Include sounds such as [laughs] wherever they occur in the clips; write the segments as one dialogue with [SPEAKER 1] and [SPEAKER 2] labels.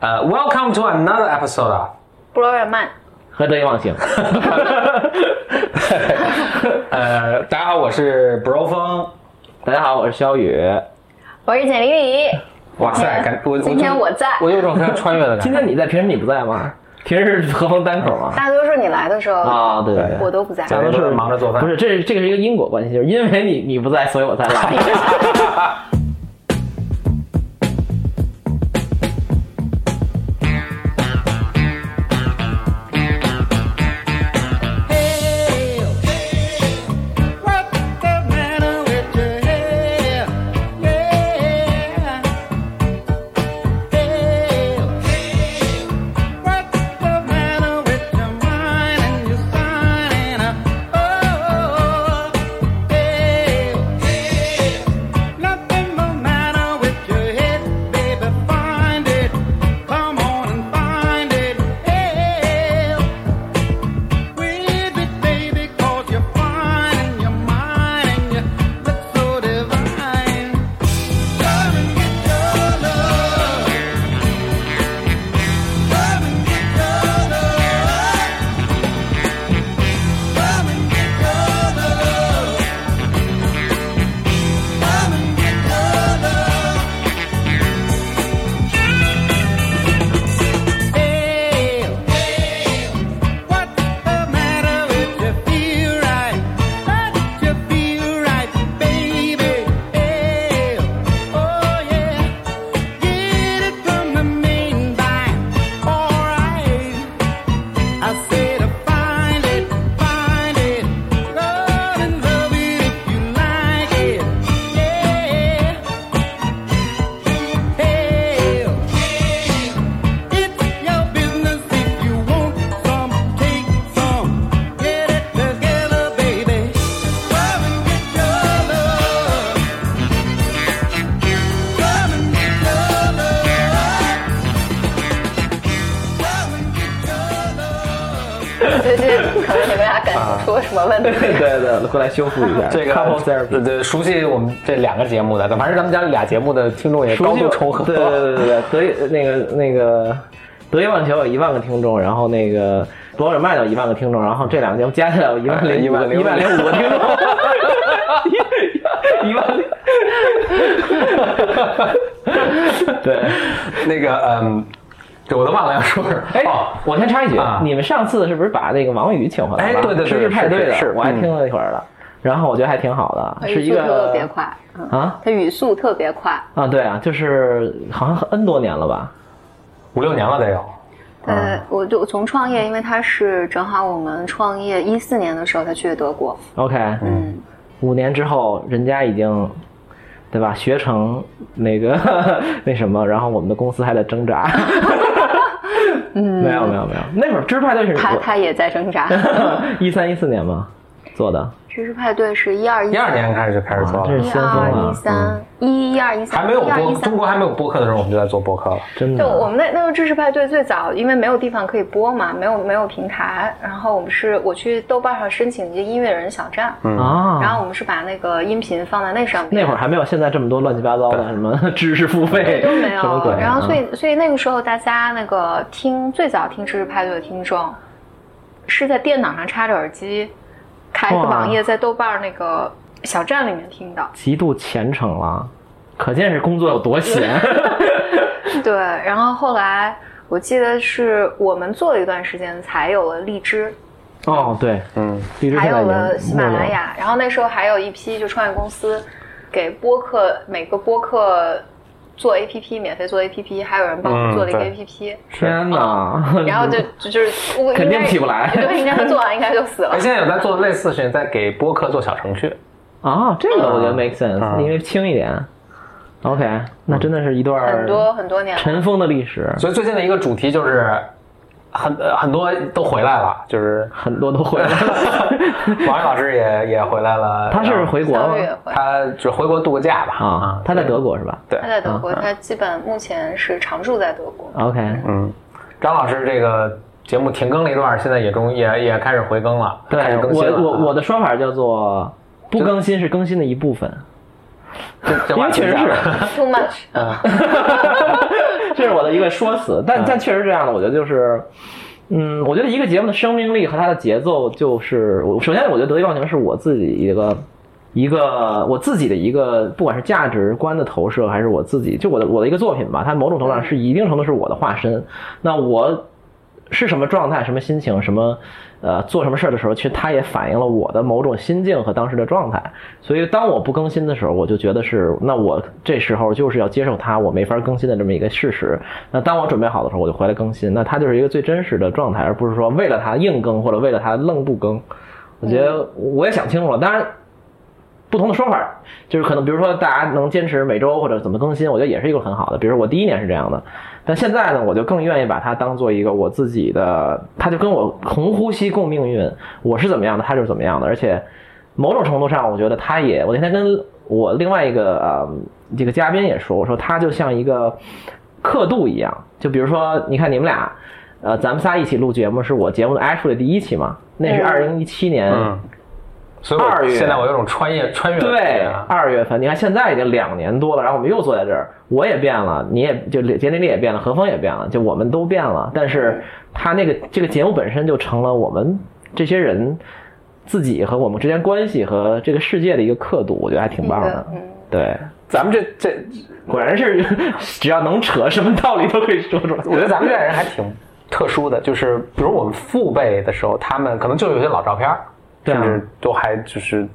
[SPEAKER 1] 呃，Welcome to another episode 啊。 [laughs]
[SPEAKER 2] 布罗尔曼，
[SPEAKER 3] 何得意忘形？ [laughs]
[SPEAKER 1] 呃，大家好，我是 Bro 风。
[SPEAKER 3] 大家好，我是肖宇。
[SPEAKER 2] 我是简玲宇。
[SPEAKER 1] 哇塞，感我
[SPEAKER 2] 今天我在，
[SPEAKER 1] 我有种像穿越的感觉。
[SPEAKER 3] 今天你在，平时你不在吗？平时是何峰单口 [laughs] 吗？
[SPEAKER 2] 大多数你来的时候，
[SPEAKER 3] 啊，对对对，
[SPEAKER 2] 我都不在。
[SPEAKER 1] 假如是忙着做饭
[SPEAKER 3] 不，是，这是这个是一个因果关系，就是因为你你不在，所以我才来。 [laughs]
[SPEAKER 4] oh,
[SPEAKER 2] 最近可能你们俩感情出了什么问题？
[SPEAKER 3] 对对对，过来修复一 [laughs] 下
[SPEAKER 1] 这个
[SPEAKER 3] couple therapy。
[SPEAKER 1] 对对，熟悉我们这两个节目的，反正咱们家俩节目的听众也高度重合。
[SPEAKER 3] 对对对对对，德意那个那个德意忘球有一万个听众，然后那个博尔曼有一万个听众，然后这两个节目加起来有一万零
[SPEAKER 1] 一万零
[SPEAKER 3] 哎一万零五个听众，一万零。 [laughs] 对，
[SPEAKER 1] [laughs] 那个嗯，这我都忘了要说什么。
[SPEAKER 3] 哎
[SPEAKER 1] 哦，
[SPEAKER 3] 我先插一句
[SPEAKER 1] 啊，
[SPEAKER 3] 你们上次是不是把那个王宇请回来了？
[SPEAKER 1] 哎对对对
[SPEAKER 3] 知识派对的
[SPEAKER 1] 是嗯是是
[SPEAKER 3] 我还听了一会儿了，然后我觉得还挺好
[SPEAKER 2] 我
[SPEAKER 3] 的， [laughs] 是
[SPEAKER 2] 语
[SPEAKER 3] 一
[SPEAKER 2] 速特
[SPEAKER 3] 个
[SPEAKER 2] 别快，嗯
[SPEAKER 3] 啊
[SPEAKER 2] 他语速特别快，
[SPEAKER 3] 啊，对啊，就是好像 N 多年了吧？
[SPEAKER 1] 五六年了得有。
[SPEAKER 2] 呃，我就从创业，因为他是正好我们创业一四年的时候，他去的德国，
[SPEAKER 3] OK，
[SPEAKER 2] 嗯，
[SPEAKER 3] 五年之后人家已经，对吧？学成那个 [laughs] 那什么，然后我们的公司还在挣扎。没有没有没有，那会儿知识派对是
[SPEAKER 2] 他他也在挣扎。
[SPEAKER 3] [laughs] 一三一四年吗？做的
[SPEAKER 2] 知识派对是一二
[SPEAKER 1] 一二年开始就开始做
[SPEAKER 3] 啊这
[SPEAKER 1] 了
[SPEAKER 3] 是，
[SPEAKER 2] 一
[SPEAKER 3] 先锋
[SPEAKER 2] 二
[SPEAKER 3] 啊
[SPEAKER 2] 一三一一二一三，
[SPEAKER 1] 还没有
[SPEAKER 2] 一二
[SPEAKER 1] 播
[SPEAKER 2] 一，三
[SPEAKER 1] 中国还没有播客的时候，我们就在做播客了。
[SPEAKER 3] 真的
[SPEAKER 2] 就我们那那时候知识派对最早，因为没有地方可以播嘛，没有没有平台，然后我们是我去豆瓣上申请一个音乐人小站，
[SPEAKER 3] 啊，
[SPEAKER 2] 然后我们是把那个音频放在那上面。
[SPEAKER 3] 那会儿还没有现在这么多乱七八糟的什么 [laughs] 知识付费，
[SPEAKER 2] 都没
[SPEAKER 3] [laughs] 什么鬼
[SPEAKER 2] 有，
[SPEAKER 3] 啊？
[SPEAKER 2] 然后所以所以那个时候大家那个听最早听知识派对的听众，是在电脑上插着耳机，开个
[SPEAKER 3] 哇
[SPEAKER 2] 网页在豆瓣那个小站里面听的。
[SPEAKER 3] 极度虔诚了，可见是工作有多
[SPEAKER 1] [laughs]
[SPEAKER 3] 闲。
[SPEAKER 2] 对，然后后来我记得是我们做了一段时间才有了荔枝，
[SPEAKER 3] 哦，对，
[SPEAKER 1] 嗯，
[SPEAKER 3] 荔枝
[SPEAKER 2] 还
[SPEAKER 3] 现在
[SPEAKER 2] 有
[SPEAKER 3] 已经
[SPEAKER 2] 了喜马
[SPEAKER 3] 没有
[SPEAKER 2] 拉
[SPEAKER 3] 了
[SPEAKER 2] 雅，然后那时候还有一批就创业公司给播客每个播客做 APP 免费做 APP，还有人帮我们
[SPEAKER 1] 嗯
[SPEAKER 2] 做了一个
[SPEAKER 1] 对
[SPEAKER 2] APP，、
[SPEAKER 3] 天哪！
[SPEAKER 2] 然后就就就是我
[SPEAKER 3] 肯定
[SPEAKER 2] 应该
[SPEAKER 3] 起不来
[SPEAKER 2] [laughs] 对，应该做完应该就死了
[SPEAKER 3] [laughs]
[SPEAKER 1] 哎，。现在有在做类似的事情，在给播客做小程序。
[SPEAKER 3] 啊，这个我觉得
[SPEAKER 1] 嗯
[SPEAKER 3] make sense，、
[SPEAKER 1] 嗯
[SPEAKER 3] 因为轻一点。OK，那真的是一段
[SPEAKER 2] 很多很多年了，
[SPEAKER 3] 尘封的历史，
[SPEAKER 1] 所以最近的一个主题就是很呃很多都回来了，就是 [laughs]
[SPEAKER 3] 很多都回来了。
[SPEAKER 1] 王源老师也也回来了，
[SPEAKER 3] 他是回国
[SPEAKER 2] 小
[SPEAKER 3] 吗
[SPEAKER 2] 雨？也回来。
[SPEAKER 1] 他就是回国度个假吧？
[SPEAKER 3] 啊，他在德国是吧
[SPEAKER 1] 对
[SPEAKER 2] 他在德国，
[SPEAKER 3] 嗯嗯
[SPEAKER 2] 他基本目前是常住在德国。
[SPEAKER 3] ？OK，
[SPEAKER 1] 嗯，张老师这个节目停更了一段，现在也终也也开始回更了，开
[SPEAKER 3] 对
[SPEAKER 1] 始更新了啊
[SPEAKER 3] 我我我的说法叫做不更新是更新的一部分，
[SPEAKER 1] 这这
[SPEAKER 3] 因
[SPEAKER 1] 话
[SPEAKER 3] 为确实
[SPEAKER 1] 题啊
[SPEAKER 3] 是 [laughs] 嗯
[SPEAKER 2] Too much，
[SPEAKER 3] 这是我的一个说辞。但但确实这样的，我觉得就是，嗯，我觉得一个节目的生命力和它的节奏，就是嗯我首先我觉得得意忘形是我自己一个一个我自己的一个，不管是价值观的投射，还是我自己就我的我的一个作品吧，它某种程度上是一定程度是我的化身。那我是什么状态、什么心情、什么呃做什么事儿的时候，其实它也反映了我的某种心境和当时的状态。所以当我不更新的时候，我就觉得是那我这时候就是要接受它，我没法更新的这么一个事实。那当我准备好的时候，我就回来更新。那它就是一个最真实的状态，而不是说为了它硬更或者为了它愣不更。我觉得我也想清楚了，当然。不同的说法，就是可能，比如说大家能坚持每周或者怎么更新，我觉得也是一个很好的。比如说我第一年是这样的，但现在呢，我就更愿意把它当做一个我自己的，它就跟我同呼吸共命运，我是怎么样的，它就是怎么样的。而且某种程度上，我觉得它也，我那天跟我另外一个呃这个嘉宾也说，我说它就像一个刻度一样，就比如说你看你们俩，呃，咱们仨一起录节目，是我节目的 actually 第一期嘛，那是
[SPEAKER 2] 嗯
[SPEAKER 3] 二零一七年。
[SPEAKER 1] 嗯，所以我
[SPEAKER 3] 二月
[SPEAKER 1] 现在我有种穿越穿越的感
[SPEAKER 3] 对
[SPEAKER 1] 觉啊，
[SPEAKER 3] 二月份，你看现在已经两年多了，然后我们又坐在这儿，我也变了，你也就杰林丽也变了，何峰也变了，就我们都变了。但是他那个这个节目本身就成了我们这些人自己和我们之间关系和这个世界的一个刻度，我觉得还挺棒
[SPEAKER 2] 一个
[SPEAKER 3] 的。
[SPEAKER 2] 嗯
[SPEAKER 3] 对，
[SPEAKER 1] 咱们这这，
[SPEAKER 3] 果然是 [laughs] 只要能扯，什么道理都可以说出来。
[SPEAKER 1] 我觉得咱们这代人还挺特殊的，就是比如我们父辈的时候，他们可能就有些老照片儿，
[SPEAKER 3] 对啊
[SPEAKER 1] 甚至都还就是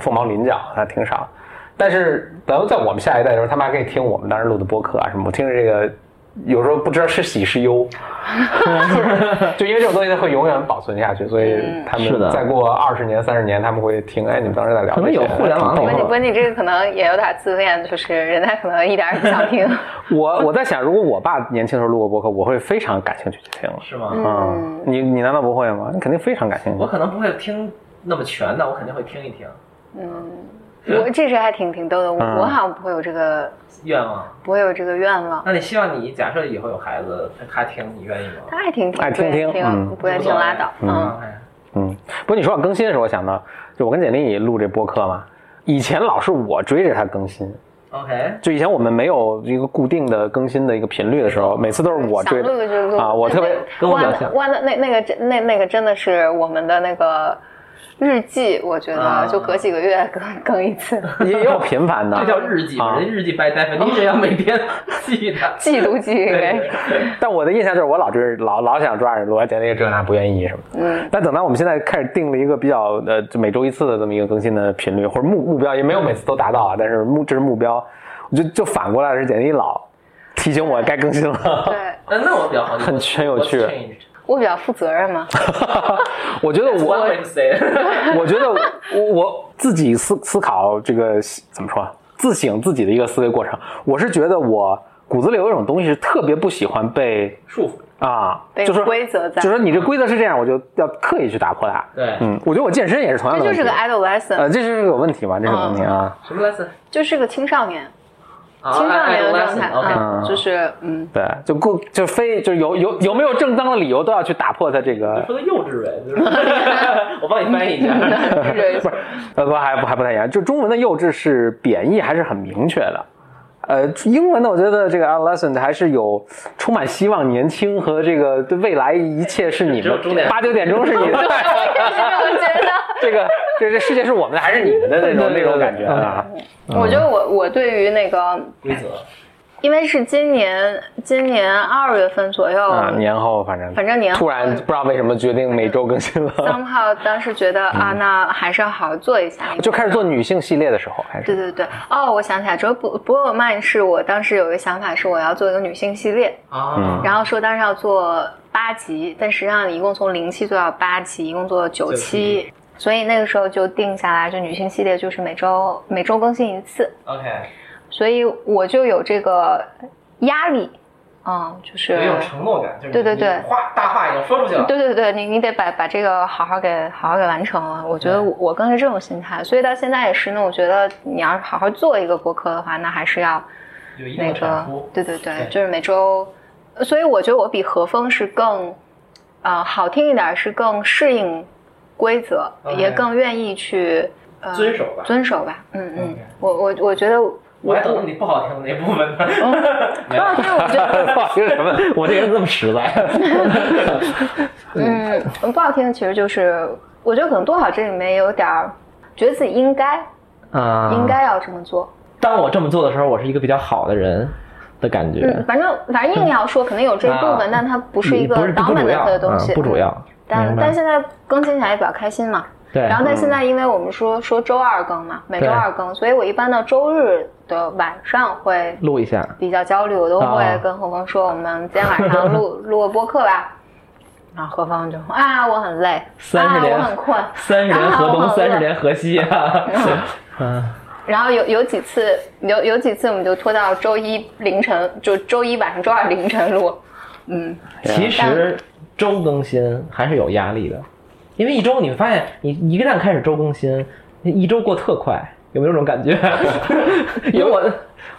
[SPEAKER 1] 凤毛麟角，还挺少。但是等在我们下一代的时候，他们还可以听我们当时录的播客啊什么，我听着这个。有时候不知道是喜是忧，
[SPEAKER 3] [laughs]
[SPEAKER 1] 就是就因为这种东西它会永远保存下去，所以
[SPEAKER 2] 嗯
[SPEAKER 1] 他
[SPEAKER 3] 是的
[SPEAKER 1] 们再过二十年、三十年，他们会听。哎，你们当时在聊这些，
[SPEAKER 3] 可能有互联网
[SPEAKER 2] 不过
[SPEAKER 3] 以
[SPEAKER 2] 你
[SPEAKER 3] 后
[SPEAKER 2] 不过你这个可能也有点自恋，就是人家可能一点儿也不想
[SPEAKER 3] [laughs]
[SPEAKER 2] 听。
[SPEAKER 1] 我我在想，如果我爸年轻时候录过播客，我会非常感兴趣去听。
[SPEAKER 3] 是吗？
[SPEAKER 1] 嗯，你你难道不会吗？你肯定非常感兴趣。
[SPEAKER 3] 可能不会听那么全的，我肯定会听一听
[SPEAKER 2] 我这是还挺挺逗的，我
[SPEAKER 1] 嗯
[SPEAKER 2] 我好像不会有这个
[SPEAKER 3] 愿望。
[SPEAKER 2] 不会有这个愿望。
[SPEAKER 3] 那你希望你假设以后有孩子，他听你愿意吗？啊哎
[SPEAKER 2] 他爱听听，
[SPEAKER 1] 爱听
[SPEAKER 2] 不愿意
[SPEAKER 1] 听嗯
[SPEAKER 2] 听，不愿意听拉倒。嗯，
[SPEAKER 1] 嗯，不是你说到更新的时候，我想到，就我跟简历录这播客嘛，以前老是我追着他更新，
[SPEAKER 3] OK，
[SPEAKER 1] 就以前我们没有一个固定的更新的一个频率的时候，每次都是我追
[SPEAKER 2] 嗯想录就录
[SPEAKER 1] 啊，我特别
[SPEAKER 3] 跟我
[SPEAKER 2] 弯
[SPEAKER 3] 比较
[SPEAKER 2] 的
[SPEAKER 3] 像
[SPEAKER 2] 弯的那那个真那那个真的是我们的那个日记，我觉
[SPEAKER 3] 啊
[SPEAKER 2] 得就隔几个月更更一次，
[SPEAKER 1] 也也有频繁的，
[SPEAKER 3] [laughs] 这叫日记，
[SPEAKER 1] 啊
[SPEAKER 3] 人日记 by
[SPEAKER 5] 啊
[SPEAKER 3] definition 要每天记
[SPEAKER 5] [laughs]
[SPEAKER 3] 的。
[SPEAKER 2] 记录记应该是。
[SPEAKER 1] 但我的印象就是我老追老老想抓着罗简历这那不愿意什么的。
[SPEAKER 2] 嗯，
[SPEAKER 1] 但等到我们现在开始定了一个比较呃，就每周一次的这么一个更新的频率或者目目标，也没有每次都达到啊，但是目这是目标，我就就反过来是简历老提醒我该更新了。
[SPEAKER 2] [laughs] 对
[SPEAKER 3] 那那我比较好奇，
[SPEAKER 1] 很很有趣
[SPEAKER 3] what's changed？
[SPEAKER 2] 我比较负责任嘛，
[SPEAKER 1] [laughs] 我觉得
[SPEAKER 2] [laughs]
[SPEAKER 3] That's
[SPEAKER 1] 我
[SPEAKER 3] one way to say [laughs] it
[SPEAKER 1] 我觉得我我自己思思考这个怎么说啊，自省自己的一个思维过程。我是觉得我骨子里有一种东西是特别不喜欢被
[SPEAKER 3] 束缚。
[SPEAKER 1] 啊，
[SPEAKER 2] 被
[SPEAKER 1] 就说
[SPEAKER 2] 规则在
[SPEAKER 1] 就说你这规则是这样，我就要刻意去打破它。
[SPEAKER 3] 对
[SPEAKER 1] 嗯，我觉得我健身也是同样
[SPEAKER 2] 这
[SPEAKER 1] 的问
[SPEAKER 2] 就
[SPEAKER 1] 题。
[SPEAKER 2] 是个嗯 adolescent，
[SPEAKER 1] 呃，这是个问题吧？这是个问题啊。
[SPEAKER 3] 什么 lesson？
[SPEAKER 2] 就是个青少年，青少年的状态啊，就是嗯，
[SPEAKER 1] 对，就故就非就有有有没有正当的理由都要去打破它这
[SPEAKER 3] 你
[SPEAKER 1] 个，
[SPEAKER 3] 说的幼稚呗，就是 [laughs] 我帮你翻译一下。
[SPEAKER 2] 就是 [laughs]
[SPEAKER 1] 不是呃不还不还不太一样，就中文的幼稚是贬义还是很明确的，呃，英文的我觉得这个 adolescent 还是有充满希望、年轻和这个对未来一切是你
[SPEAKER 3] 只有
[SPEAKER 1] 们
[SPEAKER 3] 终点
[SPEAKER 1] 八九点钟是
[SPEAKER 3] [laughs]
[SPEAKER 1] 你的，
[SPEAKER 2] 我觉得。
[SPEAKER 1] 这个这这世界是我们的还是你们的那种那
[SPEAKER 3] 对对对
[SPEAKER 1] 种感觉啊，
[SPEAKER 2] 我觉得我我对于那个，
[SPEAKER 3] 规则，
[SPEAKER 2] 因为是今年今年二月份左右，
[SPEAKER 3] 嗯
[SPEAKER 1] 啊，年后反正
[SPEAKER 2] 反正年后
[SPEAKER 1] 突然不知道为什么决定每周更新 [laughs] 了，
[SPEAKER 2] 张浩当时觉得啊，那还是要好好做一下，
[SPEAKER 1] 就开始做女性系列的时候开
[SPEAKER 2] 对
[SPEAKER 1] 始，
[SPEAKER 2] 对对，哦，我想起来，只不不过曼是我当时有一个想法，是我要做一个女性系列，
[SPEAKER 3] 啊，
[SPEAKER 5] 嗯
[SPEAKER 2] 然后说当时要做八集，但实际上一共从零期做到八期，一共做了九期
[SPEAKER 3] 九期，
[SPEAKER 2] 所以那个时候就定下来，就女性系列就是每周每周更新一次，
[SPEAKER 3] OK，
[SPEAKER 2] 所以我就有这个压力，嗯，就是
[SPEAKER 3] 有一种承诺感，就是你
[SPEAKER 2] 对对对
[SPEAKER 3] 你话大话已经说出去了。
[SPEAKER 2] 对对对，你你得把把这个好好给好好给完成啊了。我觉得
[SPEAKER 3] 对
[SPEAKER 2] 我我更是这种心态，所以到现在也是呢。我觉得你要是好好做一个播客的话，那还是要
[SPEAKER 3] 有一定
[SPEAKER 2] 那
[SPEAKER 3] 的
[SPEAKER 2] 个
[SPEAKER 3] 产出，。
[SPEAKER 2] 对对对，
[SPEAKER 3] 对
[SPEAKER 2] 就是每周。所以我觉得我比何峰是更，呃，好听一点是更适应规则
[SPEAKER 3] OK
[SPEAKER 2] 也更愿意去、呃、
[SPEAKER 3] 遵守吧
[SPEAKER 2] 遵守吧。嗯嗯
[SPEAKER 3] OK
[SPEAKER 2] 我我我觉得
[SPEAKER 5] 我还等着你不好听的那部分呢。
[SPEAKER 2] 不好听， [laughs] 我觉得，
[SPEAKER 1] [laughs] 不好听什
[SPEAKER 2] [laughs]
[SPEAKER 1] 么？
[SPEAKER 5] [laughs] 我这人这么实在，
[SPEAKER 3] [laughs]
[SPEAKER 2] 嗯，不好听的其实就是，我觉得可能多少这里面有点儿觉得自己应该
[SPEAKER 5] 啊，
[SPEAKER 3] 嗯
[SPEAKER 2] 应。该要这么做。
[SPEAKER 5] 当我这么做的时候，我是一个比较好的人的感觉，
[SPEAKER 2] 嗯，反正反正硬要说，可能有这一部分，
[SPEAKER 5] 啊
[SPEAKER 2] 但它不是一个
[SPEAKER 5] 不是不
[SPEAKER 2] dominant
[SPEAKER 5] 主要
[SPEAKER 2] 的东西，
[SPEAKER 5] 啊
[SPEAKER 2] 嗯
[SPEAKER 5] 不主要。
[SPEAKER 2] 但
[SPEAKER 5] 明白
[SPEAKER 2] 但现在更新起来也比较开心嘛。
[SPEAKER 5] 对，嗯
[SPEAKER 2] 然后但现在因为我们说说周二更嘛，每周
[SPEAKER 5] 对
[SPEAKER 2] 二更，所以我一般到周日的晚上会
[SPEAKER 5] 录一下，
[SPEAKER 2] 比较焦虑，我都会
[SPEAKER 5] 啊
[SPEAKER 2] 跟何峰说，我们今天晚上录 [laughs] 录个播客吧。然后何峰就啊，我很累，
[SPEAKER 5] 三十
[SPEAKER 2] 啊，
[SPEAKER 5] 年
[SPEAKER 2] 我很困。
[SPEAKER 5] 三十年河
[SPEAKER 2] 啊
[SPEAKER 5] 东，
[SPEAKER 2] [laughs] 好
[SPEAKER 5] 三十年河西啊，
[SPEAKER 2] [laughs]
[SPEAKER 5] [laughs] 嗯，
[SPEAKER 2] 然后有有几次，有有几次我们就拖到周一凌晨，就周一晚上、周二凌晨录。嗯，
[SPEAKER 5] 其实周更新还是有压力的，因为一周你会发现，你你一旦开始周更新，一周过特快，有没有这种感
[SPEAKER 3] [laughs]
[SPEAKER 5] 觉？因为 [laughs] 我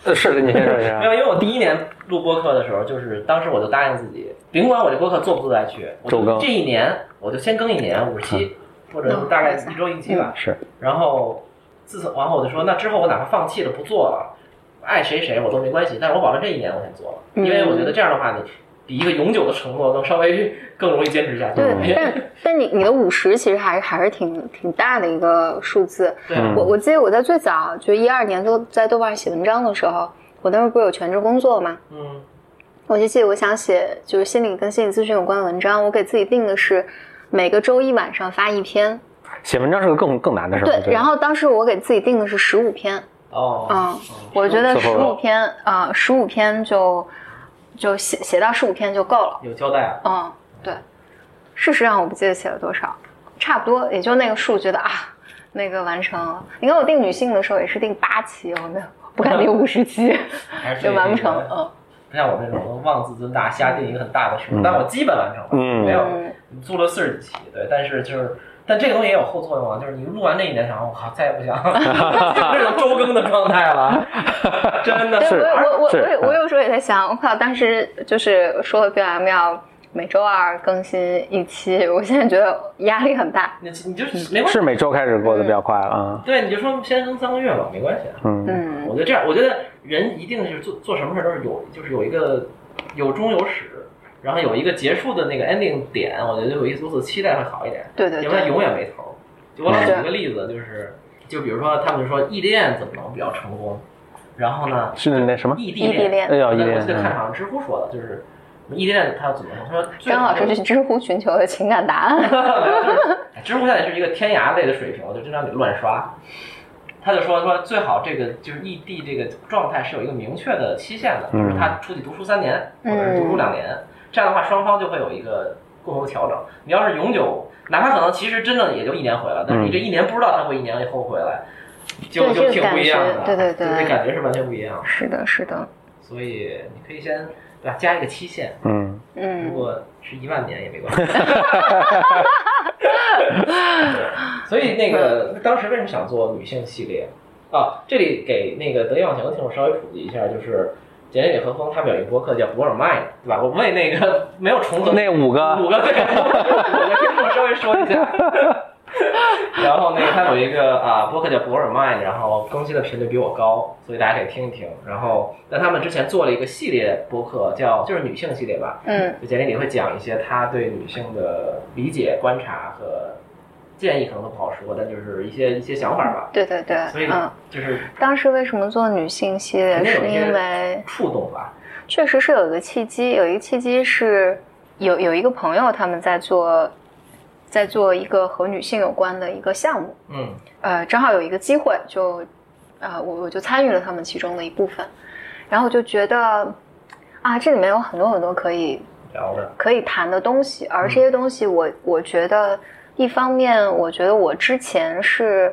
[SPEAKER 1] 呃 [laughs] 是的，你先说一
[SPEAKER 3] 没有，
[SPEAKER 1] 下。
[SPEAKER 3] 因为我第一年录播客的时候，就是当时我就答应自己，甭管我这播客做不做得下去，我
[SPEAKER 1] 周更
[SPEAKER 3] 就这一年我就先更一年五十
[SPEAKER 5] 嗯
[SPEAKER 3] 期，或者大概
[SPEAKER 2] 嗯
[SPEAKER 3] 一周一期吧。
[SPEAKER 1] 是，
[SPEAKER 3] 然后自从然后我就说，那之后我哪怕放弃了不做了，爱谁谁我都没关系，但是我保证这一年我先做了，
[SPEAKER 2] 嗯
[SPEAKER 3] 因为我觉得这样的话，你比一个永久的承诺更稍微更容易坚持下去。
[SPEAKER 2] 对，但但你你的五十其实还还是挺挺大的一个数字。
[SPEAKER 3] 对啊，
[SPEAKER 1] 嗯
[SPEAKER 2] 我我记得我在最早就一二年都在豆瓣写文章的时候，我那时候不是有全职工作嘛，
[SPEAKER 3] 嗯，
[SPEAKER 2] 我就记得我想写就是心理跟心理咨询有关的文章，我给自己定的是每个周一晚上发一篇。
[SPEAKER 1] 写文章是个更更难的事儿。我觉
[SPEAKER 2] 对，
[SPEAKER 1] 得
[SPEAKER 2] 然后当时我给自己定的是十五篇，
[SPEAKER 3] 哦，
[SPEAKER 2] 嗯，我觉得
[SPEAKER 1] 凑
[SPEAKER 2] 十
[SPEAKER 1] 合
[SPEAKER 2] 五
[SPEAKER 1] 了
[SPEAKER 2] 篇啊，十五、篇就就写写到十五篇就够了。
[SPEAKER 3] 有交代啊。
[SPEAKER 2] 嗯，对。事实上我不记得写了多少，差不多也就那个数，觉得啊，那个完成了。你看我定女性的时候也是定八期，我没有不敢定五十期，
[SPEAKER 3] 还是
[SPEAKER 2] 就完不
[SPEAKER 3] [laughs]
[SPEAKER 2] 成。
[SPEAKER 3] 这个
[SPEAKER 2] 嗯
[SPEAKER 3] 不像我那种妄自尊大，瞎定一个很大的数，
[SPEAKER 1] 嗯
[SPEAKER 3] 但我基本完成了，
[SPEAKER 1] 嗯
[SPEAKER 3] 没有
[SPEAKER 2] 嗯
[SPEAKER 3] 做了四十几期，对，但是就是。但这个东西也有后作用啊，就是你录完这一年，然后我靠，再也
[SPEAKER 1] [laughs]
[SPEAKER 3] 不想这种周更的状态了，真的
[SPEAKER 2] 对，
[SPEAKER 3] 是。
[SPEAKER 2] 我我我我
[SPEAKER 1] 是
[SPEAKER 2] 也我有时候也在想，我靠，当时就是说的 BLM 要每周二更新一期，我现在觉得压力很大。
[SPEAKER 3] 你你就是没关系
[SPEAKER 1] 嗯是，每周开始过得比较快了啊。
[SPEAKER 3] 对，你就说先更三个月吧，没关系啊。
[SPEAKER 1] 嗯，
[SPEAKER 2] 嗯
[SPEAKER 3] 我觉得这样，我觉得人一定是做做什么事儿都是有，就是有一个有终有始，然后有一个结束的那个 ending 点，我觉得有一丝丝期待会好一点。
[SPEAKER 2] 对对
[SPEAKER 3] 因为它
[SPEAKER 2] 对，
[SPEAKER 3] 永远没头儿。就
[SPEAKER 1] 嗯
[SPEAKER 3] 我老举
[SPEAKER 2] 是
[SPEAKER 3] 一个例子，就是就比如说他们说异地恋怎么能比较成功，然后呢，
[SPEAKER 1] 是那什么？
[SPEAKER 3] 异地
[SPEAKER 2] 异地
[SPEAKER 3] 恋，
[SPEAKER 1] 哎
[SPEAKER 2] 恋，
[SPEAKER 1] 呦，
[SPEAKER 3] 我
[SPEAKER 1] 异
[SPEAKER 3] 记
[SPEAKER 1] 地恋
[SPEAKER 3] 得看好像知乎说的，就是异地恋他怎么说？他说最
[SPEAKER 2] 张老师去知乎寻求了情感答案。
[SPEAKER 3] [laughs] 哎知乎现在是一个天涯类的水平，我就经常得乱刷。他就说说最好这个就是异地这个状态是有一个明确的期限的，比
[SPEAKER 1] 嗯
[SPEAKER 3] 如他出去读书三年，或者
[SPEAKER 2] 嗯
[SPEAKER 3] 是读书两年，这样的话双方就会有一个共同的调整。你要是永久，哪怕可能其实真的也就一年回来，但是你这一年不知道他会一年以后回来，就
[SPEAKER 2] 对
[SPEAKER 3] 就
[SPEAKER 2] 这
[SPEAKER 3] 挺
[SPEAKER 2] 个
[SPEAKER 3] 不一样的，
[SPEAKER 2] 感觉对对对
[SPEAKER 3] 就这感觉是完全不一样。
[SPEAKER 2] 是的，是的，
[SPEAKER 3] 所以你可以先对吧加一个期限，
[SPEAKER 1] 嗯，
[SPEAKER 3] 如
[SPEAKER 2] 嗯，
[SPEAKER 3] 果是一万年也没关系。对所以那个当时为什么想做女性系列啊？这里给那个得意忘形的听众稍微普及一下，就是简简李和峰他们有一个播客叫《博尔麦》，对吧？我为那个没有重合
[SPEAKER 1] 那五
[SPEAKER 3] 五
[SPEAKER 1] 个
[SPEAKER 3] 个对，五个听众稍微说一下。然后那个他有一个啊播客叫博尔曼，然后更新的频率比我高，所以大家可以听一听。然后那他们之前做了一个系列播客，叫就是女性系列吧，
[SPEAKER 2] 嗯，
[SPEAKER 3] 就简历里会讲一些他对女性的理解、观察和建议，可能都不好说，但就是一些一些想法吧。
[SPEAKER 2] 对对对
[SPEAKER 3] 所以，
[SPEAKER 2] 嗯，
[SPEAKER 3] 就是
[SPEAKER 2] 当时为什么做女性系列，
[SPEAKER 3] 肯定有
[SPEAKER 2] 是
[SPEAKER 3] 一些
[SPEAKER 2] 因为
[SPEAKER 3] 触动吧。
[SPEAKER 2] 确实是有一个契机，有一个契机是有有一个朋友他们在做，在做一个和女性有关的一个项目，
[SPEAKER 3] 嗯，
[SPEAKER 2] 呃，正好有一个机会就，呃，我我就参与了他们其中的一部分，然后我就觉得啊，这里面有很多很多可以
[SPEAKER 3] 聊的
[SPEAKER 2] 可以谈的东西，而这些东西我，我觉得一方面，我觉得我之前是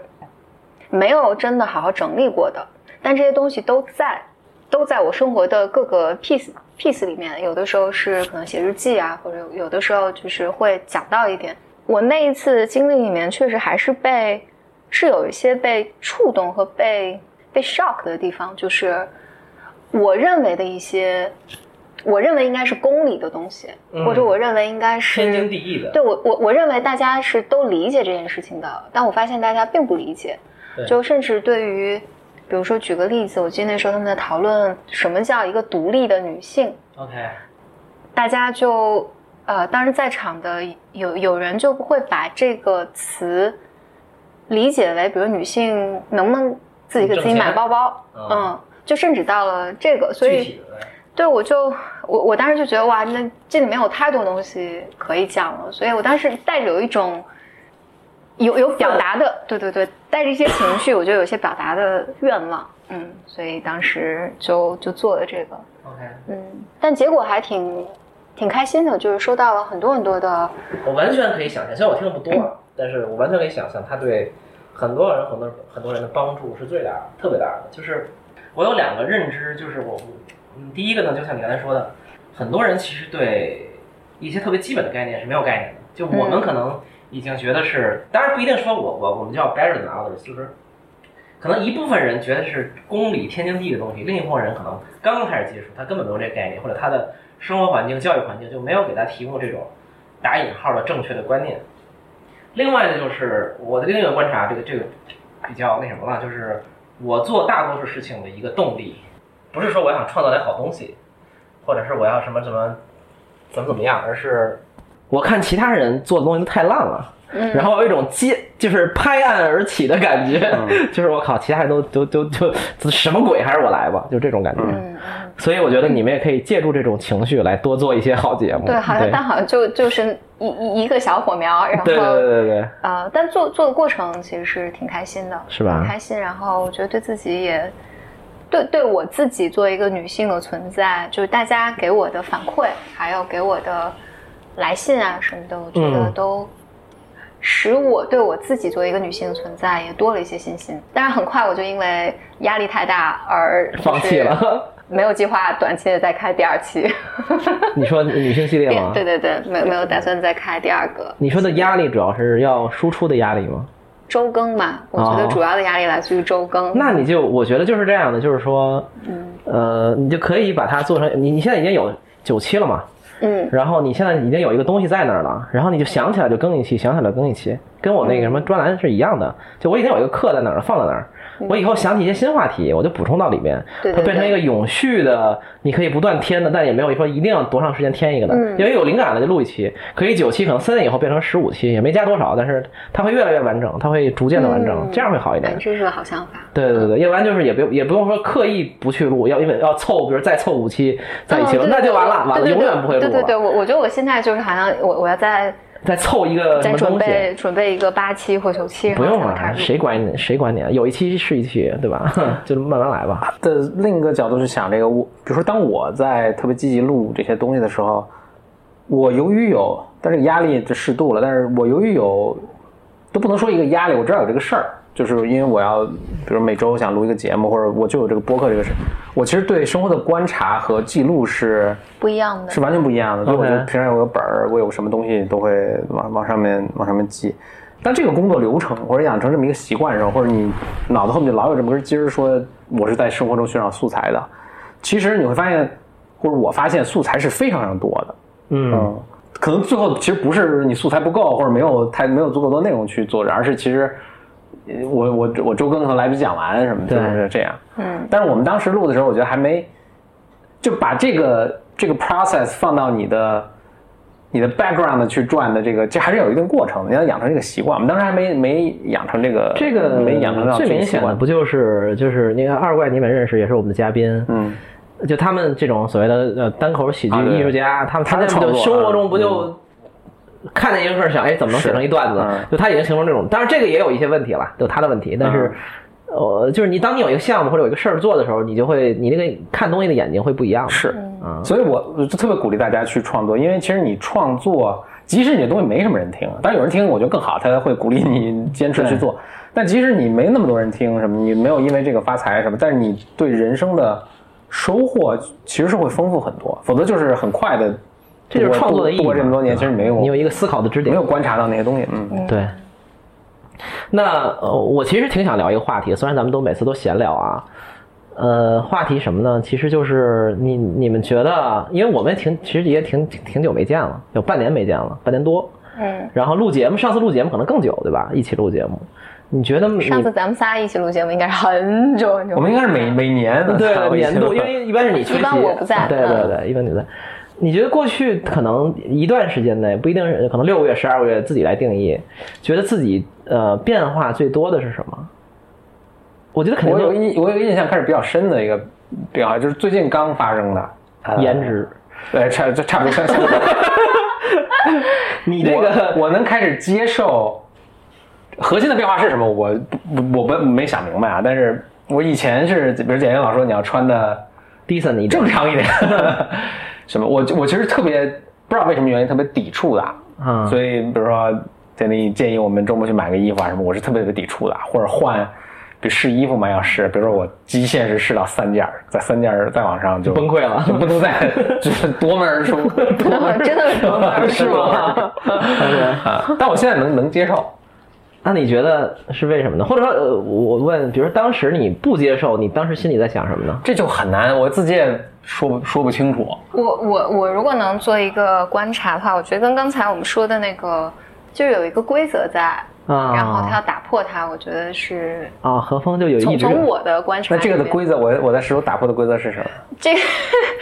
[SPEAKER 2] 没有真的好好整理过的，但这些东西都在，都在我生活的各个 piece piece 里面。有的时候是可能写日记啊，或者有的时候就是会讲到一点。我那一次经历里面，确实还是被是有一些被触动和被被 shock 的地方，就是我认为的一些，我认为应该是公理的东西，
[SPEAKER 3] 嗯
[SPEAKER 2] 或者我认为应该是
[SPEAKER 3] 天经地义的。
[SPEAKER 2] 对我我我认为大家是都理解这件事情的，但我发现大家并不理解
[SPEAKER 3] 对，
[SPEAKER 2] 就甚至对于比如说举个例子，我记得那时候他们在讨论什么叫一个独立的女性，
[SPEAKER 6] OK，
[SPEAKER 2] 大家就呃，当时在场的有有人就会把这个词理解为，比如女性能不能自己给自己
[SPEAKER 6] 挣钱
[SPEAKER 2] 买包包，
[SPEAKER 3] 啊
[SPEAKER 6] 嗯
[SPEAKER 2] 嗯，就甚至到了这个，所
[SPEAKER 6] 具
[SPEAKER 2] 以
[SPEAKER 6] 体的来
[SPEAKER 2] 对我就我我当时就觉得哇，那这里面有太多东西可以讲了，所以我当时带着有一种有有表达的，对对对，带着一些情绪，我觉得有一些表达的愿望，嗯，所以当时就就做了这个，
[SPEAKER 6] OK。
[SPEAKER 2] 嗯，但结果还挺挺开心的，就是收到了很多很多的，
[SPEAKER 6] 我完全可以想象，虽然我听的不多，啊，但是我完全可以想象他对很多人、很多很多人的帮助是最大的、特别大的。就是我有两个认知，就是我，嗯，第一个呢，就像你刚才说的，很多人其实对一些特别基本的概念是没有概念的。就我们
[SPEAKER 2] 嗯
[SPEAKER 6] 可能已经觉得是，当然不一定说我我我们叫 better than others，就是可能一部分人觉得是公理天经地义的东西，另一部分人可能刚刚开始接触，他根本没有这个概念，或者他的生活环境、教育环境就没有给他提供这种打引号的正确的观念。另外呢，就是我的另一个观察，这个这个比较那什么了，就是我做大多数事情的一个动力，不是说我想创造点好东西，或者是我要什么什么怎么怎么样，而是
[SPEAKER 3] 我看其他人做的东西都太烂了，
[SPEAKER 2] 嗯，
[SPEAKER 3] 然后有一种接就是拍案而起的感觉，
[SPEAKER 2] 嗯
[SPEAKER 3] [laughs] 就是我靠，其他人都都都都都什么鬼，还是我来吧，就这种感觉。
[SPEAKER 2] 嗯，嗯
[SPEAKER 3] 所以我觉得你们也可以借助这种情绪来多做一些好节目。
[SPEAKER 2] 对，好像但好像就就是一一一个小火苗，然后
[SPEAKER 3] 对对对对对，
[SPEAKER 2] 呃，但做做的过程其实是挺开心的，
[SPEAKER 3] 是吧
[SPEAKER 2] 挺开心，然后我觉得对自己也，对对我自己作为一个女性的存在，就是大家给我的反馈，还有给我的来信啊什么的，我觉得
[SPEAKER 3] 嗯
[SPEAKER 2] 都使我对我自己作为一个女性的存在也多了一些信心。但是很快我就因为压力太大而就是
[SPEAKER 3] 放弃，了。
[SPEAKER 2] 没有计划短期的再开第二期。
[SPEAKER 3] 你说女性系列吗？
[SPEAKER 2] [laughs] 对对对，没有没有打算再开第二个。
[SPEAKER 3] 你说的压力主要是要输出的压力吗？
[SPEAKER 2] 周更嘛，我觉得
[SPEAKER 3] 哦
[SPEAKER 2] 主要的压力来自于周更。
[SPEAKER 3] 那你就我觉得就是这样的，就是说，
[SPEAKER 2] 嗯
[SPEAKER 3] 呃，你就可以把它做成你你现在已经有九期了嘛，
[SPEAKER 2] 嗯
[SPEAKER 3] 然后你现在已经有一个东西在那儿了，然后你就想起来就更一期，想起来更一期，跟我那个什么专栏是一样的。就我已经有一个课在那儿了，放在那儿，我以后想起一些新话题，我就补充到里面，
[SPEAKER 2] 嗯对对
[SPEAKER 3] 它变成一个永续的，你可以不断添的，但也没有说一定要多长时间添一个的，
[SPEAKER 2] 嗯
[SPEAKER 3] 因为有灵感了就录一期，可以九期，可能三年以后变成十五期，也没加多少，但是它会越来越完整，它会逐渐的完整，
[SPEAKER 2] 嗯
[SPEAKER 3] 这样会好一点
[SPEAKER 2] 哎，。这是个好想法。
[SPEAKER 3] 对对对，要不然就是也不用也不用说刻意不去录，要因为要凑，比如再凑五期在一起
[SPEAKER 2] 嗯
[SPEAKER 3] 了，
[SPEAKER 2] 对
[SPEAKER 3] 那就完了，
[SPEAKER 2] 对
[SPEAKER 3] 完了
[SPEAKER 2] 对
[SPEAKER 3] 永
[SPEAKER 2] 对
[SPEAKER 3] 远不会录了。
[SPEAKER 2] 对对对，我我觉得我现在就是好像我我要再
[SPEAKER 3] 再凑一个呃什
[SPEAKER 2] 再
[SPEAKER 3] 么
[SPEAKER 2] 准
[SPEAKER 3] 东西，
[SPEAKER 2] 备准备一个八期或九期，然
[SPEAKER 3] 不
[SPEAKER 2] 后
[SPEAKER 3] 用
[SPEAKER 2] 才能开
[SPEAKER 3] 了，
[SPEAKER 2] 始录
[SPEAKER 3] 谁管你？谁管你？啊？有一期是一期，对 [laughs] 吧？就慢慢来吧。
[SPEAKER 1] 的另一个角度去想这个，我比如说当我在特别积极录这些东西的时候，我由于有，但是压力就适度了，但是我由于有，都不能说一个压力，我知道有这个事儿，就是因为我要，比如每周想录一个节目，或者我就有这个播客这个事儿，我其实对生活的观察和记录是
[SPEAKER 2] 不一样的
[SPEAKER 1] 是？完全不一样的。所以我就
[SPEAKER 3] OK
[SPEAKER 1] 平常有个本儿，我有什么东西都会往往上面往上面记。但这个工作流程或者养成这么一个习惯的时候，或者你脑子后面就老有这么根筋儿，说我是在生活中寻找素材的。其实你会发现，或者我发现素材是非常非常多的。
[SPEAKER 3] 嗯，
[SPEAKER 1] 嗯，可能最后其实不是你素材不够，或者没有太没有足够多内容去做着，而是其实呃我我我周更可能来不及讲完什么，
[SPEAKER 3] 对
[SPEAKER 1] 就是这样。
[SPEAKER 2] 嗯
[SPEAKER 1] 但是我们当时录的时候，我觉得还没就把这个这个 process 放到你的你的 background 去转的这个，这还是有一定过程的。你要养成这个习惯，我们当时还没没养成这个
[SPEAKER 3] 这个
[SPEAKER 1] 没养成到
[SPEAKER 3] 最
[SPEAKER 1] 这个
[SPEAKER 3] 明
[SPEAKER 1] 习
[SPEAKER 3] 显的
[SPEAKER 1] 惯。
[SPEAKER 3] 不就是就是那个二怪，你们认识也是我们的嘉宾，
[SPEAKER 1] 嗯，
[SPEAKER 3] 就他们这种所谓的呃单口喜剧
[SPEAKER 1] 啊对
[SPEAKER 3] 艺术家，他们
[SPEAKER 1] 他的
[SPEAKER 3] 他们
[SPEAKER 1] 创
[SPEAKER 3] 就
[SPEAKER 1] 作
[SPEAKER 3] 生活中不
[SPEAKER 1] 嗯
[SPEAKER 3] 就看见一个事儿想，哎，怎么能写
[SPEAKER 1] 是
[SPEAKER 3] 成一段子
[SPEAKER 1] 嗯？
[SPEAKER 3] 就他已经形成这种，当然这个也有一些问题了，有他的问题，但是。呃，就是你当你有一个项目或者有一个事儿做的时候，你就会你那个看东西的眼睛会不一样的。
[SPEAKER 1] 是。
[SPEAKER 3] 啊，
[SPEAKER 1] 所以我我就特别鼓励大家去创作，因为其实你创作，即使你的东西没什么人听，但是有人听我觉得更好，他会鼓励你坚持去做。但即使你没那么多人听什么，你没有因为这个发财什么，但是你对人生的收获其实是会丰富很多，否则就是很快的。
[SPEAKER 3] 这就是
[SPEAKER 1] 度过
[SPEAKER 3] 创作的意义嘛。
[SPEAKER 1] 度过这么多年，
[SPEAKER 3] 对吧
[SPEAKER 1] 其实没有
[SPEAKER 3] 你有一个思考的支
[SPEAKER 1] 没
[SPEAKER 3] 点
[SPEAKER 1] 有。观察到那些东西，嗯。
[SPEAKER 2] 嗯
[SPEAKER 3] 对。那呃，我其实挺想聊一个话题，虽然咱们都每次都闲聊啊，呃，话题什么呢？其实就是你你们觉得，因为我们挺其实也挺挺挺久没见了，有半年没见了，半年多。
[SPEAKER 2] 嗯
[SPEAKER 3] 然后录节目，上次录节目可能更久，对吧？一起录节目，你觉得你
[SPEAKER 2] 上次咱们仨一起录节目应该是很久很久，
[SPEAKER 1] 我们应该是每每年的
[SPEAKER 3] [laughs] 对
[SPEAKER 1] 参加过一
[SPEAKER 3] 年
[SPEAKER 1] 次
[SPEAKER 3] 度，
[SPEAKER 1] 吧
[SPEAKER 3] 因为一般是你啊缺席，
[SPEAKER 2] 一般我不在嗯
[SPEAKER 3] 对对对，一般你在。你觉得过去可能一段时间内不一定是，可能六个月、十二个月自己来定义，觉得自己呃变化最多的是什么？我觉得肯定
[SPEAKER 1] 我有
[SPEAKER 3] 都
[SPEAKER 1] 印我有印象开始比较深的一个变化，就是最近刚发生的呃
[SPEAKER 3] 颜值。
[SPEAKER 1] 对，差就差不多像像
[SPEAKER 3] [laughs] 你这个
[SPEAKER 1] 我我能开始接受核心的变化是什么？我不我不没想明白啊，但是我以前是，比如简英老说你要穿的
[SPEAKER 3] decent
[SPEAKER 1] [laughs]
[SPEAKER 3] 一点
[SPEAKER 1] 正常一点，什么？我我其实特别不知道为什么原因特别抵触的啊，
[SPEAKER 3] 啊，
[SPEAKER 1] 所以比如说建议建议我们周末去买个衣服啊什么，我是特别特别抵触的，或者换，比如试衣服嘛要试，比如说我极限是试到三件儿，在三件儿再往上就
[SPEAKER 3] [laughs] 崩溃了
[SPEAKER 1] 就不能再就是夺门而出，夺门
[SPEAKER 2] [laughs] 真的是 [laughs] 多门而
[SPEAKER 1] [laughs] 是
[SPEAKER 2] 出
[SPEAKER 3] [laughs]
[SPEAKER 1] 吗？啊，但我现在能能接受，
[SPEAKER 3] [laughs] 那你觉得是为什么呢？或者说，呃，我我问，比如说当时你不接受，你当时心里在想什么呢？
[SPEAKER 1] 这就很难，我自己也说不说不清楚。
[SPEAKER 2] 我我我如果能做一个观察的话，我觉得跟刚才我们说的那个，就是有一个规则在，
[SPEAKER 3] 啊，
[SPEAKER 2] 然后他要打破它，我觉得是
[SPEAKER 3] 啊，何峰就有
[SPEAKER 2] 从
[SPEAKER 3] 一直
[SPEAKER 2] 从我的观察
[SPEAKER 1] 那
[SPEAKER 2] 里
[SPEAKER 1] 这
[SPEAKER 2] 面，
[SPEAKER 1] 个的规则，我我在石头打破的规则是什么？
[SPEAKER 2] 这个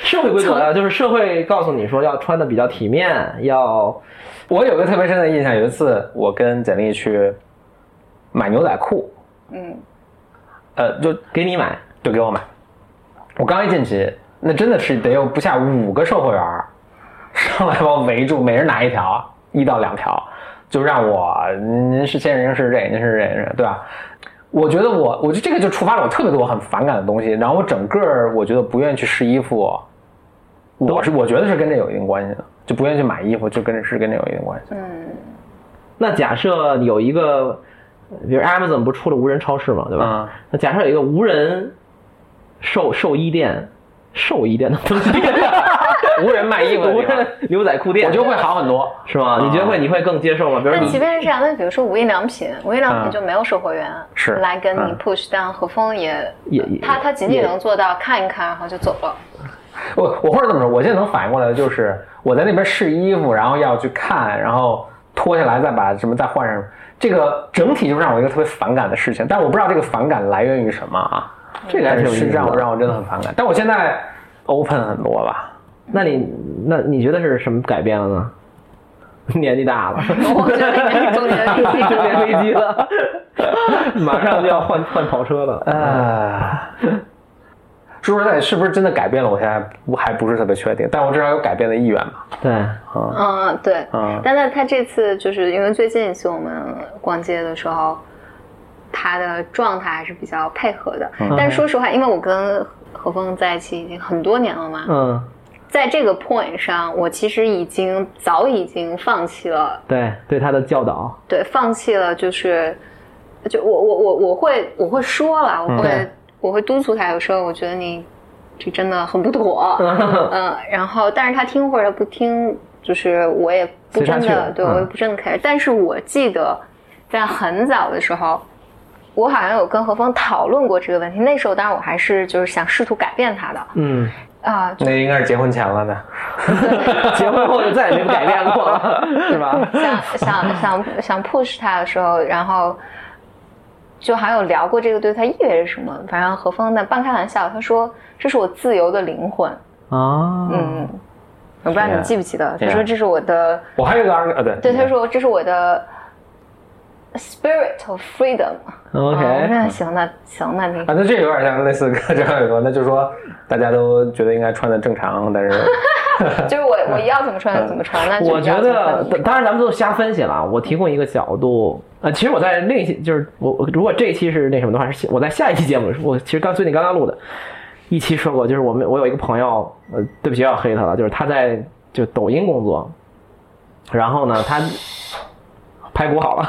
[SPEAKER 3] 社会规则啊，就是社会告诉你说要穿的比较体面，要
[SPEAKER 1] 我有个特别深的印象，有一次我跟简历去买牛仔裤，
[SPEAKER 2] 嗯，
[SPEAKER 1] 呃，就
[SPEAKER 3] 给你买
[SPEAKER 1] 就给我买。我刚一进去，那真的是得有不下五个售货员儿上来把我围住，每人拿一条，一到两条，就让我您是先生，您是这，您是这，您是这对吧？我觉得我，我觉得这个就触发了我特别多很反感的东西，然后我整个儿我觉得不愿意去试衣服，我是我觉得是跟这有一定关系的，就不愿意去买衣服，就跟这是跟这有一定关系。
[SPEAKER 2] 嗯
[SPEAKER 3] 那假设有一个，比如 Amazon 不出了无人超市嘛，对吧？
[SPEAKER 1] 嗯
[SPEAKER 3] 那假设有一个无人兽兽衣店，兽衣店的东西店，
[SPEAKER 1] [laughs] [laughs] 无人卖衣服的
[SPEAKER 3] 无
[SPEAKER 1] 地方
[SPEAKER 3] 人，牛仔裤店，
[SPEAKER 1] 我就会啊好很多。
[SPEAKER 3] 是吗？你觉得会你会更接受吗？比如
[SPEAKER 2] 但即
[SPEAKER 3] 你
[SPEAKER 2] 便是这样，那比如说无印良品，无印良
[SPEAKER 1] 嗯
[SPEAKER 2] 品就没有售货员
[SPEAKER 1] 是
[SPEAKER 2] 来跟你
[SPEAKER 1] 嗯
[SPEAKER 2] push，但何峰也
[SPEAKER 3] 也也
[SPEAKER 2] 他他仅仅
[SPEAKER 3] 也
[SPEAKER 2] 能做到看一看，然后就走了。
[SPEAKER 1] 我我或者这么说，我现在能反应过来的就是我在那边试衣服，然后要去看，然后脱下来再把什么再换上，这个整体就让我一个特别反感的事情。但我不知道这个反感来源于什么啊，这个还
[SPEAKER 3] 嗯
[SPEAKER 1] 是让我让我真的很反感。但我现在 open 很多吧，
[SPEAKER 3] 那你那你觉得是什么改变了呢？ [laughs] 年纪大了，
[SPEAKER 2] [laughs] 我
[SPEAKER 3] [laughs]
[SPEAKER 2] 觉得应该是中年危机
[SPEAKER 3] 中
[SPEAKER 1] [laughs]
[SPEAKER 3] 年危机了，马上就要换换跑车了。
[SPEAKER 1] [laughs] 啊，说实在，是不是真的改变了？我现在不还不是特别确定，但我至少有改变的意愿啊吧。
[SPEAKER 3] 对，
[SPEAKER 2] [laughs] 嗯，对，
[SPEAKER 1] 嗯
[SPEAKER 2] 但是他这次就是因为最近一次我们逛街的时候，他的状态还是比较配合的。
[SPEAKER 1] 嗯
[SPEAKER 2] 但是说实话，因为我跟何峰在一起已经很多年了嘛，
[SPEAKER 3] 嗯，
[SPEAKER 2] 在这个 point 上，我其实已经早已经放弃了，
[SPEAKER 3] 对，对他的教导，
[SPEAKER 2] 对，放弃了就是，就我我我我会我会说了，我会、
[SPEAKER 3] 嗯对
[SPEAKER 2] 我会督促他，有时候我觉得你这真的很不
[SPEAKER 3] [laughs]
[SPEAKER 2] 妥，嗯，然后但是他听或者不听，就是我也不
[SPEAKER 3] 随他
[SPEAKER 2] 真
[SPEAKER 3] 去
[SPEAKER 2] 的，对
[SPEAKER 3] 嗯
[SPEAKER 2] 我也不真的 care、但是我记得在很早的时候，我好像有跟何峰讨论过这个问题。那时候当然我还是就是想试图改变他的
[SPEAKER 3] 嗯，
[SPEAKER 2] 啊、
[SPEAKER 1] 那应该是结婚前了呢。
[SPEAKER 3] [laughs] 结婚后就再也没改变过了，是吧？
[SPEAKER 2] 想想想想 push 他的时候，然后就还有聊过这个对他意味着什么。反正何峰呢半开玩笑，他说这是我自由的灵魂。
[SPEAKER 3] 啊，
[SPEAKER 2] 嗯，我不知道
[SPEAKER 1] 是
[SPEAKER 2] 你
[SPEAKER 1] 啊
[SPEAKER 2] 记不记得，他
[SPEAKER 1] 是啊
[SPEAKER 2] 说这是我的，
[SPEAKER 1] 我还有一个二啊，对
[SPEAKER 2] 对，他说这是我的 spirit of freedom。
[SPEAKER 3] OK
[SPEAKER 2] 啊我说行，那行，那你
[SPEAKER 1] [laughs] 啊，那这有点像类似跟张伟说，那就是说大家都觉得应该穿的正常，但
[SPEAKER 3] [laughs]
[SPEAKER 1] 是
[SPEAKER 2] 就是我我要怎么穿就怎么穿，那就要
[SPEAKER 3] 我觉
[SPEAKER 2] 怎么穿怎
[SPEAKER 3] 得
[SPEAKER 2] 么，穿
[SPEAKER 3] 当然咱们都瞎分析了啊。我提供一个角度，呃，其实我在另一期，就是我我如果这一期是那什么的话，是我在下一期节目，我其实刚最近刚刚录的一期说过，就是我们我有一个朋友，呃，对不起又要黑他了，就是他在就抖音工作，然后呢，他排骨好了，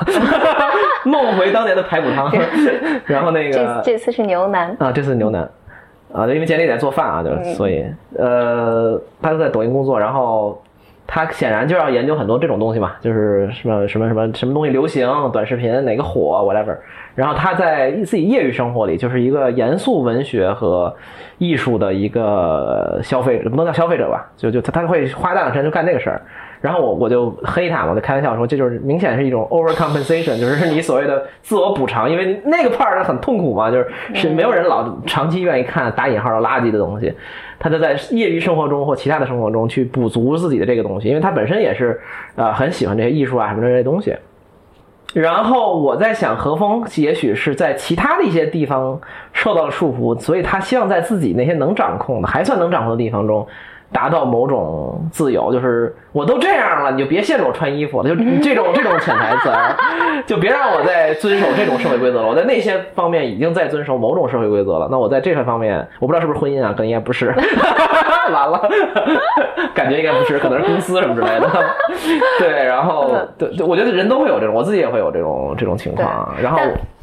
[SPEAKER 3] [laughs] 梦回当年的排骨 [laughs] 汤，然后那个
[SPEAKER 2] 这这次是牛腩，
[SPEAKER 3] 啊，这次牛腩啊，因为简历在做饭啊，就是、所以呃，他在抖音工作，然后他显然就要研究很多这种东西嘛，就是什么什么什么什么东西流行，短视频哪个火，whatever。然后他在自己业余生活里，就是一个严肃文学和艺术的一个消费，不能叫消费者吧，就就他他会花大量时间就干这个事儿。然后我我就黑他嘛，我就开玩笑说，这就是明显是一种 overcompensation，就是你所谓的自我补偿，因为那个 part 很痛苦嘛，就是是没有人老长期愿意看打引号的垃圾的东西，他就在业余生活中或其他的生活中去补足自己的这个东西，因为他本身也是呃很喜欢这些艺术啊什么这些东西。然后我在想，何峰也许是在其他的一些地方受到了束缚，所以他希望在自己那些能掌控的、还算能掌控的地方中，达到某种自由。就是我都这样了，你就别限制我穿衣服了，就这种这种潜台词儿，就别让我再遵守这种社会规则了。我在那些方面已经在遵守某种社会规则了，那我在这些方面，我不知道是不是婚姻啊，可能应该不是。 [laughs] 完了，感觉应该不是，可能是公司什么之类的。对，然后对，对我觉得人都会有这种，我自己也会有这种这种情况啊。然后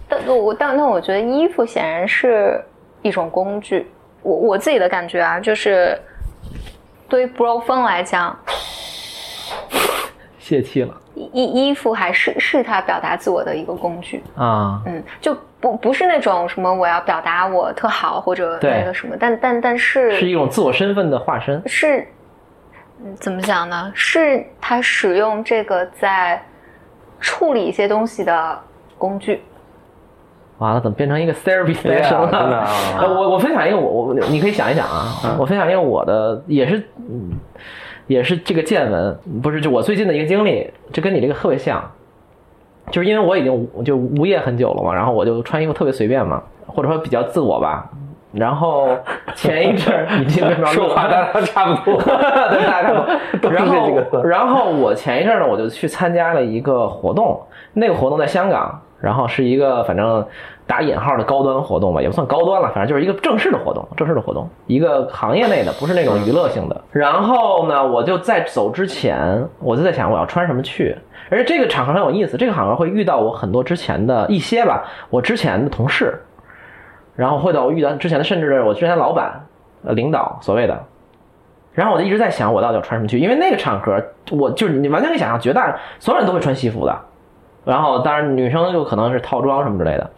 [SPEAKER 2] 但但我但那我觉得衣服显然是一种工具。我我自己的感觉啊，就是对于 bro 风来讲，
[SPEAKER 3] 泄气了
[SPEAKER 2] 衣衣衣服还是是他表达自我的一个工具。
[SPEAKER 3] 啊，
[SPEAKER 2] 嗯，就不不是那种什么我要表达我特好或者
[SPEAKER 3] 对
[SPEAKER 2] 那个什么，但但但是
[SPEAKER 3] 是一种自我身份的化身。
[SPEAKER 2] 是，嗯，怎么讲呢？是他使用这个在处理一些东西的工具。
[SPEAKER 3] 完了，怎么变成一个
[SPEAKER 1] [laughs]
[SPEAKER 3] therapy
[SPEAKER 1] 对
[SPEAKER 3] session
[SPEAKER 1] 啊真
[SPEAKER 3] 了？
[SPEAKER 1] 的啊嗯
[SPEAKER 3] 呃我我分享一个我我你可以想一想啊，我分享一个我的也是，嗯，也是这个见闻，不是就我最近的一个经历，这跟你这个特别像，就是因为我已经无就无业很久了嘛，然后我就穿衣服特别随便嘛，或者说比较自我吧。然后前一阵儿 [laughs] 你这边
[SPEAKER 1] 说话大家差不
[SPEAKER 3] [laughs]
[SPEAKER 1] 多，
[SPEAKER 3] 对，大概
[SPEAKER 1] 都是
[SPEAKER 3] 然
[SPEAKER 1] 这几个
[SPEAKER 3] 后，
[SPEAKER 1] 字
[SPEAKER 3] 然后我前一阵儿呢，我就去参加了一个活动，那个活动在香港，然后是一个反正打引号的高端活动吧，也不算高端了，反正就是一个正式的活动，正式的活动，一个行业内的，不是那种娱乐性的。然后呢，我就在走之前，我就在想我要穿什么去。而且这个场合很有意思，这个场合会遇到我很多之前的一些吧，我之前的同事，然后会到我遇到之前的，甚至是我之前的老板、呃领导所谓的。然后我就一直在想，我到底要穿什么去？因为那个场合，我就是你完全可以想象，绝大所有人都会穿西服的，然后当然女生就可能是套装什么之类的。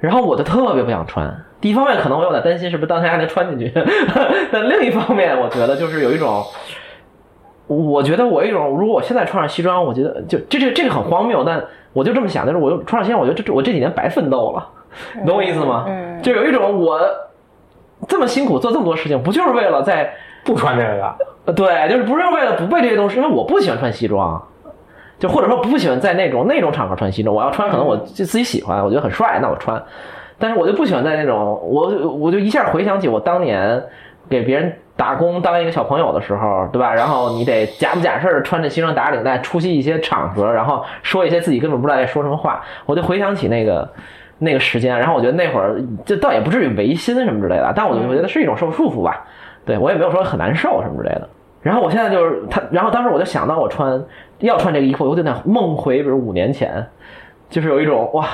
[SPEAKER 3] 然后我就特别不想穿，第一方面可能我有点担心是不是当天还能穿进去， [laughs] 但另一方面我觉得就是有一种，我觉得我有一种，如果我现在穿上西装，我觉得就这这这个很荒谬，但我就这么想，就是我又穿上西装，我觉得这我这几年白奋斗了，你懂我意思吗？
[SPEAKER 2] 嗯
[SPEAKER 3] 就有一种我这么辛苦做这么多事情，不就是为了在
[SPEAKER 1] 不穿这个，
[SPEAKER 3] 呃，对，就是不是为了不被这些东西，因为我不喜欢穿西装，就或者说不喜欢在那种那种场合穿西装。我要穿，可能我就自己喜欢，我觉得很帅，那我穿。但是我就不喜欢在那种，我我就一下回想起我当年给别人打工当一个小朋友的时候，对吧？然后你得假模假式儿穿着西装打领带出席一些场合，然后说一些自己根本不知道在说什么话。我就回想起那个那个时间，然后我觉得那会儿这倒也不至于违心什么之类的，但我就觉得是一种受束缚吧。对我也没有说很难受什么之类的。然后我现在就是他，然后当时我就想到我穿要穿这个衣服，我就得梦回，比如五年前，就是有一种哇，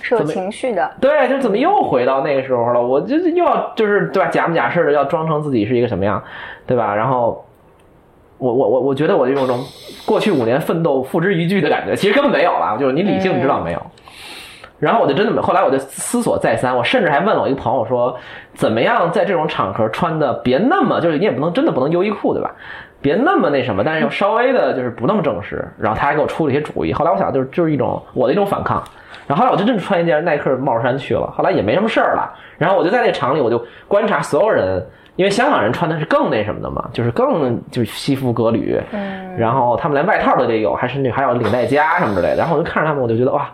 [SPEAKER 2] 是有
[SPEAKER 3] 怎么
[SPEAKER 2] 情绪的，
[SPEAKER 3] 对，就怎么又回到那个时候了？我就是又要就是对吧，假模假式的要装成自己是一个什么样，对吧？然后我我我我觉得我有种过去五年奋斗付之一炬的感觉，其实根本没有啦，就是你理性知道没有。然后我就真的没，后来我就思索再三，我甚至还问了我一个朋友说，怎么样在这种场合穿的别那么，就是你也不能真的不能优衣库对吧？别那么那什么，但是又稍微的就是不那么正式。然后他还给我出了一些主意。后来我想，就是就是一种我的一种反抗。然后后来我就真穿一件耐克帽衫去了，后来也没什么事儿了。然后我就在那厂里，我就观察所有人，因为香港人穿的是更那什么的嘛，就是更就是西服革履，
[SPEAKER 2] 嗯，
[SPEAKER 3] 然后他们连外套都得有，还甚至还有领带夹什么之类的。然后我就看着他们，我就觉得哇，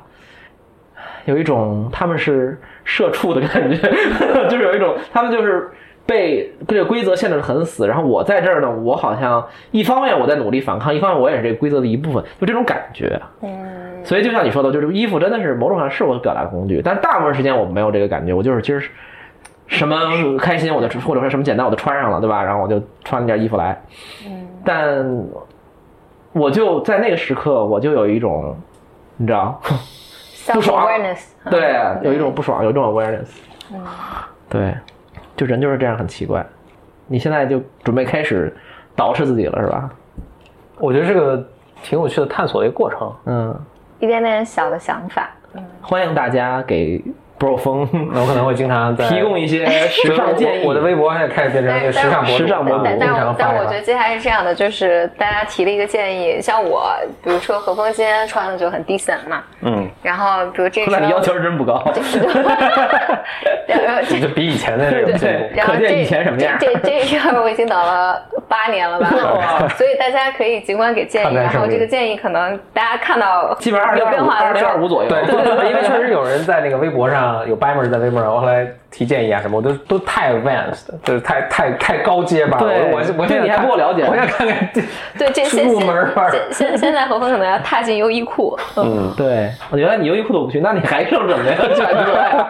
[SPEAKER 3] 有一种他们是社畜的感觉， [laughs] 就是有一种他们就是被这个规则限制的很死。然后我在这儿呢，我好像一方面我在努力反抗，一方面我也是这个规则的一部分，就这种感觉。
[SPEAKER 2] 嗯，
[SPEAKER 3] 所以就像你说的，就是衣服真的是某种上是我的表达工具，但大部分时间我没有这个感觉，我就是今儿是什么开心我就或者说什么简单我就穿上了，对吧？然后我就穿了件衣服来，
[SPEAKER 2] 嗯，
[SPEAKER 3] 但我就在那个时刻，我就有一种你知道， [laughs]
[SPEAKER 2] self
[SPEAKER 3] 爽
[SPEAKER 2] awareness，嗯
[SPEAKER 3] 对，有一种不爽，有一种 awareness，对，就人就是这样很奇怪。你现在就准备开始捯饬自己了是吧？
[SPEAKER 1] [laughs] 我觉得是个挺有趣的探索的一个过程。
[SPEAKER 3] 嗯，
[SPEAKER 2] 一点点小的想法。
[SPEAKER 3] 欢迎大家给 [laughs] bro 风
[SPEAKER 1] 那我可能会经常在
[SPEAKER 3] 提供一些时尚建议。
[SPEAKER 1] 我的微博现在开始变成一个时尚博主，啊
[SPEAKER 3] 时尚博主
[SPEAKER 2] 但
[SPEAKER 1] 经
[SPEAKER 2] 但
[SPEAKER 1] 常
[SPEAKER 2] 我
[SPEAKER 1] 发
[SPEAKER 2] 但
[SPEAKER 1] 呀
[SPEAKER 2] 我觉得接下来是这样的，就是大家提了一个建议，像我，比如说何峰今天穿的就很 decent 嘛，
[SPEAKER 1] 嗯，
[SPEAKER 2] 然后比如这
[SPEAKER 3] [laughs] 那
[SPEAKER 2] 双，
[SPEAKER 3] 你
[SPEAKER 2] [laughs]
[SPEAKER 3] 要求是真不高，
[SPEAKER 2] 然后
[SPEAKER 1] 就比以前的这种进
[SPEAKER 3] [laughs] 对
[SPEAKER 1] 步。
[SPEAKER 2] 然后
[SPEAKER 3] 可见
[SPEAKER 2] 这
[SPEAKER 3] 以前什么样
[SPEAKER 2] 这这这个我已经等了八年了吧，所以大家可以尽管给建
[SPEAKER 1] 看
[SPEAKER 2] 议，
[SPEAKER 1] 看
[SPEAKER 2] 然
[SPEAKER 1] 是不
[SPEAKER 2] 后
[SPEAKER 1] 是
[SPEAKER 2] 这个建议可能大家看到
[SPEAKER 3] 基本上二零
[SPEAKER 2] 有
[SPEAKER 3] 二
[SPEAKER 2] 变
[SPEAKER 3] 五
[SPEAKER 2] 化
[SPEAKER 3] 二
[SPEAKER 2] 的
[SPEAKER 3] 零
[SPEAKER 2] 时
[SPEAKER 3] 二五
[SPEAKER 2] 候，
[SPEAKER 3] 左右。
[SPEAKER 1] 对， [laughs] 因为确实有人在那个微博上有 b a m e r 在微博上，我后来提建议啊什么，我都都太 advanced，就是太太太高阶吧。
[SPEAKER 3] 对
[SPEAKER 1] 我我我
[SPEAKER 3] 这
[SPEAKER 1] 现在
[SPEAKER 3] 你还
[SPEAKER 1] 看
[SPEAKER 3] 不够了解
[SPEAKER 1] 我要看看这
[SPEAKER 2] 对这现
[SPEAKER 1] 入门儿
[SPEAKER 2] 现现现在何峰可能要踏进优衣库，嗯，
[SPEAKER 3] 对，哦原来你优衣库都不去，那你还剩什么呀？全出来，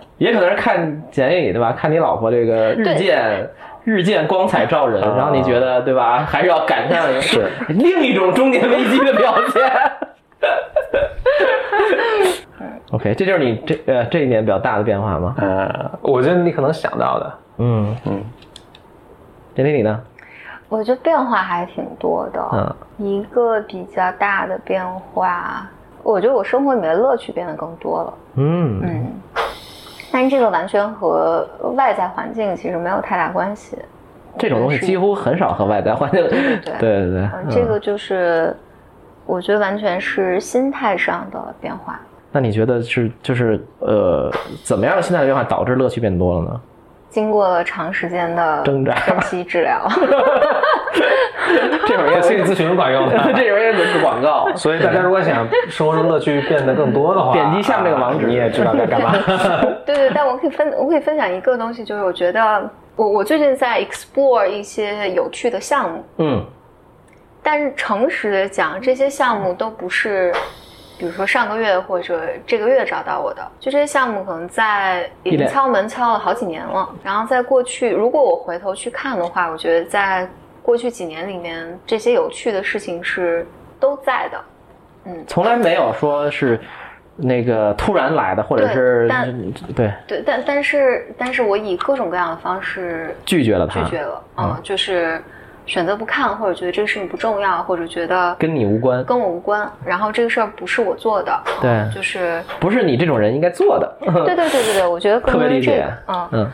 [SPEAKER 3] [laughs] 也可能是看简历对吧？看你老婆这个日
[SPEAKER 2] 对
[SPEAKER 3] 渐日渐光彩照人，
[SPEAKER 1] 啊
[SPEAKER 3] 然后你觉得对吧？还是要赶上一个
[SPEAKER 1] 是
[SPEAKER 3] [laughs] 另一种中年危机的表现。OK，这就是你这呃这一年比较大的变化吗？
[SPEAKER 1] 呃，我觉得你可能想到的，
[SPEAKER 3] 嗯
[SPEAKER 1] 嗯，
[SPEAKER 3] 简历你呢？
[SPEAKER 2] 我觉得变化还挺多的，
[SPEAKER 3] 嗯，
[SPEAKER 2] 一个比较大的变化，我觉得我生活里面的乐趣变得更多了。
[SPEAKER 3] 嗯
[SPEAKER 2] 嗯，但是这个完全和外在环境其实没有太大关系。
[SPEAKER 3] 这种东西几乎很少和外在环境。对
[SPEAKER 2] 对
[SPEAKER 3] 对对
[SPEAKER 2] 嗯，，这个就是我觉得完全是心态上的变化。
[SPEAKER 3] 那你觉得是就是呃，怎么样的心态的变化导致乐趣变多了呢？
[SPEAKER 2] 经过了长时间的
[SPEAKER 3] 挣扎
[SPEAKER 2] 分析治疗， [laughs]
[SPEAKER 3] 这会儿
[SPEAKER 1] 我
[SPEAKER 3] 也
[SPEAKER 1] 心理咨询是管用的。
[SPEAKER 3] [laughs] 这会儿也轮子广告。 [laughs]
[SPEAKER 1] 所以大家如果想生活中乐趣变得更多的话，
[SPEAKER 3] 点击下面这个网址
[SPEAKER 1] 啊你也知道该干嘛。
[SPEAKER 2] 对对，但我可以分，我可以分享一个东西，就是我觉得我我最近在 explore 一些有趣的项目，
[SPEAKER 3] 嗯，
[SPEAKER 2] 但是诚实的讲，这些项目都不是，比如说上个月或者这个月找到我的，就这些项目可能在已
[SPEAKER 3] 一
[SPEAKER 2] 经
[SPEAKER 3] 两
[SPEAKER 2] 敲门敲了好几年了。然后在过去，如果我回头去看的话，我觉得在过去几年里面，这些有趣的事情是都在的。
[SPEAKER 3] 从来没有说是那个突然来的，或者
[SPEAKER 2] 对
[SPEAKER 3] 是
[SPEAKER 2] 但
[SPEAKER 3] 对
[SPEAKER 2] 对，但但是但是我以各种各样的方式
[SPEAKER 3] 拒绝了他
[SPEAKER 2] 拒，绝了，
[SPEAKER 3] 嗯
[SPEAKER 2] 嗯，就是选择不看，或者觉得这个事情不重要，或者觉得
[SPEAKER 3] 跟你无关，
[SPEAKER 2] 跟我无关，然后这个事儿不是我做的，嗯
[SPEAKER 3] [laughs] 对
[SPEAKER 2] 就是。
[SPEAKER 3] 不是你这种人应该做的。
[SPEAKER 2] 对对对对对，我觉得更
[SPEAKER 3] 特
[SPEAKER 2] 多
[SPEAKER 3] 别
[SPEAKER 2] 是
[SPEAKER 3] 理
[SPEAKER 2] 这
[SPEAKER 3] 解
[SPEAKER 2] 个，嗯，
[SPEAKER 3] 嗯，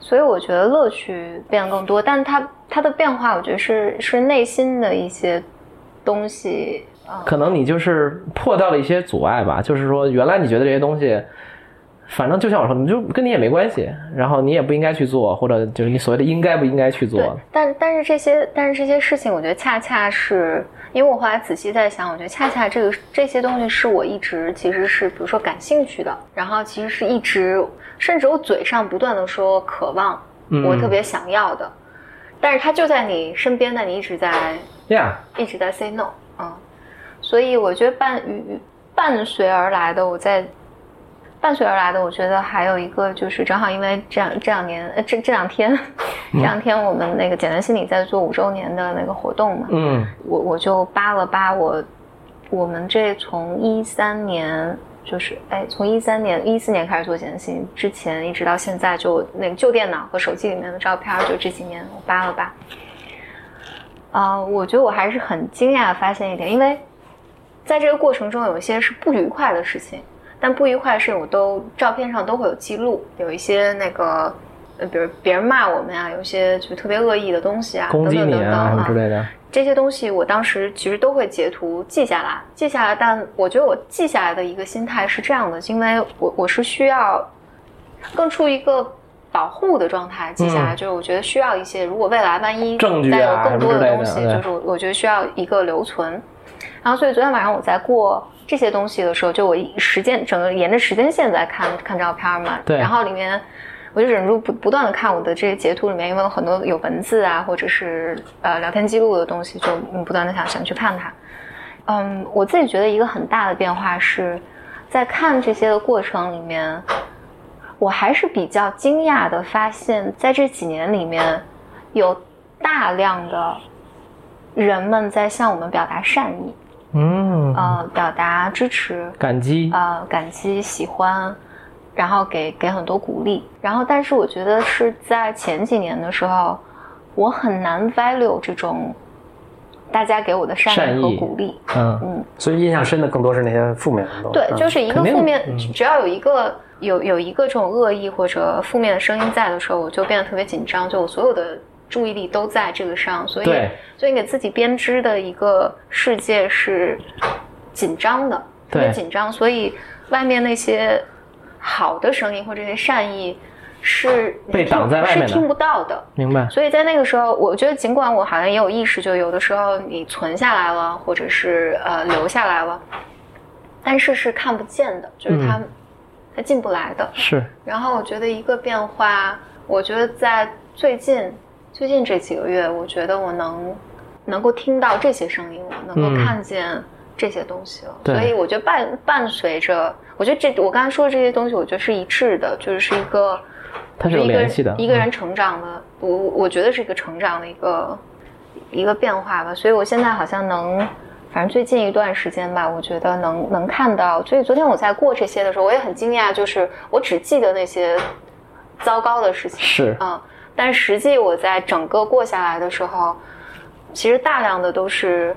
[SPEAKER 2] 所以我觉得乐趣变得更多，但它它的变化，我觉得是是内心的一些东西，嗯，
[SPEAKER 3] [laughs] 可能你就是破掉了一些阻碍吧，就是说原来你觉得这些东西。反正就像我说，你就跟你也没关系，然后你也不应该去做，或者就是你所谓的应该不应该去
[SPEAKER 2] 对
[SPEAKER 3] 做，，
[SPEAKER 2] 但但是这些但是这些事情，我觉得恰恰是因为我后来仔细在想，我觉得恰恰这个这些东西是我一直其实是比如说感兴趣的，然后其实是一直甚至我嘴上不断的说渴望，
[SPEAKER 3] 嗯
[SPEAKER 2] 我特别想要的，但是它就在你身边，但你一直在
[SPEAKER 3] 呀、
[SPEAKER 2] 一直在 say no 啊、所以我觉得伴与与伴随而来的，我在伴随而来的，我觉得还有一个就是正好因为这两这两年呃这这两天 [laughs] 这两天我们那个简单心理在做五周年的那个活动嘛，
[SPEAKER 3] 嗯，
[SPEAKER 2] 我我就扒了扒我我们这从一三年。就是哎，从一三年、一四年开始做简单心理，之前一直到现在，就那个旧电脑和手机里面的照片，就这几年我扒了扒，啊、我觉得我还是很惊讶地发现一点，因为在这个过程中有一些是不愉快的事情，但不愉快的事情我都照片上都会有记录，有一些那个，呃，比如别人骂我们啊，有一些就特别恶意的东西啊，
[SPEAKER 3] 攻击
[SPEAKER 2] 等
[SPEAKER 3] 你
[SPEAKER 2] 等等等
[SPEAKER 3] 啊什么之类的，
[SPEAKER 2] 这些东西我当时其实都会截图记下来，记下来。但我觉得我记下来的一个心态是这样的，因为我我是需要更处于一个保护的状态记下来，
[SPEAKER 3] 嗯
[SPEAKER 2] 就是我觉得需要一些，如果未来万一
[SPEAKER 3] 证据啊
[SPEAKER 2] 再有更多
[SPEAKER 3] 什么之类的
[SPEAKER 2] 东西，
[SPEAKER 3] 对
[SPEAKER 2] 就是我我觉得需要一个留存。然后所以昨天晚上我在过这些东西的时候，就我一时间整个沿着时间线在看看照片嘛，
[SPEAKER 3] 对
[SPEAKER 2] 然后里面。我就忍住不不断的看我的这些截图里面，因为有很多有文字啊，或者是呃聊天记录的东西，就嗯不断的想想去看它。嗯，我自己觉得一个很大的变化是在看这些的过程里面，我还是比较惊讶的发现，在这几年里面，有大量的人们在向我们表达善意，
[SPEAKER 3] 嗯，
[SPEAKER 2] 呃，表达支持，
[SPEAKER 3] 感激，
[SPEAKER 2] 呃感激喜欢，然后给给很多鼓励。然后，但是我觉得是在前几年的时候，我很难 value 这种大家给我的善
[SPEAKER 3] 善
[SPEAKER 2] 意和
[SPEAKER 3] 意
[SPEAKER 2] 鼓励。
[SPEAKER 3] 嗯，
[SPEAKER 2] 嗯，
[SPEAKER 1] 所以印象深的更多是那些负面的东西。
[SPEAKER 2] 对，
[SPEAKER 1] 嗯
[SPEAKER 2] 就是一个
[SPEAKER 3] 肯定
[SPEAKER 2] 负面，只要有一个有有一个这种恶意或者负面的声音在的时候，我就变得特别紧张，就我所有的注意力都在这个上，所以
[SPEAKER 3] 对
[SPEAKER 2] 所以你给自己编织的一个世界是紧张的，特别
[SPEAKER 3] 对
[SPEAKER 2] 紧张，所以外面那些好的声音或者这些善意是你
[SPEAKER 3] 被
[SPEAKER 2] 听
[SPEAKER 3] 挡在外面的
[SPEAKER 2] 是听不到的。
[SPEAKER 3] 明白。
[SPEAKER 2] 所以在那个时候，我觉得尽管我好像也有意识，就有的时候你存下来了，或者是呃留下来了，但是是看不见的，就是它、它进不来的。
[SPEAKER 3] 是，
[SPEAKER 1] 嗯
[SPEAKER 2] 然后我觉得一个变化，我觉得在最近最近这几个月，我觉得我能能够听到这些声音，我能
[SPEAKER 3] 嗯
[SPEAKER 2] 够看见这些东西了。
[SPEAKER 3] 对
[SPEAKER 2] 所以我觉得伴伴随着，我觉得这我刚才说的这些东西，我觉得是一致的，就是是一个
[SPEAKER 3] 它是有
[SPEAKER 2] 一个
[SPEAKER 3] 联系的嗯
[SPEAKER 2] 一个人成长的，我我觉得是一个成长的一个一个变化吧。所以我现在好像能，反正最近一段时间吧，我觉得能能看到。所以昨天我在过这些的时候，我也很惊讶，就是我只记得那些糟糕的事情，
[SPEAKER 3] 是
[SPEAKER 2] 嗯，但实际我在整个过下来的时候，其实大量的都是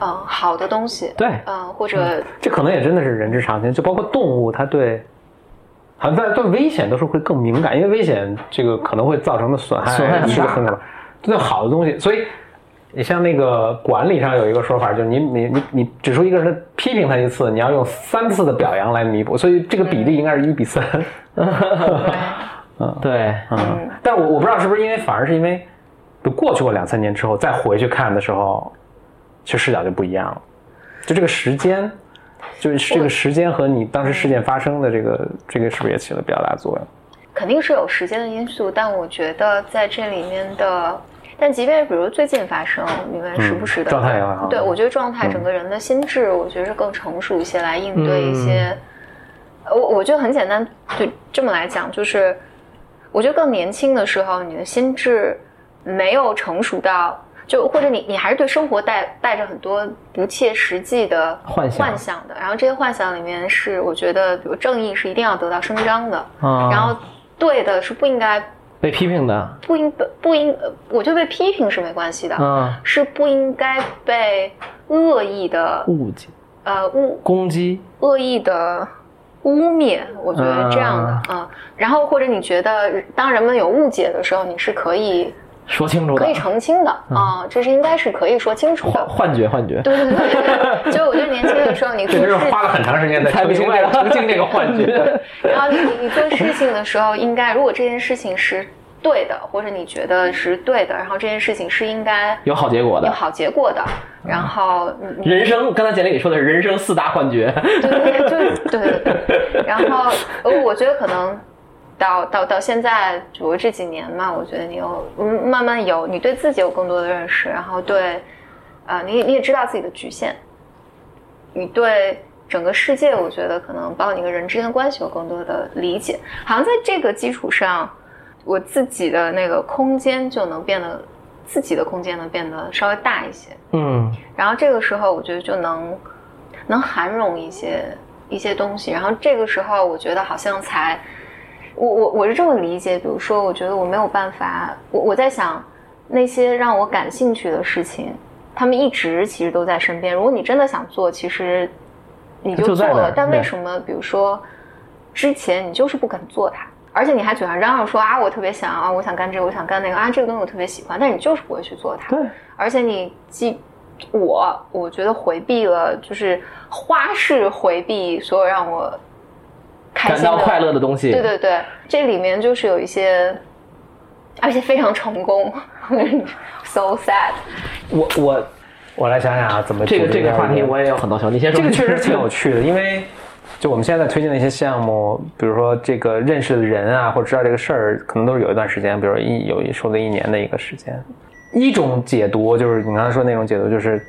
[SPEAKER 2] 嗯好的东西，
[SPEAKER 3] 对
[SPEAKER 2] 嗯或者
[SPEAKER 1] 这可能也真的是人之常情，就包括动物，它对，好像在对危险都是会更敏感，因为危险这个可能会造成的损害
[SPEAKER 3] 损害很
[SPEAKER 1] 是
[SPEAKER 3] 大
[SPEAKER 1] 很可怕。对好的东西，所以你像那个管理上有一个说法，就是你你你你指出一个人的批评他一次，你要用三次的表扬来弥补，所以这个比
[SPEAKER 3] 嗯
[SPEAKER 1] 例应该是一比三。 [laughs]
[SPEAKER 3] 对，
[SPEAKER 1] 嗯，但我我不知道是不是因为，反而是因为就过去过两三年之后再回去看的时候，其实视角就不一样了。就这个时间，就是这个时间和你当时事件发生的这个这个是不是也起了比较大作用？
[SPEAKER 2] 肯定是有时间的因素，但我觉得在这里面的，但即便比如最近发生，你们时不时的、
[SPEAKER 1] 状态也好
[SPEAKER 2] 对我觉得状态，
[SPEAKER 3] 嗯
[SPEAKER 2] 整个人的心智，我觉得是更成熟一些，来应对一
[SPEAKER 3] 嗯
[SPEAKER 2] 些。呃我我觉得很简单，就这么来讲，就是我觉得更年轻的时候，你的心智没有成熟到。就或者你你还是对生活带带着很多不切实际的
[SPEAKER 3] 幻想
[SPEAKER 2] 幻想的，然后这些幻想里面是我觉得，比如正义是一定要得到伸张的，
[SPEAKER 3] 啊，
[SPEAKER 2] 然后对的是不应该
[SPEAKER 3] 被批评的，
[SPEAKER 2] 不应不应，呃我觉得被批评是没关系的，
[SPEAKER 3] 嗯，
[SPEAKER 2] 是不应该被恶意的
[SPEAKER 3] 误解、
[SPEAKER 2] 呃污
[SPEAKER 3] 攻击，
[SPEAKER 2] 恶意的污蔑，我觉得这样的啊、嗯然后或者你觉得当人们有误解的时候，你是可以
[SPEAKER 3] 说清楚的
[SPEAKER 2] 可以，澄清的啊、这是应该是可以说清楚
[SPEAKER 3] 幻
[SPEAKER 2] 的。
[SPEAKER 3] 幻觉，幻觉，
[SPEAKER 2] [laughs] 对对对，对所以我觉得年轻的时候
[SPEAKER 1] [laughs]
[SPEAKER 2] 你做
[SPEAKER 1] 这真是
[SPEAKER 2] 事
[SPEAKER 1] 花了很长时间在
[SPEAKER 3] 才
[SPEAKER 1] 澄清
[SPEAKER 3] 明白
[SPEAKER 1] 这个
[SPEAKER 3] 了
[SPEAKER 1] 澄
[SPEAKER 3] [laughs]
[SPEAKER 1] 清这个幻觉。
[SPEAKER 2] 然后你你做事情的时候，应该如果这件事情是对的，或者你觉得是对的，然后这件事情是应该
[SPEAKER 3] 有好结果
[SPEAKER 2] 有
[SPEAKER 3] 的。嗯
[SPEAKER 2] 好结果的，然后你你
[SPEAKER 3] 人生，刚才简历里说的是人生四大幻觉，
[SPEAKER 2] 对对对，就是对对对，
[SPEAKER 3] [laughs]
[SPEAKER 2] 然后呃我觉得可能。到到到现在，我这几年嘛，我觉得你有嗯慢慢有，你对自己有更多的认识，然后对，啊、你也你也知道自己的局限，你对整个世界，我觉得可能包括你跟人之间的关系有更多的理解。好像在这个基础上，我自己的那个空间就能变得，自己的空间能变得稍微大一些。
[SPEAKER 3] [laughs] 嗯，
[SPEAKER 2] 然后这个时候，我觉得就能能涵容一些一些东西。然后这个时候，我觉得好像才，我我我是这么理解。比如说，我觉得我没有办法，我我在想那些让我感兴趣的事情，他们一直其实都在身边。如果你真的想做，其实你就
[SPEAKER 3] 就
[SPEAKER 2] 做
[SPEAKER 3] 在那
[SPEAKER 2] 了
[SPEAKER 3] 儿。
[SPEAKER 2] 但为
[SPEAKER 3] 对
[SPEAKER 2] 什么，比如说之前你就是不肯做它？而且你还嘴上嚷嚷说啊，我特别想啊，我想干这个，我想干那个啊，这个东西我特别喜欢，但你就是不会去做它。
[SPEAKER 3] 对，
[SPEAKER 2] 而且你既我我觉得回避了，就是花式回避所有让我开
[SPEAKER 3] 感
[SPEAKER 2] 心的
[SPEAKER 3] 到快乐的东西，
[SPEAKER 2] 对对对，这里面就是有一些，而且非常成功，so sad。
[SPEAKER 1] 我我我来想想啊，怎么
[SPEAKER 3] 这个
[SPEAKER 1] 组织
[SPEAKER 3] 这个
[SPEAKER 1] 样
[SPEAKER 3] 话
[SPEAKER 1] 一
[SPEAKER 3] 题我也有很多想，你先说。
[SPEAKER 1] 这个确
[SPEAKER 3] [laughs]
[SPEAKER 1] 实挺有趣的，因为就我们现在推进的一些项目，比如说这个认识的人啊，或者知道这个事儿，可能都是有一段时间，比如说一有一说的一年的一个时间。一种解读就是你刚才说那种解读，就是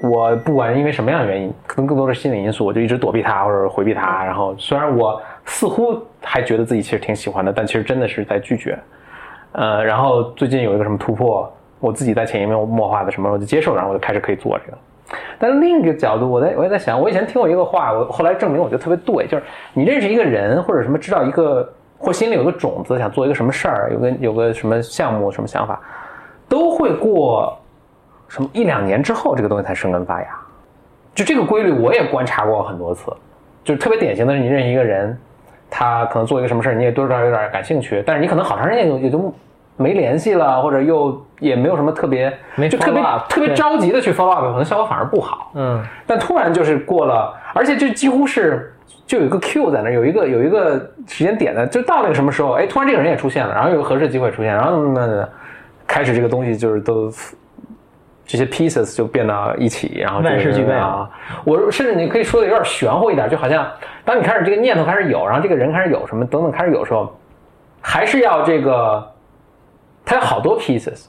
[SPEAKER 1] 我不管因为什么样的原因，可能更多是心理因素，我就一直躲避它或者回避它。然后虽然我似乎还觉得自己其实挺喜欢的，但其实真的是在拒绝。呃，然后最近有一个什么突破，我自己在潜移默化的什么，我就接受，然后我就开始可以做这个。但是另一个角度，我在我也在想，我以前听过一个话，我后来证明我觉得特别对，就是你认识一个人或者什么，知道一个或心里有个种子，想做一个什么事儿，有个有个什么项目、什么想法，都会过什么一两年之后这个东西才生根发芽。就这个规律，我也观察过很多次。就是特别典型的是，你认识一个人，他可能做一个什么事儿，你也多少有点感兴趣，但是你可能好长时间也就也就没联系了，或者又也没有什么特别，
[SPEAKER 3] 没
[SPEAKER 1] 就特别
[SPEAKER 3] follow up，
[SPEAKER 1] 特别
[SPEAKER 3] 对
[SPEAKER 1] 着急的去 follow up，可能效果反而不好。
[SPEAKER 3] [laughs] 嗯
[SPEAKER 1] 但突然就是过了，而且就几乎是就有一个 Q 在那儿，有一个有一个时间点的，就到那个什么时候，哎，突然这个人也出现了，然后有个合适的机会出现，然后慢慢的开始这个东西就是都这些 pieces 就变到一起，然后就
[SPEAKER 3] 万事俱备
[SPEAKER 1] 啊。我甚至你可以说的有点玄乎一点，就好像当你开始这个念头开始有，然后这个人开始有什么等等开始有的时候，还是要这个，它有好多 pieces。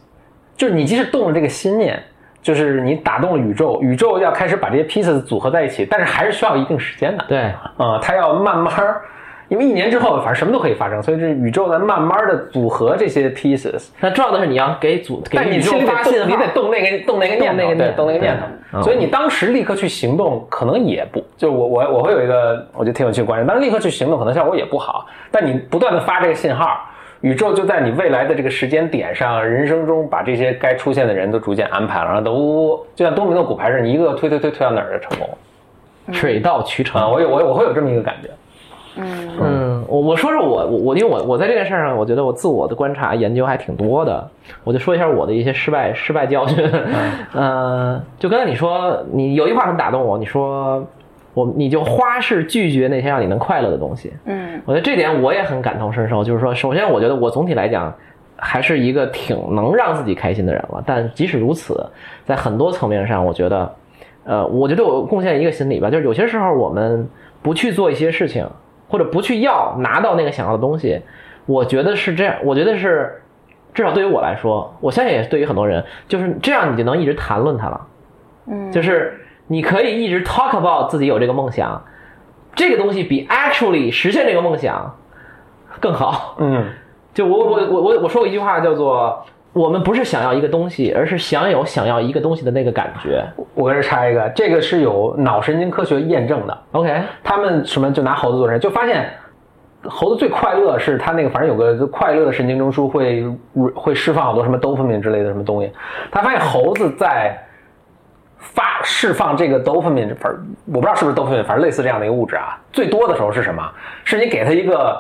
[SPEAKER 1] 就是你即使动了这个心念，就是你打动了宇宙，宇宙要开始把这些 pieces 组合在一起，但是还是需要一定时间的。
[SPEAKER 3] 对，
[SPEAKER 1] 啊、它要慢慢儿，因为一年之后反正什么都可以发生，所以这宇宙在慢慢的组合这些 pieces。
[SPEAKER 3] 那重要的是你要给组给
[SPEAKER 1] 但你
[SPEAKER 3] 宇宙
[SPEAKER 1] 心里得
[SPEAKER 3] 发信
[SPEAKER 1] 动，你
[SPEAKER 3] 号
[SPEAKER 1] 得，动那个动那个念
[SPEAKER 3] 动那
[SPEAKER 1] 头，
[SPEAKER 3] 个
[SPEAKER 1] 对
[SPEAKER 3] 念头
[SPEAKER 1] 动那个
[SPEAKER 3] 对
[SPEAKER 1] 念头。
[SPEAKER 3] 嗯
[SPEAKER 1] 所以你当时立刻去行动，可能也不就是我我我会有一个，我觉得挺有趣的观点，当时立刻去行动，可能效果也不好。但你不断的发这个信号，宇宙就在你未来的这个时间点上，人生中把这些该出现的人都逐渐安排了，然后都呜呜，就像多米诺骨牌似的，你一个推推推推到哪儿就成功了。
[SPEAKER 3] 水到渠成
[SPEAKER 1] 啊，。我有我有我会有这么一个感觉。
[SPEAKER 2] 嗯
[SPEAKER 3] 嗯，我我说说我我我，因为我我在这件事儿上，我觉得我自我的观察研究还挺多的，我就说一下我的一些失败失败教训。 [laughs] 呃，就刚才你说，你有一句话很打动我，你说我你就花式拒绝那些让你能快乐的东西。
[SPEAKER 2] 嗯
[SPEAKER 3] 我觉得这点我也很感同身受，就是说，首先我觉得我总体来讲还是一个挺能让自己开心的人了，但即使如此，在很多层面上，我觉得，呃，我觉得我贡献一个心理吧，就是有些时候我们不去做一些事情，或者不去要拿到那个想要的东西，我觉得是这样，我觉得是。至少对于我来说，我相信也是对于很多人，就是这样，你就能一直谈论它了。
[SPEAKER 2] 嗯，
[SPEAKER 3] 就是你可以一直 talk about 自己有这个梦想，这个东西比 actually 实现这个梦想更好。
[SPEAKER 1] 嗯
[SPEAKER 3] 就我我我我我说过一句话叫做。我们不是想要一个东西，而是享有想要一个东西的那个感觉。
[SPEAKER 1] 我跟这插一个，这个是有脑神经科学验证的。
[SPEAKER 3] OK，
[SPEAKER 1] 他们什么就拿猴子做实验，就发现猴子最快乐是它那个反正有个快乐的神经中枢会会释放好多什么 dopamine 之类的什么东西。他发现猴子在发释放这个 dopamine，反正我不知道是不是 dopamine，反正类似这样的一个物质啊，最多的时候是什么？是你给它一个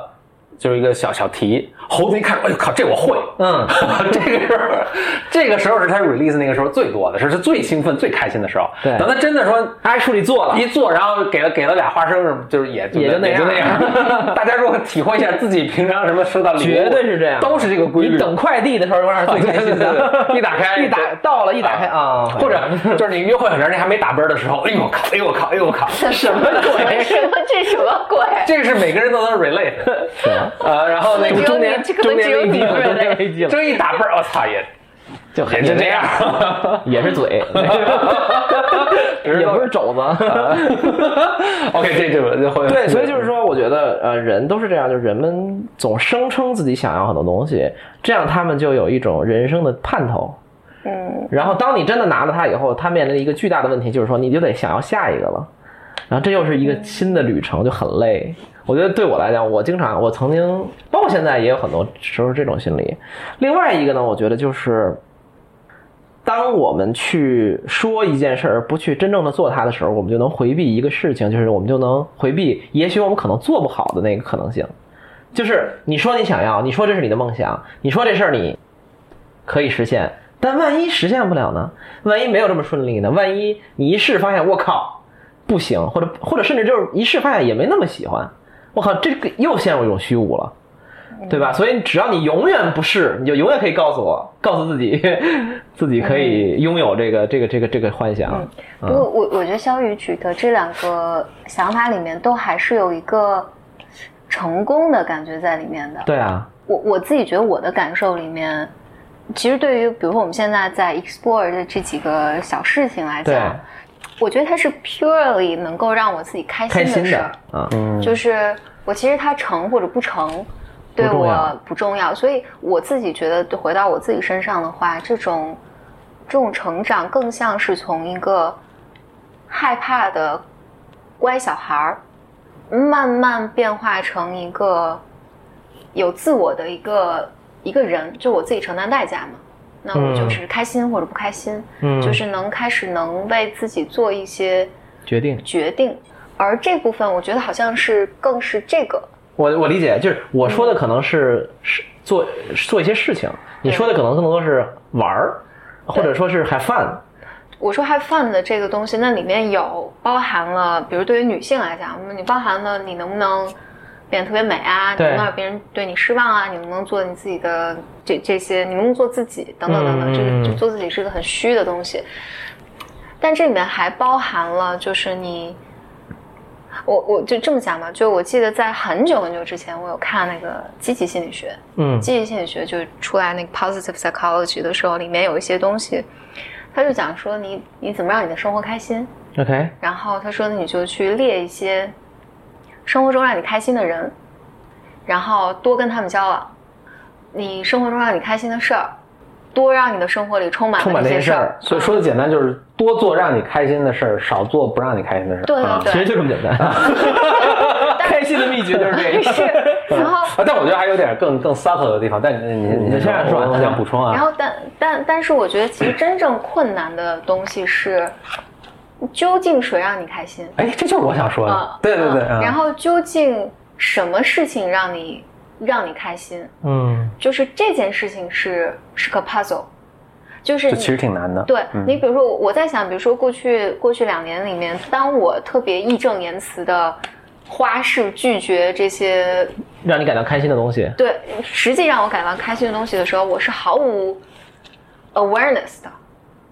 [SPEAKER 1] 就是一个小小题，猴子一看，哎呦靠，这我会，
[SPEAKER 3] 嗯，
[SPEAKER 1] [laughs] 这个时候，这个时候是他 release 那个时候最多的，是是最兴奋、最开心的时候。
[SPEAKER 3] 对
[SPEAKER 1] 等他真的说
[SPEAKER 3] 爱处理做了，
[SPEAKER 1] 一做，然后给了给了俩花生什么，就是也
[SPEAKER 3] 也就
[SPEAKER 1] 那
[SPEAKER 3] 那样
[SPEAKER 1] 那
[SPEAKER 3] [laughs]
[SPEAKER 1] 样。大家如果体会一下自己平常什么收到礼物，
[SPEAKER 3] 绝对是这样，
[SPEAKER 1] 都是这个规律。啊
[SPEAKER 3] 你等快递的时候，永远是最开
[SPEAKER 1] [laughs]
[SPEAKER 3] 心
[SPEAKER 1] 对对
[SPEAKER 3] 的。
[SPEAKER 1] 对一打开
[SPEAKER 3] 一打到了，一打开
[SPEAKER 1] [laughs]
[SPEAKER 3] 啊，
[SPEAKER 1] 或者就是你约会很长时间还没打啵儿的时候，哎呦我靠，哎呦我靠，哎呦我 [laughs] 靠，
[SPEAKER 2] 什么鬼？什么这什么
[SPEAKER 3] [laughs]
[SPEAKER 2] 鬼？
[SPEAKER 1] 这个是每个人都能 relate 的。
[SPEAKER 3] 啊
[SPEAKER 1] 呃，然后那
[SPEAKER 2] 只
[SPEAKER 1] 个
[SPEAKER 2] 有
[SPEAKER 1] 中
[SPEAKER 2] 你
[SPEAKER 1] 年
[SPEAKER 2] 这可
[SPEAKER 1] 中
[SPEAKER 2] 能
[SPEAKER 1] 年
[SPEAKER 2] 只有
[SPEAKER 1] 危
[SPEAKER 2] 你
[SPEAKER 1] 机，
[SPEAKER 2] 能
[SPEAKER 1] 中年
[SPEAKER 2] relate
[SPEAKER 1] 危机了，这一打啵儿，我操也
[SPEAKER 3] 就，
[SPEAKER 1] 也就这样，
[SPEAKER 3] [laughs] 也是
[SPEAKER 1] [laughs]
[SPEAKER 3] 嘴，也不是肘子。
[SPEAKER 1] [laughs] OK，这这这会
[SPEAKER 3] 对，所以就是说，我觉得呃，人都是这样，就是人们总声称自己想要很多东西，这样他们就有一种人生的盼头。
[SPEAKER 2] 嗯
[SPEAKER 3] 然后当你真的拿了它以后，他面临一个巨大的问题，就是说你就得想要下一个了。然后这又是一个新的旅程，就很累。我觉得对我来讲，我经常，我曾经，包括现在也有很多时候是这种心理。另外一个呢，我觉得就是，当我们去说一件事儿，不去真正的做它的时候，我们就能回避一个事情，就是我们就能回避，也许我们可能做不好的那个可能性。就是你说你想要，你说这是你的梦想，你说这事儿你可以实现，但万一实现不了呢？万一没有这么顺利呢？万一你一试发现我靠不行，或者或者甚至就是一试发现也没那么喜欢，我靠，这个又陷入一种虚无了。
[SPEAKER 2] 嗯
[SPEAKER 3] 对吧？所以只要你永远不试，你就永远可以告诉我，告诉自己， [laughs] 自己可以拥有这个、这个、这个、这个幻想。
[SPEAKER 2] 嗯，不过我我觉得肖宇举的这两个想法里面，都还是有一个成功的感觉在里面的。
[SPEAKER 3] 对啊，
[SPEAKER 2] 我我自己觉得我的感受里面，其实对于比如说我们现在在 explore 的这几个小事情来
[SPEAKER 3] 对，啊
[SPEAKER 2] 讲，我觉得它是 purely 能够让我自己开
[SPEAKER 3] 开
[SPEAKER 2] 心
[SPEAKER 3] 心
[SPEAKER 2] 的事
[SPEAKER 3] 的
[SPEAKER 2] 儿。
[SPEAKER 3] 啊，
[SPEAKER 2] 就是我其实它成或者不成，对
[SPEAKER 3] 不重要
[SPEAKER 2] 我不重要，所以我自己觉得回到我自己身上的话，这种这种成长更像是从一个害怕的乖小孩儿，慢慢变化成一个有自我的一个一个人，就我自己承担代价嘛。那我就是开心或者不开心，
[SPEAKER 3] 嗯
[SPEAKER 2] 就是能开始能为自己做一些
[SPEAKER 3] 决定。
[SPEAKER 2] 决定。而这部分，我觉得好像是更是这个，
[SPEAKER 3] 我我理解，就是我说的可能是
[SPEAKER 2] 嗯
[SPEAKER 3] 是做做一些事情，你说的可能更多是玩儿，或者说是 have fun。
[SPEAKER 2] 我说 have fun 的这个东西，那里面有包含了，比如对于女性来讲，那你包含了你能不能变得特别美啊，你
[SPEAKER 3] 对
[SPEAKER 2] 能不能让别人对你失望啊，你能不能做你自己的这这些，你能不能做自己等等等等，
[SPEAKER 3] 嗯
[SPEAKER 2] 这就做自己是一个很虚的东西。但这里面还包含了，就是你，我我就这么讲吧，就我记得在很久很久之前，我有看那个积极心理学，
[SPEAKER 3] 嗯
[SPEAKER 2] 积极心理学就是出来那个 positive psychology 的时候，里面有一些东西，他就讲说你你怎么让你的生活开心，
[SPEAKER 3] ，OK，
[SPEAKER 2] 然后他说你就去列一些生活中让你开心的人，然后多跟他们交往，你生活中让你开心的事儿，多让你的生活里充满
[SPEAKER 3] 充满
[SPEAKER 2] 那
[SPEAKER 3] 那些
[SPEAKER 2] 事
[SPEAKER 3] 事
[SPEAKER 2] 儿
[SPEAKER 3] 儿，，
[SPEAKER 1] 所以说的简单就是多做让你开心的事儿，少做不让你开心的事儿。
[SPEAKER 2] 对
[SPEAKER 1] 啊
[SPEAKER 2] 嗯对
[SPEAKER 3] 其实
[SPEAKER 2] 对，
[SPEAKER 3] 就这么简单。 [laughs] 开心的秘诀就是这 [laughs] 个。
[SPEAKER 2] 是，然后
[SPEAKER 1] 啊，但我觉得还有点更更 subtle 的地方，但你你
[SPEAKER 3] 你
[SPEAKER 1] 先
[SPEAKER 3] 先让
[SPEAKER 1] 说
[SPEAKER 3] 说
[SPEAKER 1] 完，
[SPEAKER 3] 完
[SPEAKER 1] 我想补充
[SPEAKER 2] 然
[SPEAKER 1] 啊。
[SPEAKER 2] 后但但但是我觉得其实真正困难的东西是，究竟谁让你开心？
[SPEAKER 1] 哎，这就是我想说的
[SPEAKER 2] 啊，，
[SPEAKER 1] 对对对。
[SPEAKER 2] 啊
[SPEAKER 1] 啊
[SPEAKER 2] 然后究竟什么事情让你让你开心？
[SPEAKER 3] 嗯
[SPEAKER 2] 就是这件事情是是个 puzzle，就是
[SPEAKER 1] 这
[SPEAKER 2] 你
[SPEAKER 1] 其实挺难的。
[SPEAKER 2] 对、
[SPEAKER 1] 嗯
[SPEAKER 2] 你，比如说我在想，比如说过去过去两年里面，当我特别义正言辞的花式拒绝这些
[SPEAKER 3] [laughs] 让你感到开心的东西。
[SPEAKER 2] 对实际让我感到开心的东西的时候，我是毫无 awareness 的。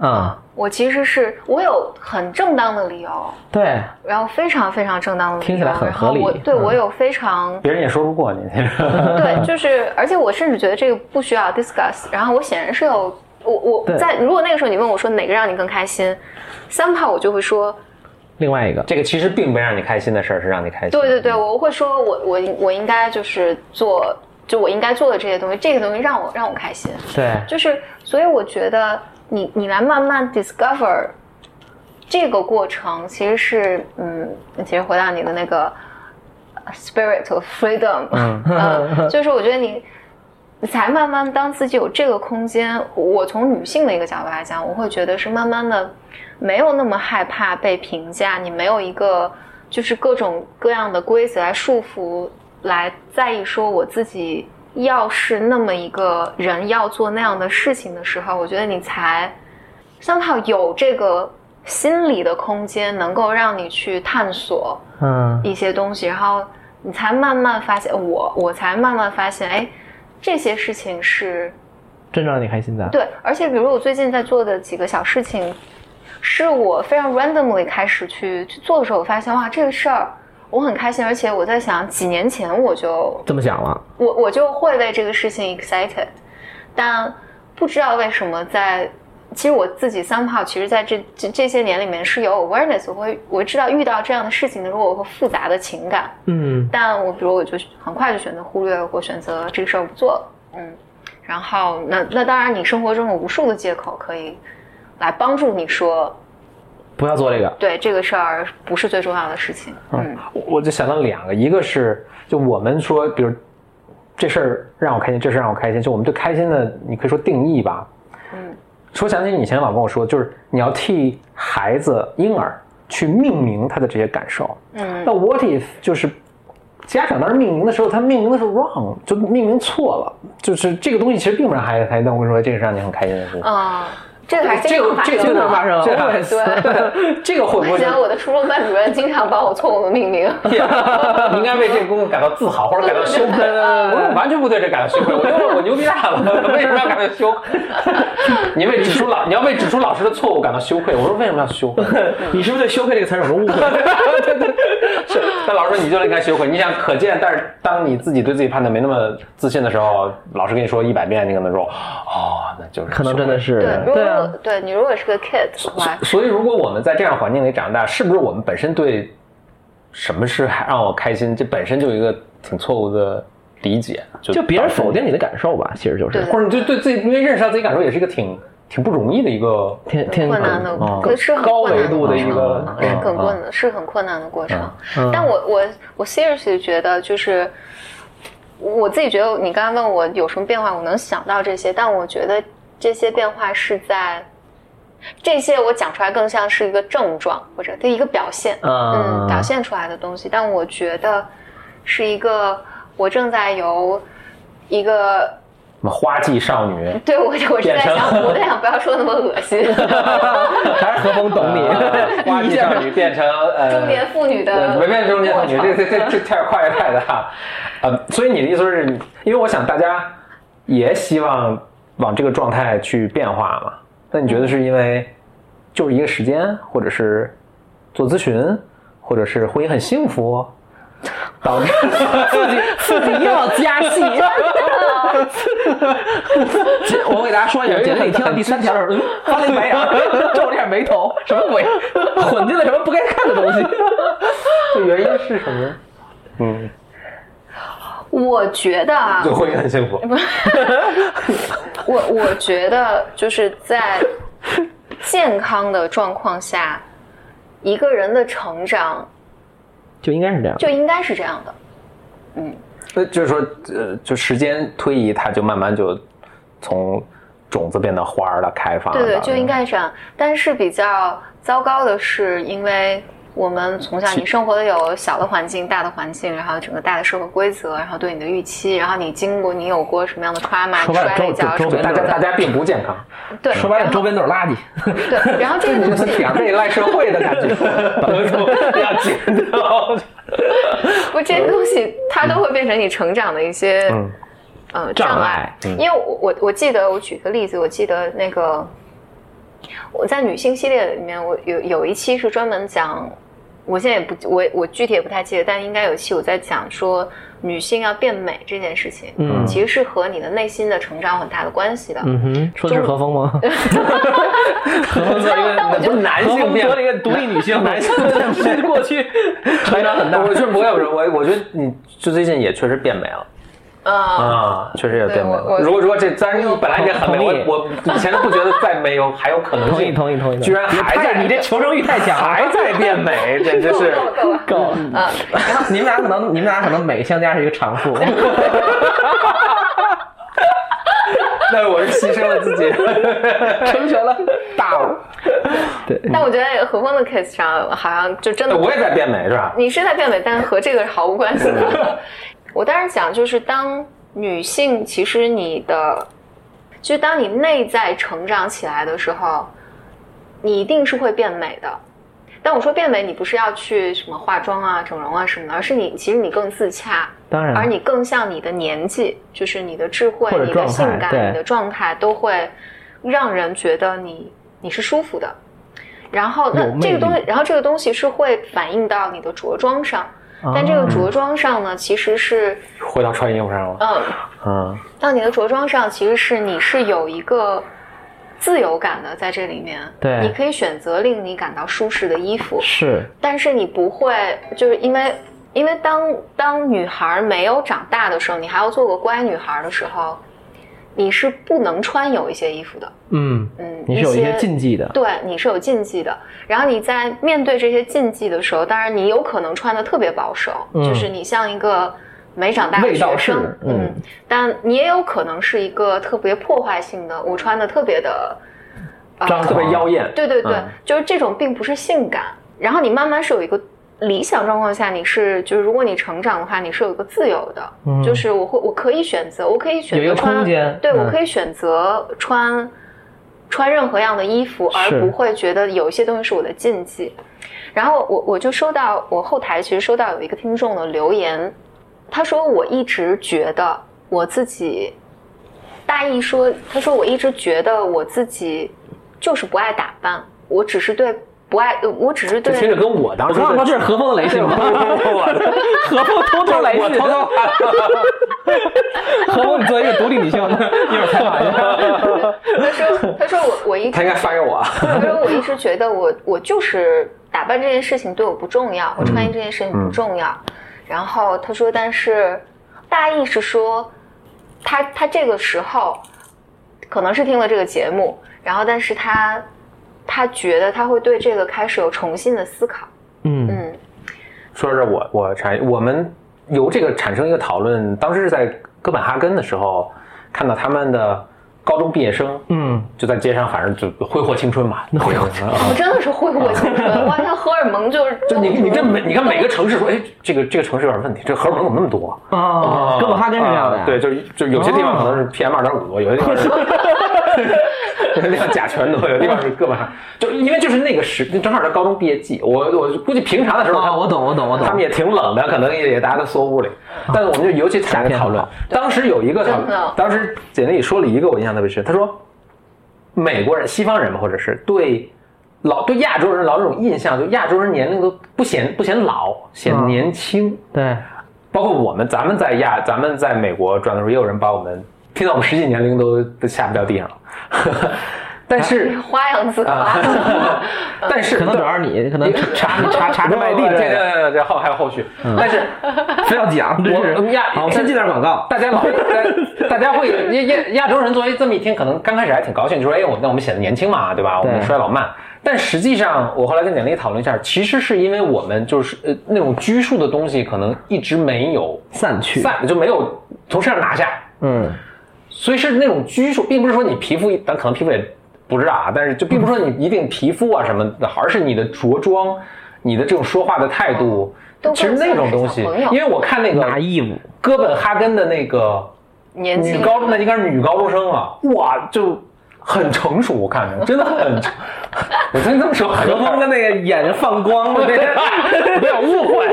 [SPEAKER 3] 嗯，
[SPEAKER 2] 我其实是我有很正当的理由，
[SPEAKER 3] 对，
[SPEAKER 2] 然后非常非常正当的理由，
[SPEAKER 3] 听起来很合理
[SPEAKER 2] 然后我对
[SPEAKER 3] 嗯
[SPEAKER 2] 我有非常
[SPEAKER 1] 别人也说不过你。
[SPEAKER 2] 对，就是，而且我甚至觉得这个不需要 discuss。然后我显然是有，我我
[SPEAKER 3] 对
[SPEAKER 2] 在如果那个时候你问我说哪个让你更开心三炮我就会说，
[SPEAKER 3] 另外一个，
[SPEAKER 1] [laughs] 这个其实并没让你开心的事儿是让你开心。
[SPEAKER 2] 对对对，我会说我我我应该就是做，就我应该做的这些东西，这个东西让我让我开心，
[SPEAKER 3] 对，
[SPEAKER 2] 就是所以我觉得你你来慢慢 discover 这个过程，其实是嗯，其实回到你的那个 spirit of freedom， [laughs]
[SPEAKER 1] 嗯
[SPEAKER 2] 嗯，就是我觉得你，你才慢慢当自己有这个空间，我从女性的一个角度来讲，我会觉得是慢慢的没有那么害怕被评价，你没有一个就是各种各样的规则来束缚，来在意说我自己要是那么一个人要做那样的事情的时候，我觉得你才相好有这个心理的空间，能够让你去探索。
[SPEAKER 3] 嗯
[SPEAKER 2] 一些东西，然后你才慢慢发现，我我才慢慢发现，哎，这些事情是
[SPEAKER 3] 真正让你开心的。
[SPEAKER 2] 对，而且比如我最近在做的几个小事情，是我非常 randomly 开始去去做的时候，我发现哇，这个事儿我很开心，而且我在想，几年前我就
[SPEAKER 3] 这么想了，
[SPEAKER 2] 我我就会为这个事情 excited，但不知道为什么在。其实我自己 somehow，其实在这这这些年里面是有 awareness，我会我知道遇到这样的事情的时候，我会复杂的情感，
[SPEAKER 3] 嗯
[SPEAKER 2] 但我比如我就很快就选择忽略或选择这个事儿不做了，嗯，然后那那当然你生活中有无数的借口可以来帮助你说，
[SPEAKER 3] 不要做这个。
[SPEAKER 2] 对这个事儿不是最重要的事情，嗯，
[SPEAKER 1] 我我就想到两个，一个是就我们说，比如这事儿让我开心，这事儿让我开心，就我们对开心的，你可以说定义吧。
[SPEAKER 2] 嗯，
[SPEAKER 1] 说想起你以前老跟我说，就是你要替孩子婴儿去命名他的这些感受。
[SPEAKER 2] 嗯
[SPEAKER 1] 那 what if 就是家长当时命名的时候，他命名的是 wrong，就命名错了，就是这个东西其实并不让孩子开心。但我跟你说，这是让你很开心的事情。
[SPEAKER 2] 啊、这个还经
[SPEAKER 1] 这
[SPEAKER 2] 常
[SPEAKER 1] 个
[SPEAKER 2] 发
[SPEAKER 1] 这个
[SPEAKER 2] 生
[SPEAKER 3] 经常
[SPEAKER 2] 的。
[SPEAKER 3] 发生
[SPEAKER 1] 这个
[SPEAKER 2] 对
[SPEAKER 1] [laughs] 对，这个会
[SPEAKER 2] 我
[SPEAKER 1] 不
[SPEAKER 2] 还
[SPEAKER 1] 会就
[SPEAKER 2] 想我的初中班主任经常帮我错误的命名，
[SPEAKER 1] 你 [laughs] 应该为这个工作感到自豪或者感到羞愧。我完全不对这感到羞愧，我觉得我牛逼大了， [laughs] 为什么要感到羞？ [laughs] 你为指出老你要为指出老师的错误感到羞愧，我说为什么要羞愧？ [laughs]
[SPEAKER 2] 嗯
[SPEAKER 3] 你是不是对“羞愧”这个词儿有什么
[SPEAKER 2] [laughs]
[SPEAKER 3] 误会？
[SPEAKER 1] 对对对，是。但老师说你就应该羞愧，你想可见，但是当你自己对自己判断没那么自信的时候，老师跟你说一百遍，你可能说哦，那就是
[SPEAKER 3] 可能
[SPEAKER 1] 羞
[SPEAKER 3] 真
[SPEAKER 1] 愧
[SPEAKER 3] 的是
[SPEAKER 2] 对，如果
[SPEAKER 3] 啊，
[SPEAKER 2] 对你如果是个 kid 的话，
[SPEAKER 1] 所以，如果我们在这样环境里长大，是不是我们本身对什么是让我开心，这本身就有一个挺错误的理解？就
[SPEAKER 3] 就别人否定你的感受吧，其实就是
[SPEAKER 2] 对
[SPEAKER 1] 或者你就对自己因为认识到自己感受，也是一个挺挺不容易的一个。
[SPEAKER 3] 天天
[SPEAKER 2] 困难的，
[SPEAKER 1] 嗯
[SPEAKER 2] 可是很
[SPEAKER 3] 高
[SPEAKER 2] 困难
[SPEAKER 3] 维
[SPEAKER 1] 的
[SPEAKER 3] 度
[SPEAKER 2] 过
[SPEAKER 1] 一
[SPEAKER 2] 程
[SPEAKER 1] 个
[SPEAKER 2] 嗯是很
[SPEAKER 1] 嗯
[SPEAKER 2] 困难，是很困难的过程。
[SPEAKER 3] 嗯
[SPEAKER 2] 但我我我 seriously 觉得就是。我自己觉得，你刚刚问我有什么变化，我能想到这些，但我觉得这些变化是在这些我讲出来更像是一个症状或者的一个表现，
[SPEAKER 1] 啊
[SPEAKER 2] 嗯，
[SPEAKER 3] 嗯，
[SPEAKER 2] 表现出来的东西。但我觉得是一个我正在由一个
[SPEAKER 3] 什么花季少女，
[SPEAKER 2] 对我我是在
[SPEAKER 3] 变成
[SPEAKER 2] 想，我在想不要说那么
[SPEAKER 1] [laughs]
[SPEAKER 2] 恶心，
[SPEAKER 3] 还是何峰 [laughs] 懂嗯你， [laughs]
[SPEAKER 1] 呃 [laughs] 花季少女变成呃
[SPEAKER 2] 中年妇女的
[SPEAKER 1] 呃没变成中年妇女，
[SPEAKER 2] 过程
[SPEAKER 1] 这这
[SPEAKER 3] [laughs]
[SPEAKER 1] 这这跳跨越太大了。呃，所以你的意思是，因为我想大家也希望往这个状态去变化嘛？那你觉得是因为就是一个时间，或者是做咨询，或者是婚姻很幸福，导
[SPEAKER 3] [laughs]
[SPEAKER 1] 致自己
[SPEAKER 3] 自己又要加
[SPEAKER 1] [laughs]
[SPEAKER 3] 戏。姐我给大家说一下，姐姐一听到第三条的时候，嗯翻了一白眼 [laughs] 儿，皱了一下眉头， [laughs] 什么鬼？混进了什么不该看的 [laughs] 东西？
[SPEAKER 1] 这原因是什么？嗯，
[SPEAKER 2] 我觉得啊，
[SPEAKER 1] 就婚姻很幸福。
[SPEAKER 2] 我我觉得就是在健康的状况下，一个人的成长
[SPEAKER 3] 就应该是这样。
[SPEAKER 2] 就应该是这样的。
[SPEAKER 1] 那就是说，呃，就时间推移，它就慢慢就从种子变得花儿了，开放了。
[SPEAKER 2] 对对，
[SPEAKER 1] 到
[SPEAKER 2] 就应该这样。但是比较糟糕的是，因为我们从小你生活的有小的环境、大的环境，然后整个大的社会规则，然后对你的预期，然后你经过你有过什么样的 trauma，
[SPEAKER 3] 说
[SPEAKER 2] 你
[SPEAKER 3] 白了
[SPEAKER 2] 摔了一
[SPEAKER 3] 周
[SPEAKER 2] 跤
[SPEAKER 3] 周
[SPEAKER 2] 什么
[SPEAKER 3] 周
[SPEAKER 1] 大
[SPEAKER 2] 的
[SPEAKER 1] 家大家并不健康，
[SPEAKER 2] 对，
[SPEAKER 3] 说白了，周边都是垃圾。
[SPEAKER 2] 对，然后这个东
[SPEAKER 3] [laughs]
[SPEAKER 2] 西
[SPEAKER 1] 两个人赖社会的感觉，要
[SPEAKER 3] [laughs]
[SPEAKER 1] 剪掉。
[SPEAKER 2] 不，这些东西它都会变成你成长的一些、
[SPEAKER 1] 嗯
[SPEAKER 2] 呃
[SPEAKER 3] 障
[SPEAKER 2] 障
[SPEAKER 3] 碍嗯
[SPEAKER 2] 因为我我我记得我举个例子，我记得那个我在女性系列里面，我有有一期是专门讲，我现在也不我我具体也不太记得，但应该有一期我在讲说女性要变美这件事情，
[SPEAKER 3] 嗯
[SPEAKER 2] 其实是和你的内心的成长有很大的关系的。
[SPEAKER 3] 嗯哼，说的是何峰吗？何峰作为一个
[SPEAKER 2] 但我觉得
[SPEAKER 1] 男
[SPEAKER 3] 何
[SPEAKER 1] 性
[SPEAKER 3] 峰
[SPEAKER 1] 变
[SPEAKER 3] 作为一 [laughs] 个独立女性，男性是过去成长很大。
[SPEAKER 1] 我确实不会，我我觉得你就最近也确实变美了
[SPEAKER 2] 啊，
[SPEAKER 1] 啊，确实也变美
[SPEAKER 2] 对我
[SPEAKER 1] 了。
[SPEAKER 2] 我
[SPEAKER 1] 如果说这，当然你本来已经很美，
[SPEAKER 3] 同意
[SPEAKER 1] 我我以前都不觉得再美有还有可能
[SPEAKER 3] 同意
[SPEAKER 1] 性，
[SPEAKER 3] 同意同意，
[SPEAKER 1] 居然还
[SPEAKER 3] 太
[SPEAKER 1] 在
[SPEAKER 3] 你这求生欲太强了，
[SPEAKER 1] 还在变美，这真
[SPEAKER 2] 够 [laughs]
[SPEAKER 1] 是 [laughs]
[SPEAKER 2] 了够了够了，
[SPEAKER 3] 够了。
[SPEAKER 2] 啊，
[SPEAKER 3] 你们俩可能，你们俩可能美相加是一个常数。
[SPEAKER 1] 那我是牺牲了
[SPEAKER 2] [laughs]
[SPEAKER 1] 自己。
[SPEAKER 3] [laughs] 成全了大我。对，
[SPEAKER 2] 但我觉得何峰的 case 上好像就真的
[SPEAKER 1] 哎我也在变美是吧？
[SPEAKER 2] 你是在变美，但是和这个是毫无关系的。我当时讲就是，当女性，其实你的，就是当你内在成长起来的时候，你一定是会变美的。但我说变美，你不是要去什么化妆啊、整容啊什么的，而是你其实你更自洽，
[SPEAKER 3] 当然，
[SPEAKER 2] 而你更像你的年纪，就是你的智慧
[SPEAKER 3] 嗯或者、
[SPEAKER 2] 你的
[SPEAKER 3] 状态
[SPEAKER 2] 性感、
[SPEAKER 3] 对
[SPEAKER 2] 你的状态，都会让人觉得你你是舒服的。然后那
[SPEAKER 3] 有魅
[SPEAKER 2] 这个东西
[SPEAKER 3] 力，
[SPEAKER 2] 然后这个东西是会反映到你的着装上，但
[SPEAKER 3] 啊嗯
[SPEAKER 2] 这个着装上呢，其实是
[SPEAKER 1] 回到穿衣服上了。
[SPEAKER 2] 嗯，
[SPEAKER 3] 啊
[SPEAKER 1] 嗯，
[SPEAKER 2] 到你的着装上其实是你是有一个自由感的在这里面，
[SPEAKER 3] 对
[SPEAKER 2] 你可以选择令你感到舒适的衣服，
[SPEAKER 3] 是
[SPEAKER 2] 但是你不会，就是因为因为当当女孩没有长大的时候，你还要做个乖女孩的时候，你是不能穿有一些衣服的，
[SPEAKER 3] 嗯，
[SPEAKER 2] 嗯，
[SPEAKER 3] 你是有一些禁忌的，
[SPEAKER 2] 对，你是有禁忌的。然后你在面对这些禁忌的时候，当然你有可能穿的特别保守，
[SPEAKER 3] 嗯
[SPEAKER 2] 就是你像一个没长大的
[SPEAKER 3] 味道
[SPEAKER 2] 学生
[SPEAKER 3] 是，嗯
[SPEAKER 2] 但你也有可能是一个特别破坏性的，我穿的特别的，呃
[SPEAKER 3] 张啊
[SPEAKER 1] 特别妖艳。
[SPEAKER 2] 对对对，
[SPEAKER 1] 嗯
[SPEAKER 2] 就是这种并不是性感。然后你慢慢是有一个理想状况下，你是就是如果你成长的话，你是有一个自由的，
[SPEAKER 3] 嗯
[SPEAKER 2] 就是我会我可以选择，我可以选
[SPEAKER 3] 有一
[SPEAKER 2] 择
[SPEAKER 3] 个
[SPEAKER 2] 穿，
[SPEAKER 3] 空间
[SPEAKER 2] 对、
[SPEAKER 3] 嗯
[SPEAKER 2] 我可以选择穿穿任何样的衣服，而
[SPEAKER 3] 是
[SPEAKER 2] 不会觉得有一些东西是我的禁忌。然后我我就收到我后台其实收到有一个听众的留言，他说我一直觉得我自己，大意说，他说我一直觉得我自己就是不爱打扮，我只是对不爱，呃我只是
[SPEAKER 1] 这听着
[SPEAKER 2] 对。
[SPEAKER 1] 跟我当
[SPEAKER 3] 我
[SPEAKER 1] 时
[SPEAKER 3] 刚刚说这是何峰
[SPEAKER 1] [laughs]
[SPEAKER 3] 的雷
[SPEAKER 1] 对
[SPEAKER 3] 讯
[SPEAKER 1] 我
[SPEAKER 3] 吗？
[SPEAKER 1] 我
[SPEAKER 3] [laughs] 何峰偷偷来
[SPEAKER 1] 我
[SPEAKER 3] 讯，
[SPEAKER 1] 偷
[SPEAKER 3] [laughs]
[SPEAKER 1] 偷
[SPEAKER 3] 何峰，你作为一个独立女性， [laughs] 一会儿采访一下。
[SPEAKER 2] 他说，他说
[SPEAKER 1] [laughs]
[SPEAKER 2] 我我一直
[SPEAKER 1] 他应该发给我。啊
[SPEAKER 2] 他说我一直觉得我我就是打扮这件事情对我不重要，我穿衣这件事情不重要。
[SPEAKER 3] 嗯
[SPEAKER 2] 然后他说，但是大意是说，他他这个时候可能是听了这个节目，然后但是他他觉得他会对这个开始有重新的思
[SPEAKER 3] [laughs]
[SPEAKER 2] 考。
[SPEAKER 3] 嗯
[SPEAKER 2] 嗯
[SPEAKER 1] 说是我我产我们由这个产生一个讨论，当时是在哥本哈根的时候看到他们的高中毕业生
[SPEAKER 3] 嗯，
[SPEAKER 1] 就在街上，反正就挥霍青春嘛，那挥霍青春。
[SPEAKER 2] 我真的是挥霍青春，哇，那荷尔蒙就是 [laughs]
[SPEAKER 1] 就你你这每你看每个城市说，哎，这个这个城市有点问题，这荷尔蒙怎么那么多？
[SPEAKER 3] 哦，哥本哈根是这样的呀、
[SPEAKER 1] 啊
[SPEAKER 3] 哦
[SPEAKER 1] 对，就是就有些地方可能是 PM 二点五，有些地方是，
[SPEAKER 3] [laughs]
[SPEAKER 1] [laughs] 有些地方甲醛多，有些地方是各方，就因为就是那个时，正好是高中毕业季，我我估计平常的时候，
[SPEAKER 3] 啊，我懂，我懂，我哦懂。
[SPEAKER 1] 他们也挺冷的，可能也大家都缩屋里，但是我们就尤其谈个讨论
[SPEAKER 3] 夏，
[SPEAKER 1] 当时有一个讨
[SPEAKER 2] 真的哦
[SPEAKER 1] 当时简历里说了一个我印象特别深，他说美国人、西方人嘛，或者是对。老对亚洲人老有种印象，就亚洲人年龄都不显不显老，显
[SPEAKER 3] 嗯
[SPEAKER 1] 年轻。
[SPEAKER 3] 对，
[SPEAKER 1] 包括我们，咱们在亚，咱们在美国转的时候，也有人把我们听到我们实际年龄都都吓不掉地上了。但是
[SPEAKER 2] [laughs] 花样自
[SPEAKER 3] [laughs]
[SPEAKER 2] 夸。
[SPEAKER 1] 啊，但是
[SPEAKER 3] 可能主要是你，可能 [laughs] 查查查
[SPEAKER 1] 不
[SPEAKER 3] 着
[SPEAKER 1] 不
[SPEAKER 3] 外地
[SPEAKER 1] 不
[SPEAKER 3] 之
[SPEAKER 1] 这
[SPEAKER 3] 类
[SPEAKER 1] 这
[SPEAKER 3] 的，
[SPEAKER 1] 这后还有后续。但是
[SPEAKER 3] [laughs] 非要讲，真
[SPEAKER 1] 我
[SPEAKER 3] 是
[SPEAKER 1] 我们亚
[SPEAKER 3] 好，我嗯们先进点广告。
[SPEAKER 1] 大家老大大家会亚亚亚洲人作为这么一听，可能刚开始还挺高兴，就说哎我那我们显得年轻嘛，对吧？我们
[SPEAKER 3] 对
[SPEAKER 1] 衰老慢。但实际上，我后来跟简历讨论一下，其实是因为我们就是呃那种拘束的东西，可能一直没有
[SPEAKER 3] 散去。
[SPEAKER 1] 散，就没有从身上拿下。
[SPEAKER 3] 嗯，
[SPEAKER 1] 所以是那种拘束，并不是说你皮肤，咱可能皮肤也不知道啊，但是就并不是说你一定皮肤啊什么的，而是你的着装，你的这种说话的态度，
[SPEAKER 2] 哦都
[SPEAKER 1] 其实那种东西
[SPEAKER 2] 更像是小，朋友
[SPEAKER 1] 因为我看那个
[SPEAKER 3] 拿义务。
[SPEAKER 1] 哥本哈根的那个
[SPEAKER 2] 年
[SPEAKER 1] 女
[SPEAKER 2] 轻
[SPEAKER 1] 高中，那应该是女高中生了，哇，就很成熟，我看着真的很成， [laughs] 我真这么说，
[SPEAKER 3] 何峰的那个眼睛放
[SPEAKER 1] [laughs]
[SPEAKER 3] 光 [laughs] 了，
[SPEAKER 2] [laughs]
[SPEAKER 1] 不要误会。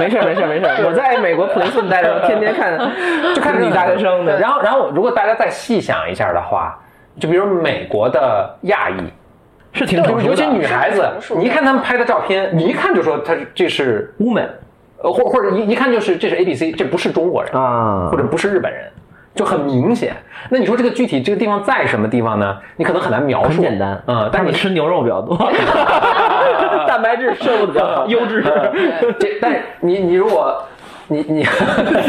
[SPEAKER 3] 没事儿没事儿没事 [laughs] 儿。我在美国普林斯顿待着，天天看 [laughs] 就看女大学生的。
[SPEAKER 1] 然后，然后如果大家再细想一下的话，就比如美国的亚裔，
[SPEAKER 3] 是挺
[SPEAKER 1] 就
[SPEAKER 3] 成
[SPEAKER 1] 是
[SPEAKER 3] 熟
[SPEAKER 1] 尤其
[SPEAKER 3] 的，
[SPEAKER 1] 女孩子
[SPEAKER 2] 成熟，的
[SPEAKER 1] 你一看他们拍的照片，你一看就说她是这是，
[SPEAKER 3] 乌美
[SPEAKER 1] 呃，或或者一一看就是这是 A B C，这不是中国人，
[SPEAKER 3] 啊
[SPEAKER 1] 或者不是日本人，就很明显。那你说这个具体这个地方在什么地方呢？你可能很难描述。
[SPEAKER 3] 很简单，
[SPEAKER 1] 嗯，
[SPEAKER 3] 他
[SPEAKER 1] 但是
[SPEAKER 3] 们
[SPEAKER 1] 你
[SPEAKER 3] 吃牛肉比较
[SPEAKER 1] [laughs]
[SPEAKER 3] 多， [laughs] 蛋白质摄入的比较 [laughs] 好，优质。
[SPEAKER 1] [laughs] 这，但是你你如果你你， [laughs]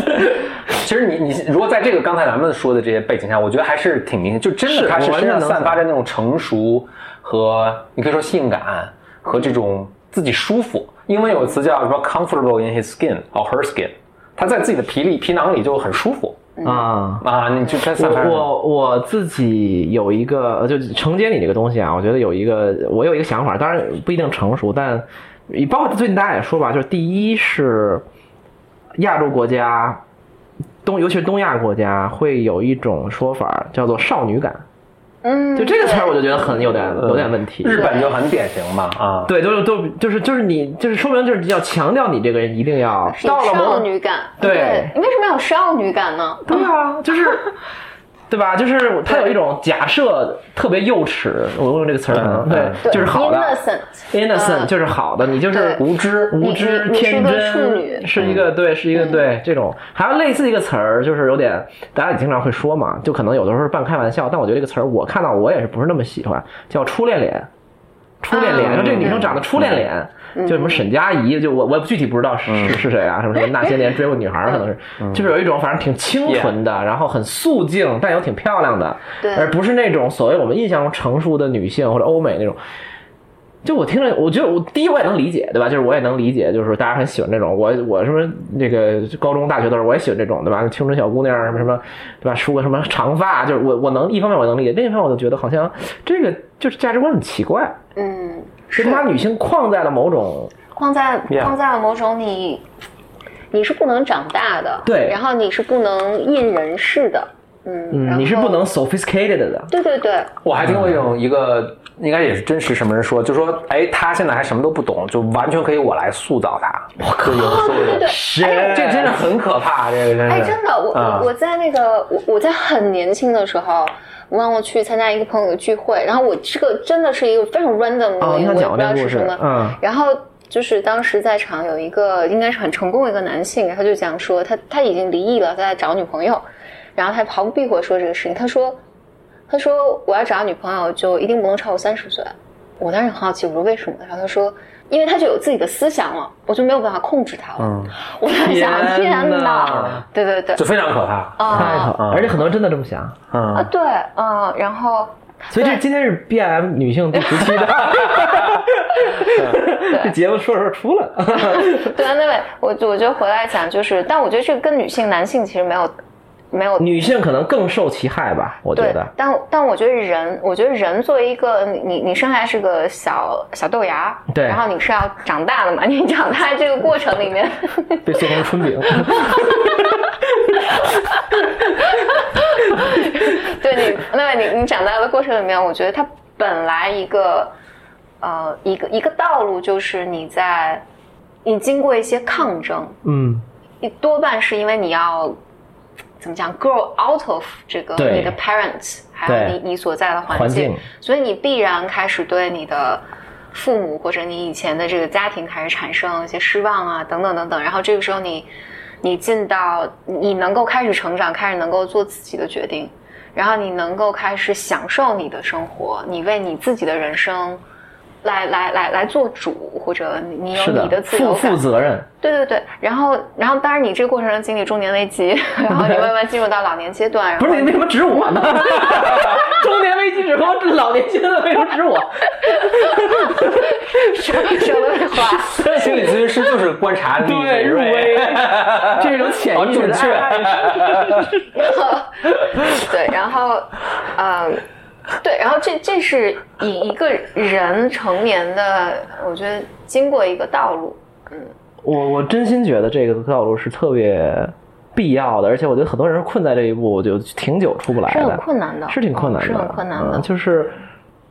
[SPEAKER 1] 其实你你如果在这个刚才咱们说的这些背景下，我觉得还是挺明显，就真
[SPEAKER 3] 是
[SPEAKER 1] 的他
[SPEAKER 3] 我
[SPEAKER 1] 是
[SPEAKER 3] 完
[SPEAKER 1] 身
[SPEAKER 3] 全
[SPEAKER 1] 上
[SPEAKER 3] 能
[SPEAKER 1] 散发着那种成熟和你可以说性感和这种自己舒服。英文有个词叫什么 “comfortable in his skin” or “her skin”，他在自己的皮里皮囊里就很舒服
[SPEAKER 3] 啊。
[SPEAKER 1] 啊，你就真散发
[SPEAKER 3] 我
[SPEAKER 1] 着。
[SPEAKER 3] 我我自己有一个，呃就承接你这个东西啊，我觉得有一个，我有一个想法，当然不一定成熟，但包括最近大家也说吧，就是第一是亚洲国家，东尤其是东亚国家会有一种说法叫做少女感，
[SPEAKER 2] 嗯，
[SPEAKER 3] 就这个词儿我就觉得很有点
[SPEAKER 1] 嗯
[SPEAKER 3] 有点问题。
[SPEAKER 1] 日本就很典型嘛啊，
[SPEAKER 3] 对，就是都就是就是你就是说明就是要强调你这个人一定要
[SPEAKER 2] 是
[SPEAKER 3] 到了某
[SPEAKER 2] 少
[SPEAKER 3] 种
[SPEAKER 2] 女感，
[SPEAKER 3] 对
[SPEAKER 2] 你为什么要有少女感呢？
[SPEAKER 3] 对啊，就是，
[SPEAKER 2] [laughs]
[SPEAKER 3] 对吧？就是它有一种假设特别幼稚，我用这个词儿可能
[SPEAKER 1] 嗯嗯
[SPEAKER 3] 对，就是好的
[SPEAKER 2] innocent，
[SPEAKER 3] ，innocent
[SPEAKER 2] 嗯
[SPEAKER 3] 就是好的，你就是
[SPEAKER 2] 对
[SPEAKER 3] 无知、无
[SPEAKER 2] 你
[SPEAKER 3] 知、
[SPEAKER 2] 你是
[SPEAKER 3] 天
[SPEAKER 2] 个处
[SPEAKER 3] 真，
[SPEAKER 2] 女嗯
[SPEAKER 3] 是一个对，是一个对这种。还有类似一个词儿，就是有点大家也经常会说嘛，就可能有的时候半开玩笑，但我觉得这个词儿我看到我也是不是那么喜欢，叫初恋脸。初恋脸，
[SPEAKER 2] 啊
[SPEAKER 3] 说这个女生长得初恋脸，
[SPEAKER 2] 嗯
[SPEAKER 3] 就什么沈佳宜，就我我具体不知道是是是谁啊，什么什么那些年追过女孩儿，可能是，就是有一种反正挺清纯的，然后很素净，但又挺漂亮的，
[SPEAKER 2] 对
[SPEAKER 3] 而不是那种所谓我们印象中成熟的女性或者欧美那种。就我听着，我觉得我第一我也能理解，对吧？就是我也能理解，就是大家很喜欢这种。我我什么那个高中、大学的时候，我也喜欢这种，对吧？青春小姑娘什么什么，对吧？梳个什么长发，就是我我能一方面我能理解，另一方面我就觉得好像这个就是价值观很奇怪，
[SPEAKER 2] 嗯，
[SPEAKER 3] 就是他把女性框在了某种
[SPEAKER 2] 框在
[SPEAKER 1] Yeah
[SPEAKER 2] 框在了某种你，你是不能长大的，
[SPEAKER 3] 对
[SPEAKER 2] 然后你是不能印人式的，嗯，然
[SPEAKER 3] 嗯，
[SPEAKER 2] 后
[SPEAKER 3] 你是不能 sophisticated 的。
[SPEAKER 2] 对对对，
[SPEAKER 1] 我还听过一种一个应该也是真实什么人说，就说哎他现在还什么都不懂，就完全可以我来塑造他。我靠，有说
[SPEAKER 2] 对对对，
[SPEAKER 3] 是
[SPEAKER 1] 这真的很可怕，这个真是。
[SPEAKER 2] 哎，真的，我、
[SPEAKER 1] 啊
[SPEAKER 2] 我我在那个我我在很年轻的时候，我忘了去参加一个朋友的聚会，然后我这个真的是一个非常 random 的，
[SPEAKER 3] 哦，
[SPEAKER 2] 我
[SPEAKER 3] 你
[SPEAKER 2] 也
[SPEAKER 3] 想
[SPEAKER 2] 不知
[SPEAKER 3] 讲过这
[SPEAKER 2] 道
[SPEAKER 3] 个故
[SPEAKER 2] 是什
[SPEAKER 3] 事
[SPEAKER 2] 么，，
[SPEAKER 3] 嗯
[SPEAKER 2] 然后就是当时在场有一个应该是很成功的一个男性，他就讲说他他已经离异了，他在找女朋友，然后他毫不避讳说这个事情，他说他说我要找女朋友就一定不能超过三十岁。我当时很好奇，我说为什么？然后他说，因为他就有自己的思想了，我就没有办法控制他了。
[SPEAKER 1] 嗯，
[SPEAKER 2] 我在 [laughs] 想，
[SPEAKER 3] 天哪
[SPEAKER 2] 天哪！对对对
[SPEAKER 1] 就，非常可怕。
[SPEAKER 3] 太
[SPEAKER 2] [laughs] 啊
[SPEAKER 3] 好，而且很多人真的这么想。
[SPEAKER 2] 啊
[SPEAKER 1] 嗯，
[SPEAKER 2] 对啊，然后
[SPEAKER 3] 所以这今天是 B M 女性第十期 [laughs] 的，这节目说着说着出来了，
[SPEAKER 2] 对啊，那位，我我就回来讲，就是，但我觉得这个跟女性、男性其实没有没有
[SPEAKER 3] [laughs] 女性可能更受其害吧，我觉
[SPEAKER 2] 对
[SPEAKER 3] 得。，
[SPEAKER 2] 但但我觉得人，我觉得人作为一个你你你生下来是个小小豆芽，
[SPEAKER 3] 对
[SPEAKER 2] 然后你是要长大的嘛，你长大这个过程里面， [laughs]
[SPEAKER 3] 被做成春 [laughs] 饼，
[SPEAKER 2] 对你，那你你长大的过程里面，我觉得它本来一个呃一个一个道路就是你在你经过一些抗争，
[SPEAKER 3] 嗯，
[SPEAKER 2] 你多半是因为你要怎么讲，grow out of 这个
[SPEAKER 3] 对
[SPEAKER 2] 你的 parents，还有
[SPEAKER 3] 对
[SPEAKER 2] 你你所在的环
[SPEAKER 3] 环境
[SPEAKER 2] 所以你必然开始对你的父母或者你以前的这个家庭开始产生一些失望啊，等等等等。然后这个时候你你进到你能够开始成长，开始能够做自己的决定，然后你能够开始享受你的生活，你为你自己的人生。来来来来做主，或者你你有
[SPEAKER 3] 是
[SPEAKER 2] 你
[SPEAKER 3] 的，
[SPEAKER 2] 的自由
[SPEAKER 3] 负
[SPEAKER 2] 感，
[SPEAKER 3] 负责任，
[SPEAKER 2] 对对对，然后然后当然你这个过程中经历中年危
[SPEAKER 3] [laughs]
[SPEAKER 2] 机，然后你慢慢进入到老年阶段，然
[SPEAKER 3] 不
[SPEAKER 2] 后
[SPEAKER 3] 是 [laughs] 你为什么指我 [laughs] 呢？中年危机只和老年阶段为什么指我？
[SPEAKER 2] 说说的话，
[SPEAKER 1] 心理咨询师就是观察你
[SPEAKER 3] [laughs] 对，入
[SPEAKER 1] 锐
[SPEAKER 3] 微， [laughs] 这是一种
[SPEAKER 1] 好
[SPEAKER 3] 潜意识
[SPEAKER 1] 准
[SPEAKER 3] 的
[SPEAKER 1] 确。
[SPEAKER 3] 爱。 [laughs]
[SPEAKER 2] 对，然后嗯。对，然后这这是以一个人成年的，我觉得经过一个道路，
[SPEAKER 3] 我我真心觉得这个道路是特别必要的，而且我觉得很多人困在这一步，我就挺久出不来
[SPEAKER 2] 是
[SPEAKER 3] 的，
[SPEAKER 2] 很困难的，
[SPEAKER 3] 是挺困难的，
[SPEAKER 2] 是很困难的。
[SPEAKER 3] 嗯就是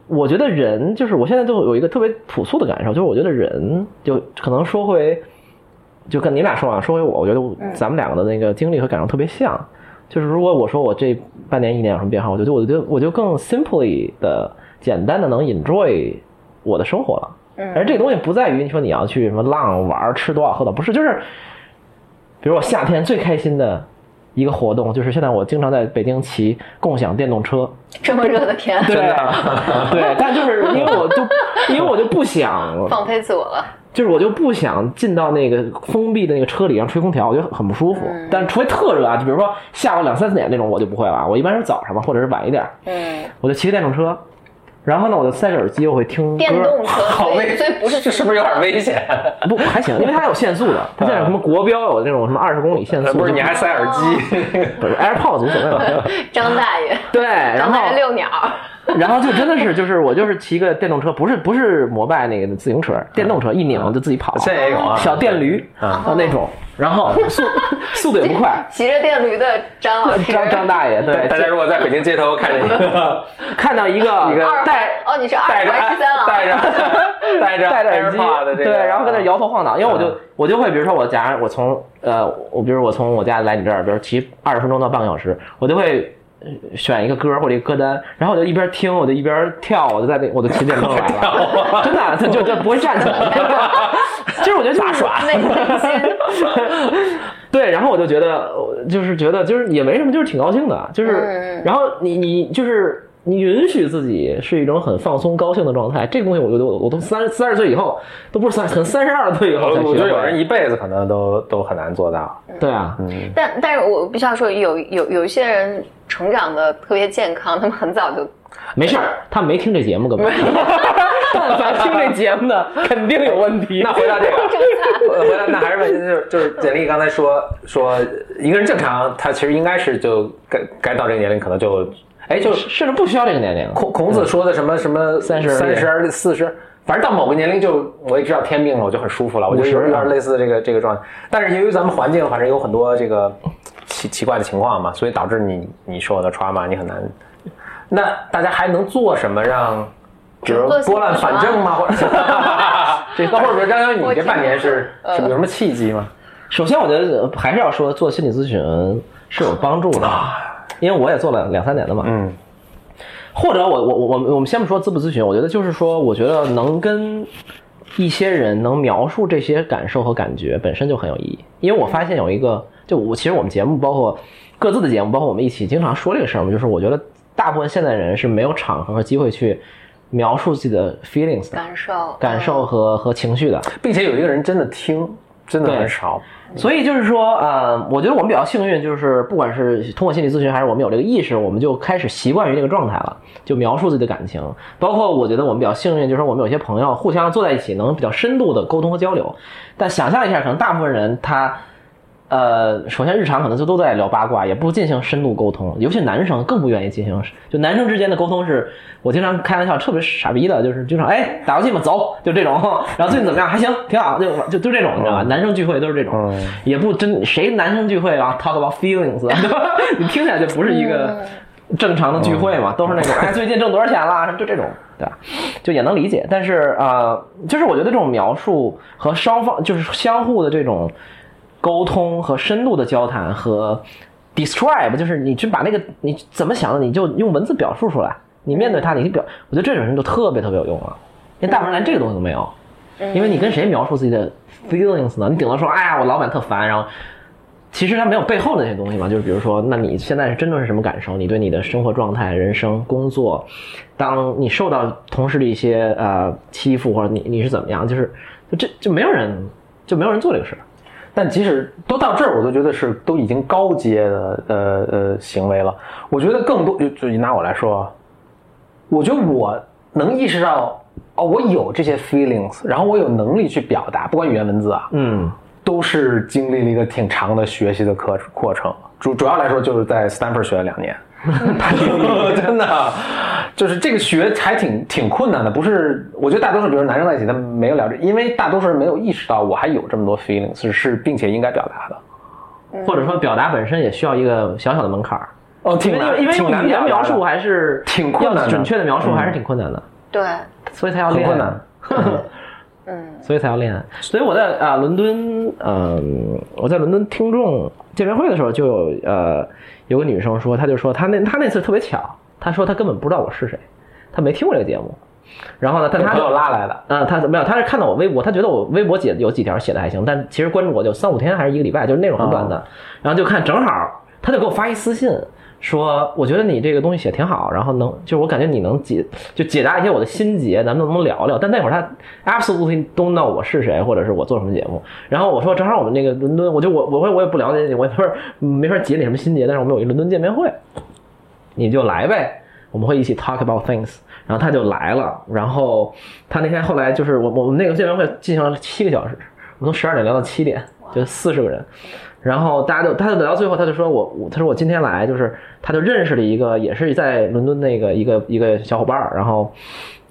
[SPEAKER 3] 我觉得人，就是我现在就有一个特别朴素的感受，就是我觉得人就可能说回，就跟你俩说啊，说回我，我觉
[SPEAKER 2] 嗯
[SPEAKER 3] 得咱们两个的那个经历和感受特别像。就是如果我说我这半年一年有什么变化，我觉得我就我就更 simply 的简单的能 enjoy 我的生活了。而
[SPEAKER 2] 嗯
[SPEAKER 3] 这个东西不在于你说你要去什么浪玩儿、吃多少、喝多少，不是，就是比如我夏天最开心的一个活动，就是现在我经常在北京骑共享电动车，
[SPEAKER 2] 这么热的天，
[SPEAKER 3] 对， [laughs] 对，但就是因为我就因为我就不想，
[SPEAKER 2] 放飞自我了，
[SPEAKER 3] 就是我就不想进到那个封闭的那个车里，然后吹空调，我觉得很不舒服。
[SPEAKER 2] 嗯
[SPEAKER 3] 但除非特热啊，就比如说下午两三点那种，我就不会了，我一般是早上吧，或者是晚一点，
[SPEAKER 2] 嗯，
[SPEAKER 3] 我就骑个电动车，然后呢，我就塞着耳机，我会听歌，
[SPEAKER 2] 电动车，
[SPEAKER 1] 好
[SPEAKER 2] 所
[SPEAKER 1] 危，
[SPEAKER 2] 以所以不是
[SPEAKER 1] 这是不是有点危险？
[SPEAKER 3] 不还行，因为它有限速的，它现在有什么国标有那种什么二十公里限速，
[SPEAKER 1] 呃不是，你还塞耳机？
[SPEAKER 3] 不是 AirPods 无所谓了。
[SPEAKER 1] [laughs]
[SPEAKER 2] 张大爷，
[SPEAKER 3] 对，然
[SPEAKER 2] 张
[SPEAKER 3] 后
[SPEAKER 2] 大爷遛鸟，
[SPEAKER 3] 然后就真的是就是我就是骑个电动车，不是不是摩拜那个自行车，电动车一拧就自己跑，
[SPEAKER 1] 现在也有啊，
[SPEAKER 3] 哦小电驴
[SPEAKER 1] 啊，
[SPEAKER 3] 啊那种，然后速速度也
[SPEAKER 1] [laughs]
[SPEAKER 3] 不快。
[SPEAKER 2] 骑着电驴的张老师，
[SPEAKER 3] 张张大爷对，
[SPEAKER 1] 大家如果在北京街头看见一个
[SPEAKER 3] 看到一个
[SPEAKER 1] 一个
[SPEAKER 2] 二环
[SPEAKER 3] 戴
[SPEAKER 2] 哦，你是二
[SPEAKER 1] 戴着
[SPEAKER 2] 环十 [laughs] 三郎，
[SPEAKER 1] 戴着戴着
[SPEAKER 3] 戴着耳
[SPEAKER 1] AirPod 的
[SPEAKER 3] 机，
[SPEAKER 1] 这个，
[SPEAKER 3] 对，然后在那摇头晃脑，因为我就
[SPEAKER 1] 嗯
[SPEAKER 3] 我就会，比如说我假如我从呃，我比如我从我家来你这儿，比如骑二十分钟到半个小时，我就会。呃选一个歌或者一个歌单，然后我就一边听，我就一边跳，我就在那，我就骑电动来
[SPEAKER 1] [laughs] 啊
[SPEAKER 3] 了，真的，就就就不会站起来。就是我觉得杂耍
[SPEAKER 2] 内
[SPEAKER 3] [laughs]
[SPEAKER 2] 心
[SPEAKER 3] 对，然后我就觉得，呃就是觉得，就是也没什么，就是挺高兴的，啊就是，
[SPEAKER 2] 嗯
[SPEAKER 3] 然后你你就是你允许自己是一种很放松、高兴的状态，这个东西我觉得我我都三三十岁以后都不是三，可能三十二岁以后才学
[SPEAKER 1] 我
[SPEAKER 3] 会。
[SPEAKER 1] 觉得有人一辈子可能都都很难做到。
[SPEAKER 3] 对啊，
[SPEAKER 1] 嗯，
[SPEAKER 2] 但但是我必须要说，有有有一些人成长的特别健康，他们很早就
[SPEAKER 3] 没事儿，他们没听这节目根本。
[SPEAKER 2] [laughs]
[SPEAKER 3] 但凡听这节目的，肯定有问题。
[SPEAKER 1] 那回答这个， [laughs] 回回答那还是问题就是就是简历刚才说说一个人正常，他其实应该是就该该到这个年龄可能就哎就
[SPEAKER 3] 甚至不需要这个年龄。
[SPEAKER 1] 孔孔子说的什么什么
[SPEAKER 3] 嗯三十
[SPEAKER 1] 三十四十，反正到某个年龄就我也知道天命了，我就很舒服了，我就有
[SPEAKER 3] 50
[SPEAKER 1] 有点类似这个这个状态。但是由于咱们环境反正有很多这个奇奇怪的情况嘛，所以导致你你受到 trauma 你很难。那大家还能做什么让，比如
[SPEAKER 2] 做些
[SPEAKER 1] 拨乱
[SPEAKER 2] 什么
[SPEAKER 1] 反正吗？
[SPEAKER 2] [laughs]
[SPEAKER 1] 或者这或者说张潇，你这半年是
[SPEAKER 2] 我听
[SPEAKER 1] 是不是有什么契机吗？
[SPEAKER 3] 首先，我觉得还是要说做心理咨询是有帮助的，
[SPEAKER 1] 啊
[SPEAKER 3] 因为我也做了两三年了嘛。
[SPEAKER 1] 嗯，
[SPEAKER 3] 或者我我我我们我们先不说咨不咨询，我觉得就是说，我觉得能跟一些人能描述这些感受和感觉本身就很有意义，因为我发现有一个，就我其实我们节目包括各自的节目，包括我们一起经常说这个事儿嘛，就是我觉得大部分现代人是没有场合和机会去描述自己的 feelings 的
[SPEAKER 2] 感受嗯
[SPEAKER 3] 感受和和情绪的，
[SPEAKER 1] 并且有一个人真的听，真的
[SPEAKER 3] 对
[SPEAKER 1] 很少。
[SPEAKER 3] 所以就是说，呃，我觉得我们比较幸运，就是不管是通过心理咨询，还是我们有这个意识，我们就开始习惯于这个状态了，就描述自己的感情。包括我觉得我们比较幸运，就是我们有些朋友互相坐在一起，能比较深度的沟通和交流。但想象一下，可能大部分人他呃，首先日常可能就都在聊八卦，也不进行深度沟通，尤其男生更不愿意进行。就男生之间的沟通是，我经常开玩笑，特别傻逼的，就是经常哎打游戏嘛，走，就这种。 [laughs] 然后最近怎么样？还行，挺好，就就就这种，你知道吧？男生聚会都是这种，
[SPEAKER 1] 嗯
[SPEAKER 3] 也不真谁男生聚会啊，talk about feelings，对吧 [laughs] 你听起来就不是一个正常的聚会嘛，都是那种哎最近挣多少钱啦，就这种，对吧？就也能理解，但是呃，就是我觉得这种描述和双方就是相互的这种。沟通和深度的交谈和 describe，就是你去把那个你怎么想的，你就用文字表述出来。你面对他，你去表，我觉得这种人就特别特别有用了。因为大部分人连这个东西都没有，因为你跟谁描述自己的 feelings 呢？你顶多说，哎呀，我老板特烦，然后其实他没有背后的那些东西嘛，就是比如说，那你现在是真的是什么感受？你对你的生活状态、人生、工作，当你受到同事的一些呃欺负，或者你你是怎么样？就是就这就没有人就没有人做这个事儿。
[SPEAKER 1] 但即使都到这儿，我都觉得是都已经高阶的呃呃行为了。我觉得更多就就拿我来说啊，我觉得我能意识到哦，我有这些 feelings，然后我有能力去表达，不管语言文字啊，
[SPEAKER 3] 嗯
[SPEAKER 1] 都是经历了一个挺长的学习的课过程。主主要来说就是在 Stanford 学了两年， [laughs] 真的就是这个学还挺挺困难的。不是，我觉得大多数，比如男生在一起，他们没有聊这，因为大多数人没有意识到我还有这么多 feelings 是是并且应该表达的。
[SPEAKER 3] 或者说表达本身也需要一个小小的门槛儿，
[SPEAKER 1] 哦，
[SPEAKER 3] 因
[SPEAKER 1] 挺
[SPEAKER 3] 为
[SPEAKER 1] 难，
[SPEAKER 3] 因为
[SPEAKER 1] 挺
[SPEAKER 3] 用
[SPEAKER 1] 难
[SPEAKER 3] 语言
[SPEAKER 1] 表达
[SPEAKER 3] 描
[SPEAKER 1] 的
[SPEAKER 3] 述还是
[SPEAKER 1] 挺困难的
[SPEAKER 3] 要准确的嗯描述还是挺困难的，
[SPEAKER 2] 对，
[SPEAKER 3] 所以才要
[SPEAKER 1] 很
[SPEAKER 3] 练，
[SPEAKER 1] 困难。
[SPEAKER 2] 嗯
[SPEAKER 3] 所以才要练。所以我在啊、伦敦，嗯、我在伦敦听众见面会的时候，就有呃有个女生说，她就说她那她那次特别巧，她说她根本不知道我是谁，她没听过这个节目，然后呢，但她
[SPEAKER 1] 朋友拉来的，
[SPEAKER 3] 啊、他没有，他是看到我微博，他觉得我微博写有几条写的还行，但其实关注我就三五天还是一个礼拜，就是内容很短的。然后就看正好，他就给我发一私信说，我觉得你这个东西写挺好，然后能就是我感觉你能解就解答一些我的心结，咱们能不能聊聊？但那会儿他 absolutely don't know 我是谁，或者是我做什么节目。然后我说正好我们那个伦敦，我就我我会我也不了解你，我也不是没法解你什么心结，但是我们有一伦敦见面会，你就来呗，我们会一起 talk about things。然后他就来了，然后他那天后来就是我我们那个见面会进行了七个小时，我们从十二点聊到七点，就四十个人。然后大家就，他就聊到最后，他就说我，我他说我今天来就是，他就认识了一个也是在伦敦那个一个一个小伙伴儿，然后，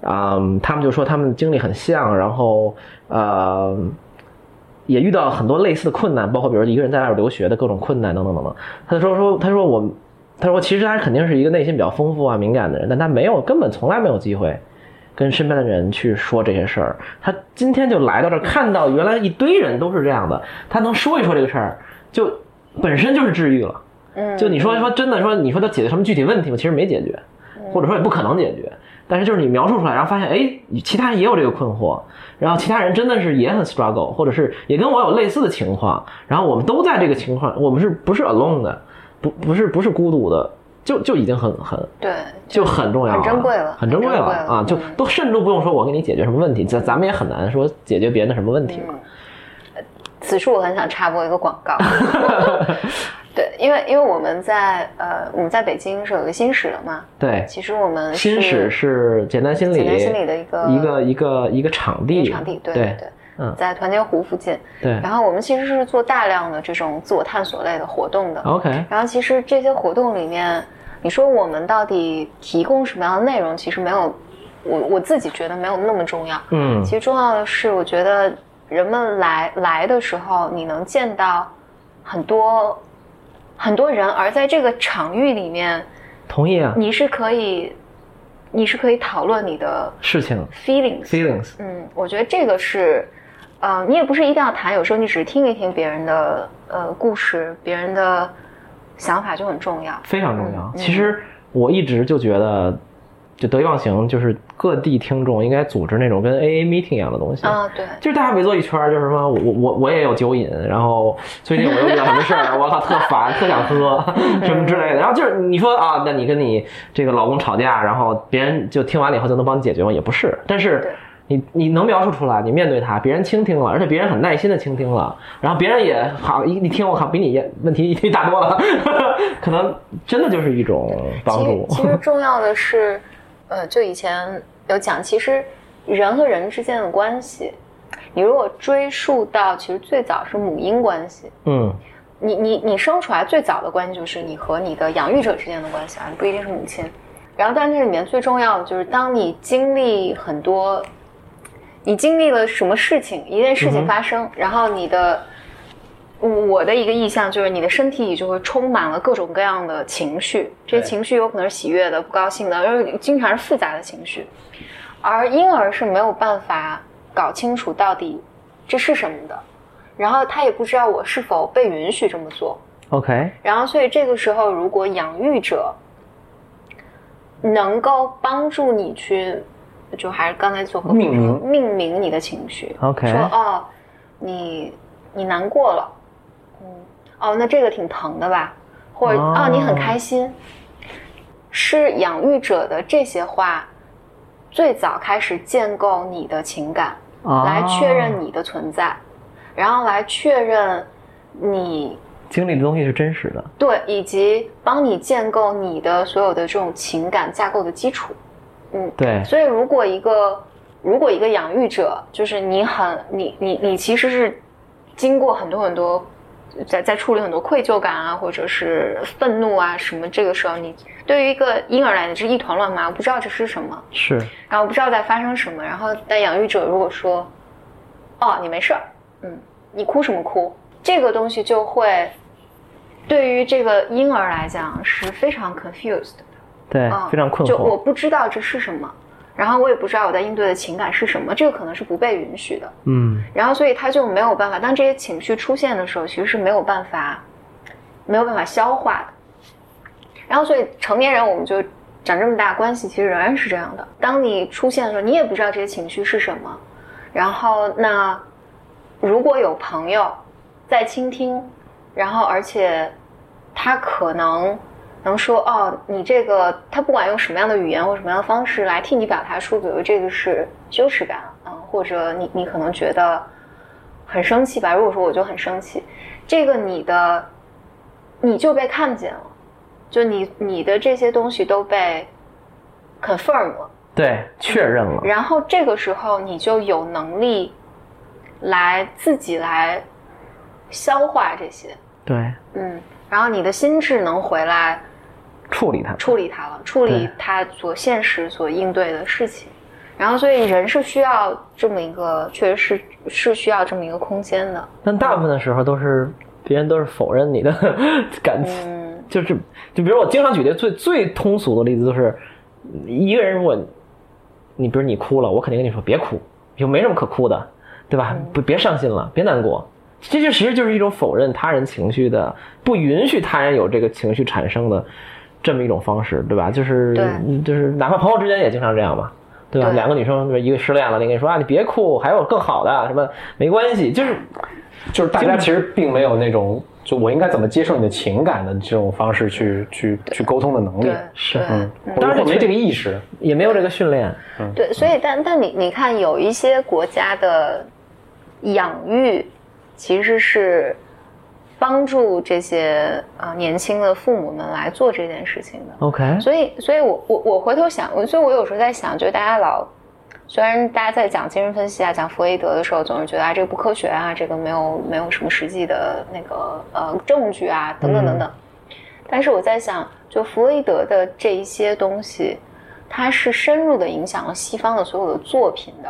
[SPEAKER 3] 嗯，他们就说他们经历很像，然后呃，也遇到很多类似的困难，包括比如一个人在外边留学的各种困难等等等等。他就说说他说我他说其实他肯定是一个内心比较丰富啊敏感的人，但他没有根本从来没有机会跟身边的人去说这些事儿。他今天就来到这儿，看到原来一堆人都是这样的，他能说一说这个事儿，就本身就是治愈了。
[SPEAKER 2] 嗯，
[SPEAKER 3] 就你说说真的说，你说他解决什么具体问题吗？其实没解决，
[SPEAKER 2] 嗯
[SPEAKER 3] 或者说也不可能解决。但是就是你描述出来，然后发现，哎，其他人也有这个困惑，然后其他人真的是也很 struggle，或者是也跟我有类似的情况，然后我们都在这个情况，我们是不是 alone 的，不不是不是孤独的，就就已经很很
[SPEAKER 2] 对，
[SPEAKER 3] 就很重要
[SPEAKER 2] 很
[SPEAKER 3] 了，
[SPEAKER 2] 珍贵了
[SPEAKER 3] 很珍贵了
[SPEAKER 2] 很珍贵了
[SPEAKER 3] 啊！就
[SPEAKER 2] 嗯
[SPEAKER 3] 都甚至都不用说我给你解决什么问题，咱咱们也很难说解决别人的什么问题
[SPEAKER 2] 嗯
[SPEAKER 3] 嘛。
[SPEAKER 2] 此处我很想插播一个广
[SPEAKER 3] [laughs]
[SPEAKER 2] 告，对，因为因为我们在呃我们在北京是有一个新史的嘛，
[SPEAKER 3] 对，
[SPEAKER 2] 其实我们是
[SPEAKER 3] 心史是简单心理，
[SPEAKER 2] 简单心理的一个
[SPEAKER 3] 一个一个一个场地，
[SPEAKER 2] 场地，对
[SPEAKER 3] 对
[SPEAKER 2] 对，
[SPEAKER 3] 嗯
[SPEAKER 2] 在团结湖附近，
[SPEAKER 3] 对
[SPEAKER 2] 然后我们其实是做大量的这种自我探索类的活动的，
[SPEAKER 3] ，OK，
[SPEAKER 2] 然后其实这些活动里面，你说我们到底提供什么样的内容，其实没有，我我自己觉得没有那么重要。
[SPEAKER 3] 嗯
[SPEAKER 2] 其实重要的是，我觉得人们来来的时候，你能见到很多很多人，而在这个场域里面，，
[SPEAKER 3] 同意啊，
[SPEAKER 2] 你是可以你是可以讨论你的
[SPEAKER 3] 事情
[SPEAKER 2] feelings。
[SPEAKER 3] feelings，
[SPEAKER 2] 嗯，我觉得这个是，呃，你也不是一定要谈，有时候你只是听一听别人的呃故事，别人的想法就很重要。
[SPEAKER 3] 非常重要
[SPEAKER 2] 嗯。嗯
[SPEAKER 3] 其实我一直就觉得，就得意忘形，就是各地听众应该组织那种跟 AA meeting 一样的东西。
[SPEAKER 2] 啊，对，
[SPEAKER 3] 就是大家围坐一圈儿，就是什么我我我我也有酒瘾，然后最近我又遇到什么事儿， [laughs] 我靠特烦，特想喝 [laughs] 什么之类的。然后就是你说啊，那你跟你这个老公吵架，然后别人就听完了以后就能帮你解决吗？也不是，但是
[SPEAKER 2] 对。
[SPEAKER 3] 你你能描述出来，你面对他，别人倾听了，而且别人很耐心的倾听了，然后别人也好，一你听我靠，比你也问题一定大多了， [laughs] 可能真的就是一种帮助
[SPEAKER 2] 其。实其实重要的是，呃，就以前有讲，其实人和人之间的关系，你如果追溯到其实最早是母婴关系，
[SPEAKER 3] 嗯
[SPEAKER 2] 你你你生出来最早的关系就是你和你的养育者之间的关系啊，不一定是母亲。然后，但是里面最重要的就是，当你经历很多，你经历了什么事情，一件事情发生，然后你的，我的一个意向就是，你的身体里就会充满了各种各样的情绪，这
[SPEAKER 6] 对
[SPEAKER 2] 些情绪有可能是喜悦的、不高兴的，然后经常是复杂的情绪。而婴儿是没有办法搞清楚到底这是什么的，然后他也不知道我是否被允许这么做。
[SPEAKER 3] OK，
[SPEAKER 2] 然后，所以这个时候，如果养育者能够帮助你去，就还是刚才做
[SPEAKER 1] 命名
[SPEAKER 2] 命名你的情绪
[SPEAKER 3] OK
[SPEAKER 2] 说哦，你你难过了，嗯，哦，那这个挺疼的吧，或者
[SPEAKER 3] 哦
[SPEAKER 2] 哦你很开心，是养育者的这些话最早开始建构你的情感，来确认
[SPEAKER 3] 你
[SPEAKER 2] 你的存在，然后来确认你
[SPEAKER 3] 经历的东西是真实的。
[SPEAKER 2] 对，以及帮你建构你的所有的这种情感架构的基础。
[SPEAKER 3] 对，
[SPEAKER 2] 所以，如果一个如果一个养育者，就是你很你你你其实是经过很多很多，在在处理很多愧疚感啊，或者是愤怒啊什么，这个时候你对于一个婴儿来讲是一团乱麻，我不知道这是什么，
[SPEAKER 3] 是
[SPEAKER 2] 然后我不知道在发生什么。然后，但养育者如果说，哦，你没事儿，嗯，你哭什么哭？这个东西就会对于这个婴儿来讲是非常 confused 的，
[SPEAKER 3] 对
[SPEAKER 2] 嗯，，
[SPEAKER 3] 哎非常困
[SPEAKER 2] 就我
[SPEAKER 3] 惑。
[SPEAKER 2] 不知道这是什么，然后我也不知道我在应对的情感是什么，这个可能是不被允许的。
[SPEAKER 3] 嗯，
[SPEAKER 2] 然后，所以他就没有办法，当这些情绪出现的时候，其实是没有办法，没有办法消化的。然后，所以成年人我们就长这么大，关系其实仍然是这样的。当你出现的时候，你也不知道这些情绪是什么。然后，那如果有朋友在倾听，然后而且他可能能说哦，你这个他不管用什么样的语言或什么样的方式来替你表达出，比如这个是羞耻感，嗯，或者你你可能觉得很生气吧。如果说我就很生气，这个你的你就被看见了，就你你的这些东西都被 confirm 了，
[SPEAKER 3] 对，确认了。
[SPEAKER 2] 然后这个时候你就有能力来自己来消化这些，
[SPEAKER 3] 对，
[SPEAKER 2] 嗯，然后你的心智能回来。
[SPEAKER 3] 处理它。
[SPEAKER 2] 处理它了，处理
[SPEAKER 3] 对
[SPEAKER 2] 它所现实所应对的事情。然后，所以人是需要这么一个，确实是是需要这么一个空间的。
[SPEAKER 3] 但大部分的时候都是别人都是否认你的 [laughs] 感情，
[SPEAKER 2] 嗯，
[SPEAKER 3] 就是就比如我经常举的最最通俗的例子就是，一个人如果你比如你哭了，我肯定跟你说别哭，就没什么可哭的，对吧？
[SPEAKER 2] 嗯
[SPEAKER 3] 不别伤心了，别难过。这就其实就是一种否认他人情绪的，不允许他人有这个情绪产生的这么一种方式，对吧？就是
[SPEAKER 2] 对
[SPEAKER 3] 就是哪怕朋友之间也经常这样嘛，对吧？
[SPEAKER 2] 对
[SPEAKER 3] 两个女生一个失恋了，另一个说啊你别哭，还有更好的什么没关系，就是
[SPEAKER 1] 就是大家其实并没有那种，就我应该怎么接受你的情感的这种方式去去去沟通的能力
[SPEAKER 2] 对，，
[SPEAKER 3] 是
[SPEAKER 2] 对
[SPEAKER 1] 嗯，我
[SPEAKER 3] 当然
[SPEAKER 1] 我
[SPEAKER 3] 这
[SPEAKER 1] 没这个意识，
[SPEAKER 3] 也没有这个训练。
[SPEAKER 2] 对，所以但但你你看，有一些国家的养育其实是帮助这些啊、呃年轻的父母们来做这件事情的。
[SPEAKER 3] OK，
[SPEAKER 2] 所以，所以我我我回头想，我所以我有时候在想，就是大家老，虽然大家在讲精神分析啊、讲弗洛伊德的时候，总是觉得啊这个不科学啊，这个没有没有什么实际的那个呃证据啊，等等等等。但是我在想，就弗洛伊德的这一些东西，它是深入的影响了西方的所有的作品的，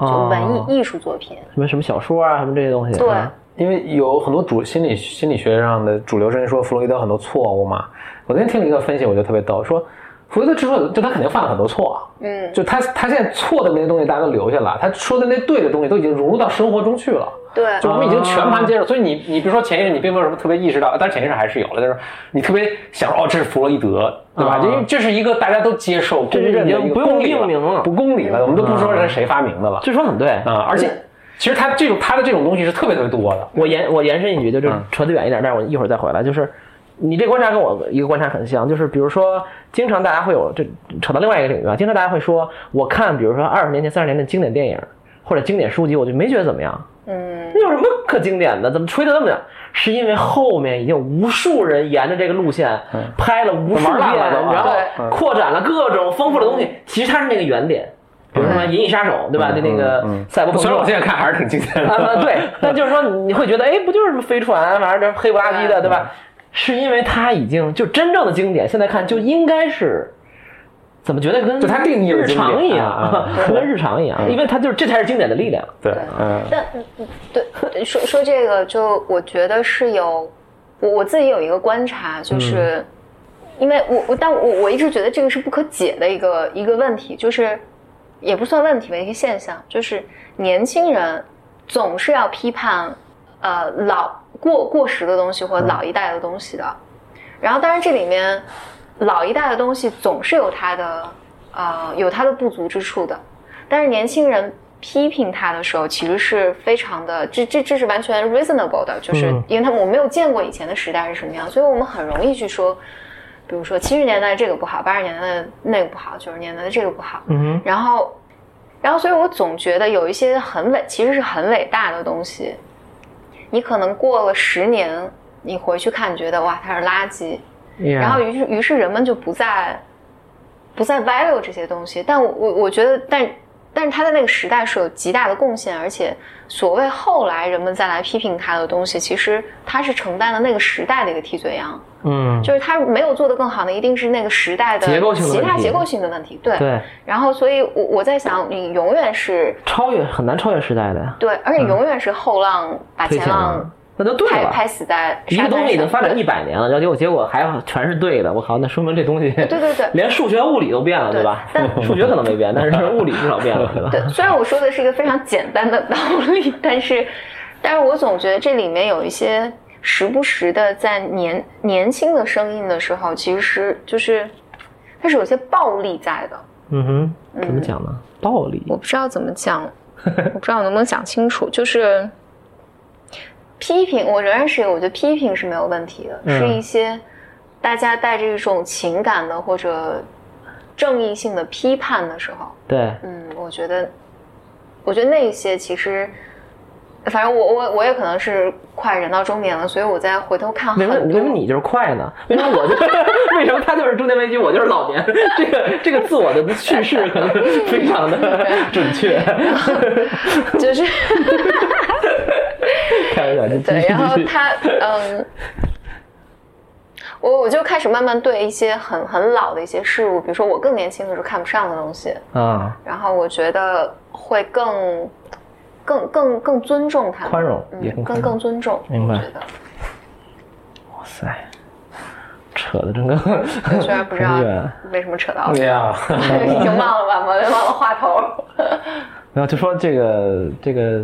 [SPEAKER 2] 就
[SPEAKER 3] 哦
[SPEAKER 2] 文艺、艺术作品。
[SPEAKER 3] 什么什么小说啊，什么这些东西。
[SPEAKER 2] 对
[SPEAKER 3] 啊
[SPEAKER 1] 因为有很多主心理心理学上的主流声音说弗洛伊德很多错误嘛。我那天听了一个分析，我觉得特别逗，说弗洛伊德之所以就他肯定犯了很多错，啊
[SPEAKER 2] 嗯，
[SPEAKER 1] 就他他现在错的那些东西大家都留下了，他说的那对的东西都已经融入到生活中去了。
[SPEAKER 2] 对
[SPEAKER 1] 就我们已经全盘
[SPEAKER 3] 啊
[SPEAKER 1] 接受，所以你你比如说潜意识你并没有什么特别意识到，但是潜意识还是有了，但是你特别想说哦，这是弗洛伊德，对吧？
[SPEAKER 3] 啊
[SPEAKER 1] 因为这是一个大家都接受公
[SPEAKER 3] 这是
[SPEAKER 1] 认
[SPEAKER 3] 已
[SPEAKER 1] 的
[SPEAKER 3] 经
[SPEAKER 1] 一个
[SPEAKER 3] 不用
[SPEAKER 1] 公理
[SPEAKER 3] 命名了
[SPEAKER 1] 不公理了，我们都不说
[SPEAKER 3] 啊
[SPEAKER 1] 这是谁发明的了
[SPEAKER 3] 这说得很对。
[SPEAKER 1] 啊！而且其实他这种他的这种东西是特别特别多的，
[SPEAKER 3] 我延我延伸一句，就是
[SPEAKER 1] 嗯
[SPEAKER 3] 扯得远一点，但是我一会儿再回来。就是你这观察跟我一个观察很像，就是比如说，经常大家会有这扯到另外一个领域啊，经常大家会说，我看比如说二十年前、三十年的经典电影或者经典书籍，我就没觉得怎么样。
[SPEAKER 2] 嗯，
[SPEAKER 3] 那有什么可经典的？怎么吹得那么响？是因为后面已经无数人沿着这个路线拍了无数
[SPEAKER 1] 嗯玩
[SPEAKER 3] 遍，
[SPEAKER 1] 烂了都嗯
[SPEAKER 3] 然
[SPEAKER 1] 对
[SPEAKER 3] 后扩展了各种丰富的东西。其实它是那个原点，比如说什么
[SPEAKER 1] 嗯
[SPEAKER 3] 《银翼杀手》，对吧？就那个赛博
[SPEAKER 1] [laughs]
[SPEAKER 3] 朋克。
[SPEAKER 1] 虽然我现在看还是 [laughs] 挺精彩的。
[SPEAKER 3] 啊，对， [laughs] 但就是说你会觉得，哎，不就是什么飞船，反正这黑不拉几的，对吧？是因为它已经就真正的经典，现在看就应该是。怎么觉得跟
[SPEAKER 1] 就它定义了
[SPEAKER 3] 日常一
[SPEAKER 1] 经典
[SPEAKER 3] [laughs] 样，跟日常一样，因为它就是这才是经典的力量。
[SPEAKER 1] [laughs] 对
[SPEAKER 2] 对，
[SPEAKER 1] 嗯，
[SPEAKER 2] 但嗯嗯对对说说这个，就我觉得是有我我自己有一个观察，就是、因为我我但我我一直觉得这个是不可解的一个一个问题，就是也不算问题吧，一个现象，就是年轻人总是要批判呃老过过时的东西或者老一代的东西的，然后当然这里面老一代的东西总是有它的呃有它的不足之处的，但是年轻人批评他的时候，其实是非常的，这这这是完全 reasonable 的，就是
[SPEAKER 3] 嗯
[SPEAKER 2] 因为他们我没有见过以前的时代是什么样，所以我们很容易去说，比如说七十年代这个不好，八十年代的那个不好，九十年代的这个不好，
[SPEAKER 3] 嗯
[SPEAKER 2] 然后，然后，所以我总觉得有一些很伟，其实是很伟大的东西，你可能过了十年，你回去看，你觉得哇，它是垃圾，
[SPEAKER 3] 哼，然
[SPEAKER 2] 然后于是于是人们就不再不再 value 这些东西。但我我我觉得，但但是他在那个时代是有极大的贡献，而且所谓后来人们再来批评他的东西，其实他是承担了那个时代的一个替罪羊，
[SPEAKER 3] 嗯，
[SPEAKER 2] 就是他没有做得更好的，一定是那个时代的
[SPEAKER 3] 结构性的
[SPEAKER 2] 其他
[SPEAKER 3] 问题
[SPEAKER 2] 结构性的问题。对。
[SPEAKER 3] 对，
[SPEAKER 2] 然后，所以我我在想，你永远是
[SPEAKER 3] 超越很难超越时代的，
[SPEAKER 2] 对，而且永远是后浪把
[SPEAKER 3] 推
[SPEAKER 2] 前
[SPEAKER 3] 嗯前
[SPEAKER 2] 浪
[SPEAKER 3] 浪，那就对啊
[SPEAKER 2] 拍
[SPEAKER 3] 了。
[SPEAKER 2] 拍死在
[SPEAKER 3] 一
[SPEAKER 2] 沙
[SPEAKER 3] 个
[SPEAKER 2] 滩
[SPEAKER 3] 东西已经
[SPEAKER 2] 上
[SPEAKER 3] 发展一百年了，然后结果结果还全是对的，我靠，那说明这
[SPEAKER 2] [laughs]
[SPEAKER 3] 东西
[SPEAKER 2] 对对对
[SPEAKER 3] 连数学物理都变了，
[SPEAKER 2] 对
[SPEAKER 3] 对吧？
[SPEAKER 2] 但
[SPEAKER 3] 数学可能没 [laughs] 变，但是物理至少变了，对吧？
[SPEAKER 2] 对，
[SPEAKER 3] [laughs]
[SPEAKER 2] 虽然我说的是一个非常简单的道理，但是， [laughs] 但是我总觉得这里面有一些时不时的在年年轻的声音的时候，其实就是它是有些暴力在的。
[SPEAKER 3] 嗯哼，怎么讲呢？道理，
[SPEAKER 2] 我不知道怎么讲，我不知道我能不能讲清楚，就是批评，我仍然是有，我觉得批评是没有问题的，
[SPEAKER 3] 嗯
[SPEAKER 2] 是一些大家带着一种情感的或者正义性的批判的时候，
[SPEAKER 3] 对，
[SPEAKER 2] 嗯，我觉得，我觉得那一些其实，反正我我我也可能是快人到中年了，所以我再回头看
[SPEAKER 3] 为什么
[SPEAKER 2] 很
[SPEAKER 3] 为什么
[SPEAKER 2] 多。
[SPEAKER 3] 你就是快呢？为什么我就 [laughs] 为什么他就是中年危机，我就是老年？ [laughs] 这个这个自我的叙事可能非常的准确。 [laughs]
[SPEAKER 2] 就是
[SPEAKER 3] 开玩笑， [laughs] 就继
[SPEAKER 2] 对，
[SPEAKER 3] 续
[SPEAKER 2] 然后
[SPEAKER 3] 继续
[SPEAKER 2] 他嗯，我我就开始慢慢对一些很很老的一些事物，比如说我更年轻的时候看不上的东西，
[SPEAKER 3] 啊，
[SPEAKER 2] 然后我觉得会更更更更尊重他们，
[SPEAKER 3] 宽容也
[SPEAKER 2] 嗯，更
[SPEAKER 3] 更宽
[SPEAKER 2] 更尊重，
[SPEAKER 3] 明白
[SPEAKER 2] 我觉得
[SPEAKER 3] 哇塞，扯的真跟
[SPEAKER 2] 我虽然不知道
[SPEAKER 3] 很远
[SPEAKER 2] 为什么扯到
[SPEAKER 1] 哎
[SPEAKER 2] 了，
[SPEAKER 1] 呀，
[SPEAKER 2] 已经忘了吧，忘了忘了话头。
[SPEAKER 3] 然后就说这个这个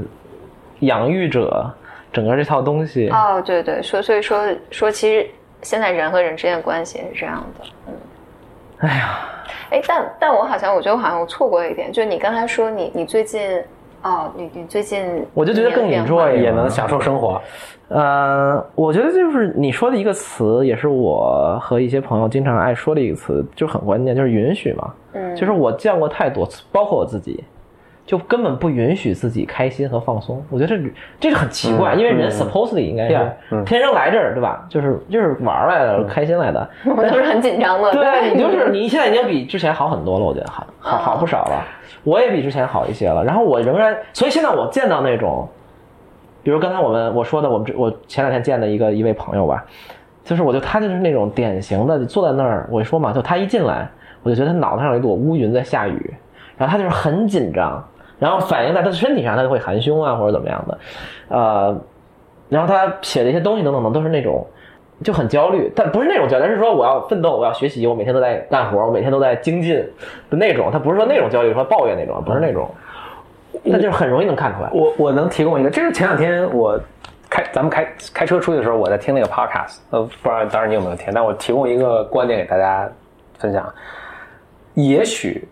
[SPEAKER 3] 养育者整个这套东西，
[SPEAKER 2] 哦，对对，所以所以说说，其实现在人和人之间的关系是这样的，嗯
[SPEAKER 3] 哎呀，
[SPEAKER 2] 哎，但但我好像我觉得我好像我错过了一点，就是你刚才说你你最近哦，你你最近
[SPEAKER 3] 我就觉得更
[SPEAKER 2] 一年的变化
[SPEAKER 3] enjoy
[SPEAKER 1] 也嗯能享受生活。
[SPEAKER 3] 呃，我觉得就是你说的一个词，也是我和一些朋友经常爱说的一个词，就很关键，就是允许嘛。
[SPEAKER 2] 嗯，
[SPEAKER 3] 就是我见过太多，包括我自己，就根本不允许自己开心和放松。我觉得这这个很奇怪，
[SPEAKER 1] 嗯
[SPEAKER 3] 因为人
[SPEAKER 1] 嗯
[SPEAKER 3] supposedly 应该是、
[SPEAKER 1] 对啊嗯
[SPEAKER 3] 天生来这儿，对吧？就是就是玩儿来的，开心来的。
[SPEAKER 2] 我都是很紧张的，
[SPEAKER 3] 对嗯你就是你现在已经比之前好很多了，我觉得好好好不少了。我也比之前好一些了，然后我仍然，所以现在我见到那种，比如刚才我们我说的，我们这我前两天见的一个一位朋友吧，就是我就他就是那种典型的，就坐在那儿，我说嘛，就他一进来，我就觉得他脑袋上有一朵乌云在下雨，然后他就是很紧张，然后反映在他的身体上，他就会含胸啊或者怎么样的，呃，然后他写的一些东西等等等都是那种就很焦虑，但不是那种焦虑，而是说我要奋斗，我要学习，我每天都在干活，我每天都在精进的那种。他不是说那种焦虑，说抱怨那种，不是那种，那就是很容易能看出来。
[SPEAKER 1] 我我能提供一个，这是前两天我开咱们开开车出去的时候，我在听那个 podcast，呃，不知道当时你有没有听，但我提供一个观点给大家分享。也许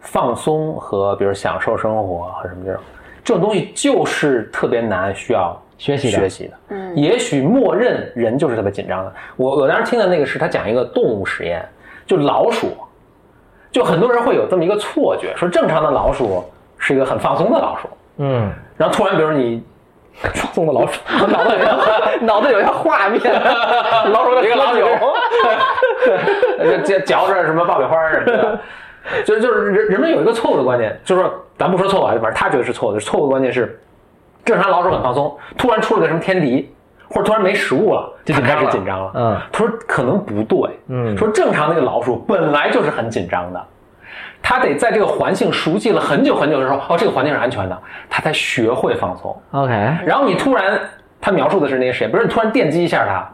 [SPEAKER 1] 放松和比如享受生活和什么这种这种东西，就是特别难需要
[SPEAKER 3] 学习的
[SPEAKER 1] 学习的。嗯，也许默认人就是特别紧张的。我我当时听的那个是他讲一个动物实验，就老鼠。就很多人会有这么一个错觉，说正常的老鼠是一个很放松的老鼠，
[SPEAKER 3] 嗯，
[SPEAKER 1] 然后突然，比如你
[SPEAKER 3] 送的老鼠，脑袋
[SPEAKER 1] [laughs]
[SPEAKER 3] 有脑袋有一个画面，老鼠在
[SPEAKER 1] 一个
[SPEAKER 3] 喝
[SPEAKER 1] 老
[SPEAKER 3] 酒
[SPEAKER 1] [laughs] 鼠，对，就嚼嚼着什么爆米花什么的， [laughs] 就是就是人人们有一个错误的观念，就是说咱不说错误啊，反正他觉得是错的，错误的观念是，正常老鼠很放松，突然出了个什么天敌，或者突然没食物了，就
[SPEAKER 6] 紧张
[SPEAKER 1] 开始
[SPEAKER 6] 了
[SPEAKER 1] 紧张了。
[SPEAKER 3] 嗯
[SPEAKER 1] 他说可能不对，
[SPEAKER 3] 嗯
[SPEAKER 1] 说正常那个老鼠本来就是很紧张的，它得在这个环境熟悉了很久很久的时候，哦，这个环境是安全的，它才学会放松。
[SPEAKER 3] ，OK，
[SPEAKER 1] 然后你突然，他描述的是那个谁，比如你突然电击一下他，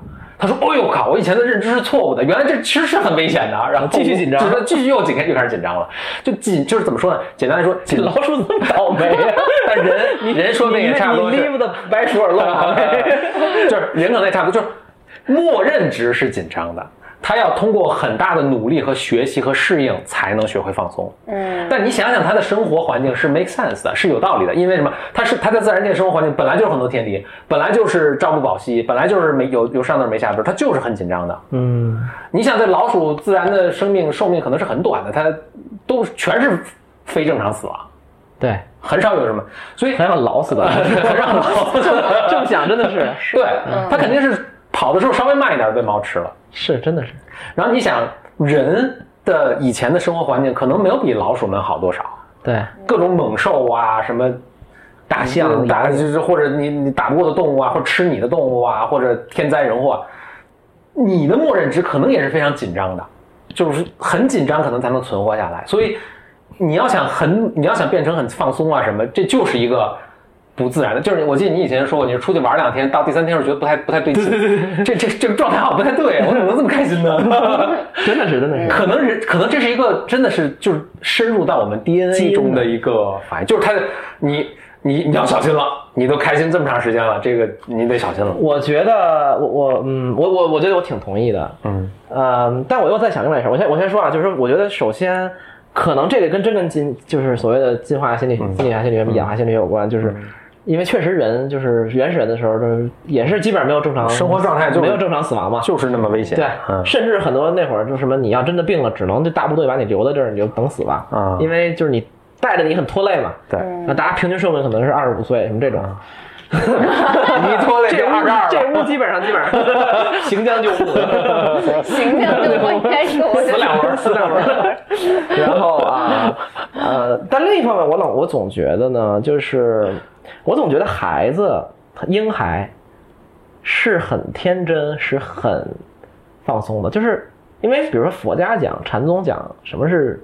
[SPEAKER 1] 他说：“哎呦靠，我以前的认知是错误的，原来这其实是很危险的。”然后
[SPEAKER 3] 继续紧张
[SPEAKER 1] 就是继续又紧又开始紧张了，就紧就是怎么说呢？简单来说，紧
[SPEAKER 3] [laughs] 老鼠怎么倒霉啊？
[SPEAKER 1] [laughs] 但人人说那也差不多
[SPEAKER 3] 你
[SPEAKER 1] 是，
[SPEAKER 3] leave 的白鼠耳漏啊
[SPEAKER 1] 就是人可能也差不多，就是默认值是紧张的。他要通过很大的努力和学习和适应，才能学会放松。
[SPEAKER 2] 嗯，
[SPEAKER 1] 但你想想，他的生活环境是 make sense 的，是有道理的。因为什么？他是他在自然界生活环境本来就是很多天敌，本来就是朝不保夕，本来就是没有有上顿没下顿，他就是很紧张的。
[SPEAKER 3] 嗯，
[SPEAKER 1] 你想，这老鼠自然的生命寿命可能是很短的，它都全是非正常死亡，
[SPEAKER 3] 对，
[SPEAKER 1] 很少有什么，所以
[SPEAKER 3] [laughs] 很
[SPEAKER 1] [laughs]
[SPEAKER 3] 想老死的，
[SPEAKER 1] 很少老鼠。
[SPEAKER 3] [laughs] 这么想真的是
[SPEAKER 1] 对，它肯定是跑的时候稍微慢一点被猫吃了。
[SPEAKER 3] 是真的是，
[SPEAKER 1] 然后你想，人的以前的生活环境可能没有比老鼠们好多少。
[SPEAKER 3] 对，
[SPEAKER 1] 各种猛兽啊，什么大象
[SPEAKER 3] 嗯
[SPEAKER 1] 打就是或者你你打不过的动物啊，或者吃你的动物啊，或者天灾人祸啊，你的默认值可能也是非常紧张的，就是很紧张，可能才能存活下来。所以你要想很，你要想变成很放松啊什么，这就是一个。不自然的，就是我记得你以前说过，你是出去玩两天，到第三天我觉得不太不太对劲，这这这个状态好像不太对，我怎么能这么开心呢？ [laughs]
[SPEAKER 3] 真的是真的是，
[SPEAKER 1] 可能人可能这是一个真的是就是深入到我们 DNA 中的一个反应，就是他你你你要小心了，你都开心这么长时间了，这个你得小心了。
[SPEAKER 3] 我觉得我我嗯我我我觉得我挺同意的，
[SPEAKER 1] 嗯
[SPEAKER 3] 嗯，但我又在想另外一事儿。我先我先说啊，就是说我觉得首先，可能这个跟真跟进就是所谓的进化心理、
[SPEAKER 1] 嗯
[SPEAKER 3] 心理学、心理学、演化心理学有关，就是。因为确实人就是原始人的时候，就是也是基本上没有正常
[SPEAKER 1] 生活状态就是
[SPEAKER 3] 没有正常死亡嘛，
[SPEAKER 1] 就是那么危险。
[SPEAKER 3] 对，
[SPEAKER 1] 嗯
[SPEAKER 3] 甚至很多那会儿就什么，你要真的病了，只能就大部队把你留在这儿，你就等死吧。
[SPEAKER 1] 啊
[SPEAKER 3] 因为就是你带着你很拖累嘛。
[SPEAKER 1] 对，
[SPEAKER 3] 那大家平均寿命可能是二十五岁，什么这种。
[SPEAKER 1] 你拖累
[SPEAKER 3] 这屋
[SPEAKER 1] 二十二
[SPEAKER 3] 这屋基本上基本上行将就木，
[SPEAKER 2] 形象就不应该是我觉
[SPEAKER 3] 死
[SPEAKER 2] 得
[SPEAKER 3] 两轮，死两轮。 [laughs] 然后啊，呃，但另一方面，我老我总觉得呢，就是我总觉得孩子婴孩是很天真，是很放松的，就是因为比如说佛家讲、禅宗讲什么是。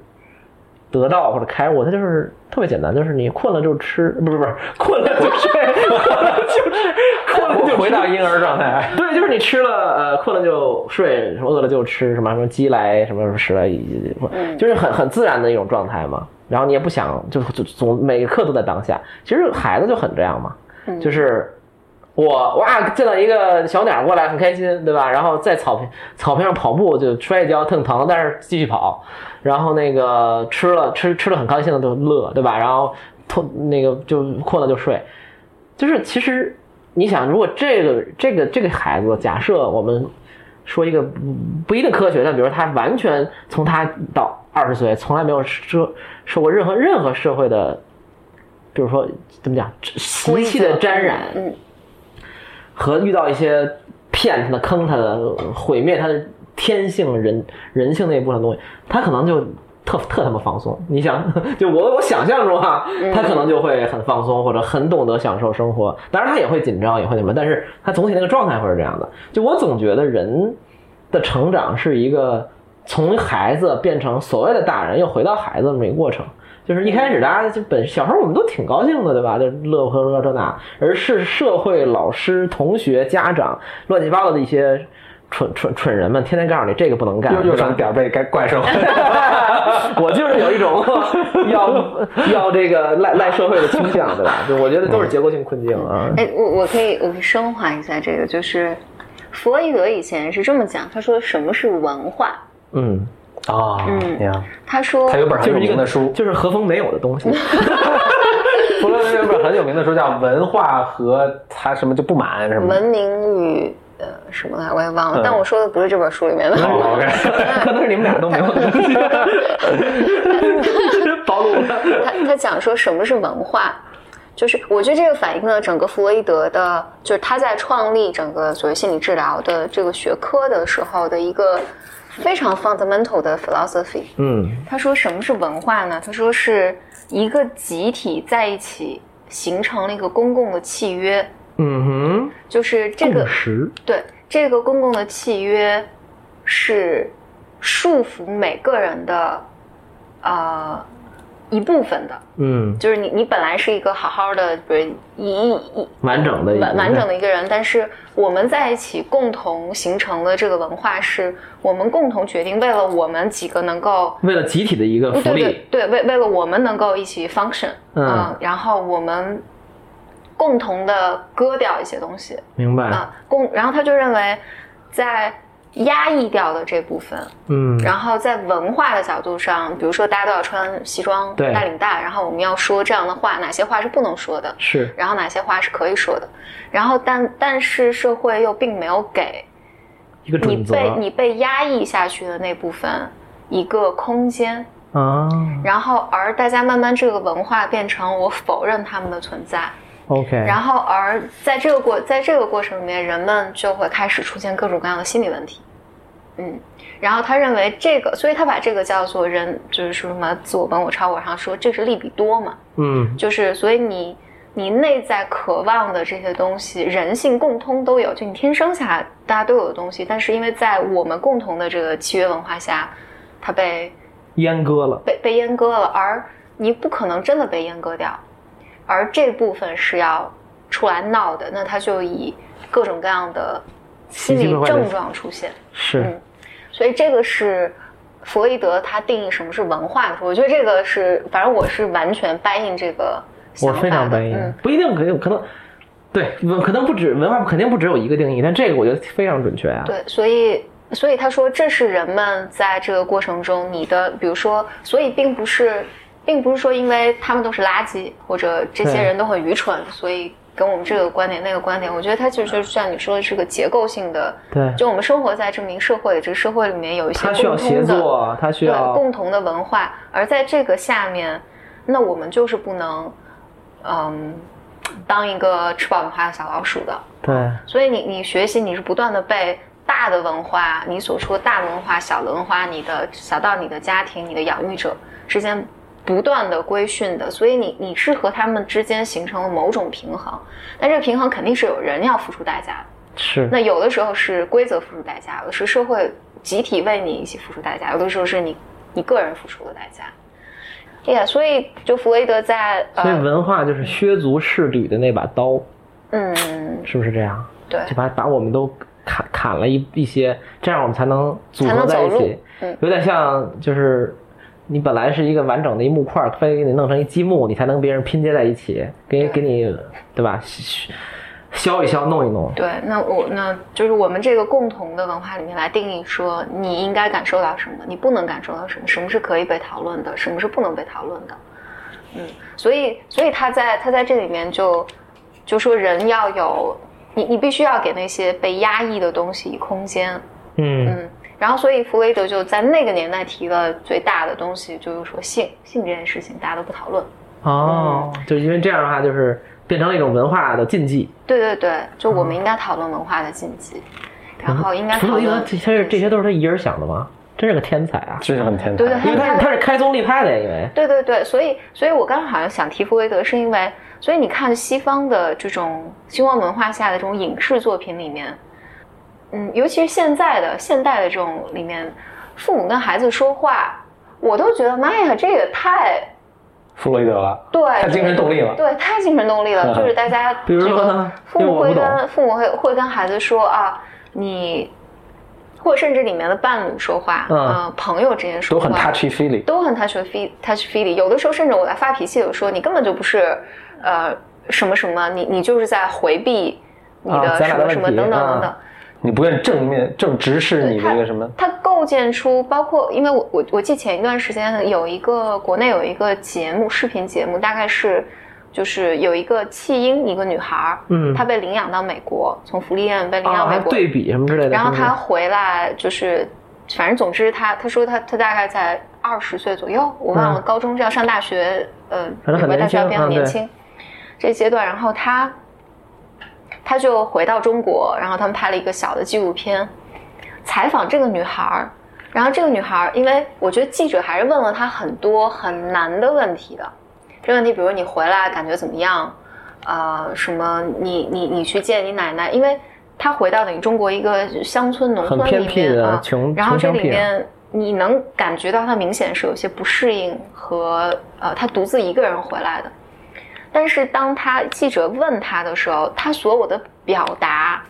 [SPEAKER 3] 得到或者开悟，它就是特别简单，就是你困了就吃，不是不是，困了就睡，困了就吃，困了就
[SPEAKER 1] 回
[SPEAKER 3] 睡
[SPEAKER 1] 到婴儿状态。
[SPEAKER 3] [laughs] 对，就是你吃了，呃，困了就睡，什么饿了就吃，什么什么鸡来，什么什么食来，
[SPEAKER 2] 嗯
[SPEAKER 3] 就是很很自然的一种状态嘛。然后你也不想，就就总每一刻都在当下。其实孩子就很这样嘛，
[SPEAKER 2] 嗯
[SPEAKER 3] 就是我哇见到一个小鸟过来很开心，对吧？然后在草坪草坪上跑步就摔一跤疼疼，但是继续跑。然后那个吃了吃吃了很高兴的就乐，对吧？然后痛那个就困了就睡，就是其实你想，如果这个这个这个孩子，假设我们说一个不不一定科学，但比如说他完全从他到二十岁从来没有受受过任何任何社会的，比如说怎么讲习气的沾染，
[SPEAKER 2] 嗯，
[SPEAKER 3] 和遇到一些骗他的、坑他的、毁灭他的天性人人性那一部分东西，他可能就特特他妈放松。你想， [laughs] 就我我想象中啊，他可能就会很放松，或者很懂得享受生活。当然，他也会紧张，也会什么，但是他总体那个状态会是这样的。就我总觉得人的成长是一个从孩子变成所谓的大人，又回到孩子这么一个过程。就是一开始大家就本小时候我们都挺高兴的，对吧？就乐呵呵这那，而是社会、老师、同学、家长乱七八糟的一些蠢蠢蠢人们，天天告诉你这个不能干，
[SPEAKER 1] 又又
[SPEAKER 3] 对吧
[SPEAKER 1] 上点儿背该怪兽， [laughs]
[SPEAKER 3] 我就是有一种 [laughs] 要要这个赖赖社会的倾向，对吧？就我觉得都是结构性困境啊。
[SPEAKER 2] 哎，我我可以我可以升华一下这个，就是弗洛伊德以前是这么讲，他说什么是文化？
[SPEAKER 3] 嗯，
[SPEAKER 1] 啊
[SPEAKER 2] 嗯
[SPEAKER 1] 你看，
[SPEAKER 2] 他说
[SPEAKER 1] 他有本很
[SPEAKER 3] 就
[SPEAKER 1] 有
[SPEAKER 3] 是一
[SPEAKER 1] 名
[SPEAKER 3] 个
[SPEAKER 1] 的书，
[SPEAKER 3] 就是和风没有的东
[SPEAKER 2] [laughs]
[SPEAKER 3] 西。 [laughs]
[SPEAKER 1] 弗洛伊德有本很有名的书叫《文化和他什么就不满》
[SPEAKER 3] 嗯
[SPEAKER 1] 什么的。
[SPEAKER 2] 文明与呃什么来，我也忘了，
[SPEAKER 1] 嗯
[SPEAKER 2] 但我说的不是这本书里面的。
[SPEAKER 3] 嗯
[SPEAKER 1] 好哦 OK，
[SPEAKER 3] 可能是你们俩都没有的东西，暴露了。
[SPEAKER 2] 他他讲说什么是文化，就是我觉得这个反映了整个弗洛伊德的，就是他在创立整个所谓心理治疗的这个学科的时候的一个非常 fundamental 的 philosophy。
[SPEAKER 3] 嗯
[SPEAKER 2] 他说什么是文化呢？他说是一个集体在一起形成了一个公共的契约，
[SPEAKER 3] 嗯哼，
[SPEAKER 2] 就是这个
[SPEAKER 3] 共识，
[SPEAKER 2] 对这个公共的契约是束缚每个人的呃一部分的，
[SPEAKER 3] 嗯，
[SPEAKER 2] 就是你你本来是一个好好的，比如一一一
[SPEAKER 3] 完整的一个
[SPEAKER 2] 完完整的一个人，但是我们在一起共同形成的这个文化，是我们共同决定，为了我们几个能够。
[SPEAKER 3] 为了集体的一个呃福
[SPEAKER 2] 对
[SPEAKER 3] 利，
[SPEAKER 2] 对啊对，为为了我们能够一起 function，
[SPEAKER 3] 嗯
[SPEAKER 2] 然后我们共同的割掉一些东西，
[SPEAKER 3] 明白？
[SPEAKER 2] 啊，共，然后他就认为，在压抑掉的这部分，
[SPEAKER 3] 嗯，
[SPEAKER 2] 然后在文化的角度上，比如说大家都要穿西装、
[SPEAKER 3] 对
[SPEAKER 2] 大领带，然后我们要说这样的话，哪些话是不能说的，
[SPEAKER 3] 是，
[SPEAKER 2] 然后哪些话是可以说的，然后但但是社会又并没有给
[SPEAKER 3] 一个
[SPEAKER 2] 你
[SPEAKER 3] 准则
[SPEAKER 2] 被你被压抑下去的那部分一个空间，
[SPEAKER 3] 啊
[SPEAKER 2] 然后而大家慢慢这个文化变成我否认他们的存在，
[SPEAKER 3] ，OK，
[SPEAKER 2] 然后而在这个过在这个过程里面，人们就会开始出现各种各样的心理问题。嗯，然后他认为这个，所以他把这个叫做人，就是说什么自我本我超我，然后说这是利比多嘛，
[SPEAKER 3] 嗯
[SPEAKER 2] 就是所以你你内在渴望的这些东西，人性共通都有，就你天生下来大家都有的东西，但是因为在我们共同的这个契约文化下，它被
[SPEAKER 3] 阉割了，
[SPEAKER 2] 被被阉割了，而你不可能真的被阉割掉，而这部分是要出来闹的，那他就以各种各样的心
[SPEAKER 3] 奇
[SPEAKER 2] 理
[SPEAKER 3] 奇怪怪的
[SPEAKER 2] 症状出现，
[SPEAKER 3] 是
[SPEAKER 2] 嗯，所以这个是弗洛伊德他定义什么是文化的时候，我觉得这个是，反正我是完全 buy in 这个
[SPEAKER 3] 我
[SPEAKER 2] 想
[SPEAKER 3] 非
[SPEAKER 2] 法
[SPEAKER 3] 常
[SPEAKER 2] 的，
[SPEAKER 3] 同意
[SPEAKER 2] 嗯，，
[SPEAKER 3] 不一定可以，可能。对，文可能不止文化，肯定不只有一个定义，但这个我觉得非常准确啊。
[SPEAKER 2] 对，所以所以他说这是人们在这个过程中你的，比如说，所以并不是，并不是说因为他们都是垃圾或者这些
[SPEAKER 3] 对
[SPEAKER 2] 人都很愚蠢，所以跟我们这个观点那个观点，我觉得他
[SPEAKER 3] 嗯
[SPEAKER 2] 就是像你说的是个结构性的，
[SPEAKER 3] 对，
[SPEAKER 2] 就我们生活在这么一个社会，这个社会里面有一些
[SPEAKER 3] 他需要
[SPEAKER 2] 共
[SPEAKER 3] 协
[SPEAKER 2] 通的，
[SPEAKER 3] 作，他需
[SPEAKER 2] 对
[SPEAKER 3] 要
[SPEAKER 2] 共同的文化，而在这个下面，那我们就是不能，嗯，当一个吃饱饭花的小老鼠的。
[SPEAKER 3] 对，
[SPEAKER 2] 所以你你学习你是不断的被大的文化，你所说大文化、小文化，你的小到你的家庭、你的养育者之间不断的规训的，所以你你是和他们之间形成了某种平衡，但这个平衡肯定是有人要付出代价的。
[SPEAKER 3] 是
[SPEAKER 2] 那有的时候是规则付出代价，有的是社会集体为你一起付出代价，有的时候是你你个人付出的代价。哎呀、所以就弗洛伊德在
[SPEAKER 3] 所以
[SPEAKER 2] 呃
[SPEAKER 3] 文化就是削足适履的那把刀，
[SPEAKER 2] 嗯
[SPEAKER 3] 是不是这样？
[SPEAKER 2] 对
[SPEAKER 3] 就把把我们都砍砍了一一些，这样我们才能组
[SPEAKER 2] 才
[SPEAKER 3] 合
[SPEAKER 2] 能
[SPEAKER 3] 在
[SPEAKER 2] 走
[SPEAKER 3] 一
[SPEAKER 2] 路
[SPEAKER 3] 起。，
[SPEAKER 2] 嗯
[SPEAKER 3] 有点像就是你本来是一个完整的一木块，非得给你弄成一积木，你才能别人拼接在一起，给给你对吧？削削一削，弄一弄。
[SPEAKER 2] 对，那我那就是我们这个共同的文化里面来定义说，你应该感受到什么，你不能感受到什么，什么是可以被讨论的，什么是不能被讨论的。嗯，所以所以他在他在这里面就就说人要有你你必须要给那些被压抑的东西空间。
[SPEAKER 3] 嗯，
[SPEAKER 2] 嗯，然后所以弗洛伊德就在那个年代提了最大的东西，就是说性性这件事情大家都不讨论。
[SPEAKER 3] 哦，就因为这样的话，就是变成了一种文化的禁忌。
[SPEAKER 2] 对对对，就我们应该讨论文化的禁忌，然后应该
[SPEAKER 3] 嗯弗
[SPEAKER 2] 讨
[SPEAKER 3] 洛伊德
[SPEAKER 2] 论
[SPEAKER 3] 这些这些都是他一人想的吗？真是个天才啊！
[SPEAKER 1] 真是很天才。
[SPEAKER 2] 对对
[SPEAKER 3] 因为他
[SPEAKER 2] 他
[SPEAKER 3] 是他是开宗立派的，因为
[SPEAKER 2] 对对对，所以所以我刚刚好像想提弗洛伊德，是因为所以你看西方的这种西方文化下的这种影视作品里面，嗯，尤其是现在的现代的这种里面，父母跟孩子说话，我都觉得妈呀，这也太
[SPEAKER 1] 弗洛伊德啊了，
[SPEAKER 2] 对，
[SPEAKER 1] 太精神动力了。
[SPEAKER 2] 对，太精神动力
[SPEAKER 3] [laughs]
[SPEAKER 1] 嗯
[SPEAKER 2] 了，就是大家
[SPEAKER 3] 比如
[SPEAKER 2] 这
[SPEAKER 3] 说
[SPEAKER 2] 个
[SPEAKER 3] 呢
[SPEAKER 2] 父
[SPEAKER 3] 因为
[SPEAKER 2] 母
[SPEAKER 3] 我不
[SPEAKER 2] 会
[SPEAKER 3] 懂
[SPEAKER 2] 跟父母会会跟孩子说啊，你，或者甚至里面的伴侣说话，
[SPEAKER 3] 嗯
[SPEAKER 2] 呃朋友之间说
[SPEAKER 1] 都
[SPEAKER 2] 话，
[SPEAKER 1] 很 touchy feely，
[SPEAKER 2] 都很 touch feel touch feely。有的时候甚至我在发脾气的时候，你根本就不是呃什么什么，你你就是在回避你
[SPEAKER 3] 啊
[SPEAKER 2] 的
[SPEAKER 3] 咱
[SPEAKER 2] 什
[SPEAKER 3] 俩
[SPEAKER 2] 么
[SPEAKER 3] 的
[SPEAKER 2] 什么
[SPEAKER 3] 问题
[SPEAKER 2] 等等等等。
[SPEAKER 3] 啊
[SPEAKER 1] 你不愿正面正直视你的一个什么？
[SPEAKER 2] 它构建出包括，因为我我我记前一段时间有一个国内有一个节目，视频节目，大概是就是有一个弃婴，一个女孩儿，
[SPEAKER 3] 嗯
[SPEAKER 2] 她被领养到美国，从福利院被领
[SPEAKER 3] 啊，
[SPEAKER 2] 养
[SPEAKER 3] 还
[SPEAKER 2] 美国，
[SPEAKER 3] 对比什么之类的。
[SPEAKER 2] 然后
[SPEAKER 3] 是不是
[SPEAKER 2] 她回来就是，反正总之她她说她她大概在二十岁左右，我忘了
[SPEAKER 3] 嗯
[SPEAKER 2] 高中这样上大学，呃，
[SPEAKER 3] 反正很
[SPEAKER 2] 美国大学要
[SPEAKER 3] 年
[SPEAKER 2] 比
[SPEAKER 3] 轻
[SPEAKER 2] 较
[SPEAKER 3] 嗯
[SPEAKER 2] 年
[SPEAKER 3] 对
[SPEAKER 2] 轻，这阶段，然后她她就回到中国，然后他们拍了一个小的纪录片，采访这个女孩儿，然后这个女孩儿，因为我觉得记者还是问了她很多很难的问题的。这问题，比如你回来感觉怎么样？呃，什么你？你你去见你奶奶，因为她回到等于中国一个乡村农
[SPEAKER 3] 很
[SPEAKER 2] 村
[SPEAKER 3] 偏
[SPEAKER 2] 里
[SPEAKER 3] 僻
[SPEAKER 2] 面
[SPEAKER 3] 的
[SPEAKER 2] 啊，
[SPEAKER 3] 穷
[SPEAKER 2] 然后
[SPEAKER 3] 穷
[SPEAKER 2] 这
[SPEAKER 3] 乡
[SPEAKER 2] 里
[SPEAKER 3] 僻壤，
[SPEAKER 2] 面你能感觉到他明显是有些不适应和呃，他独自一个人回来的。但是当他记者问他的时候，他所有的表达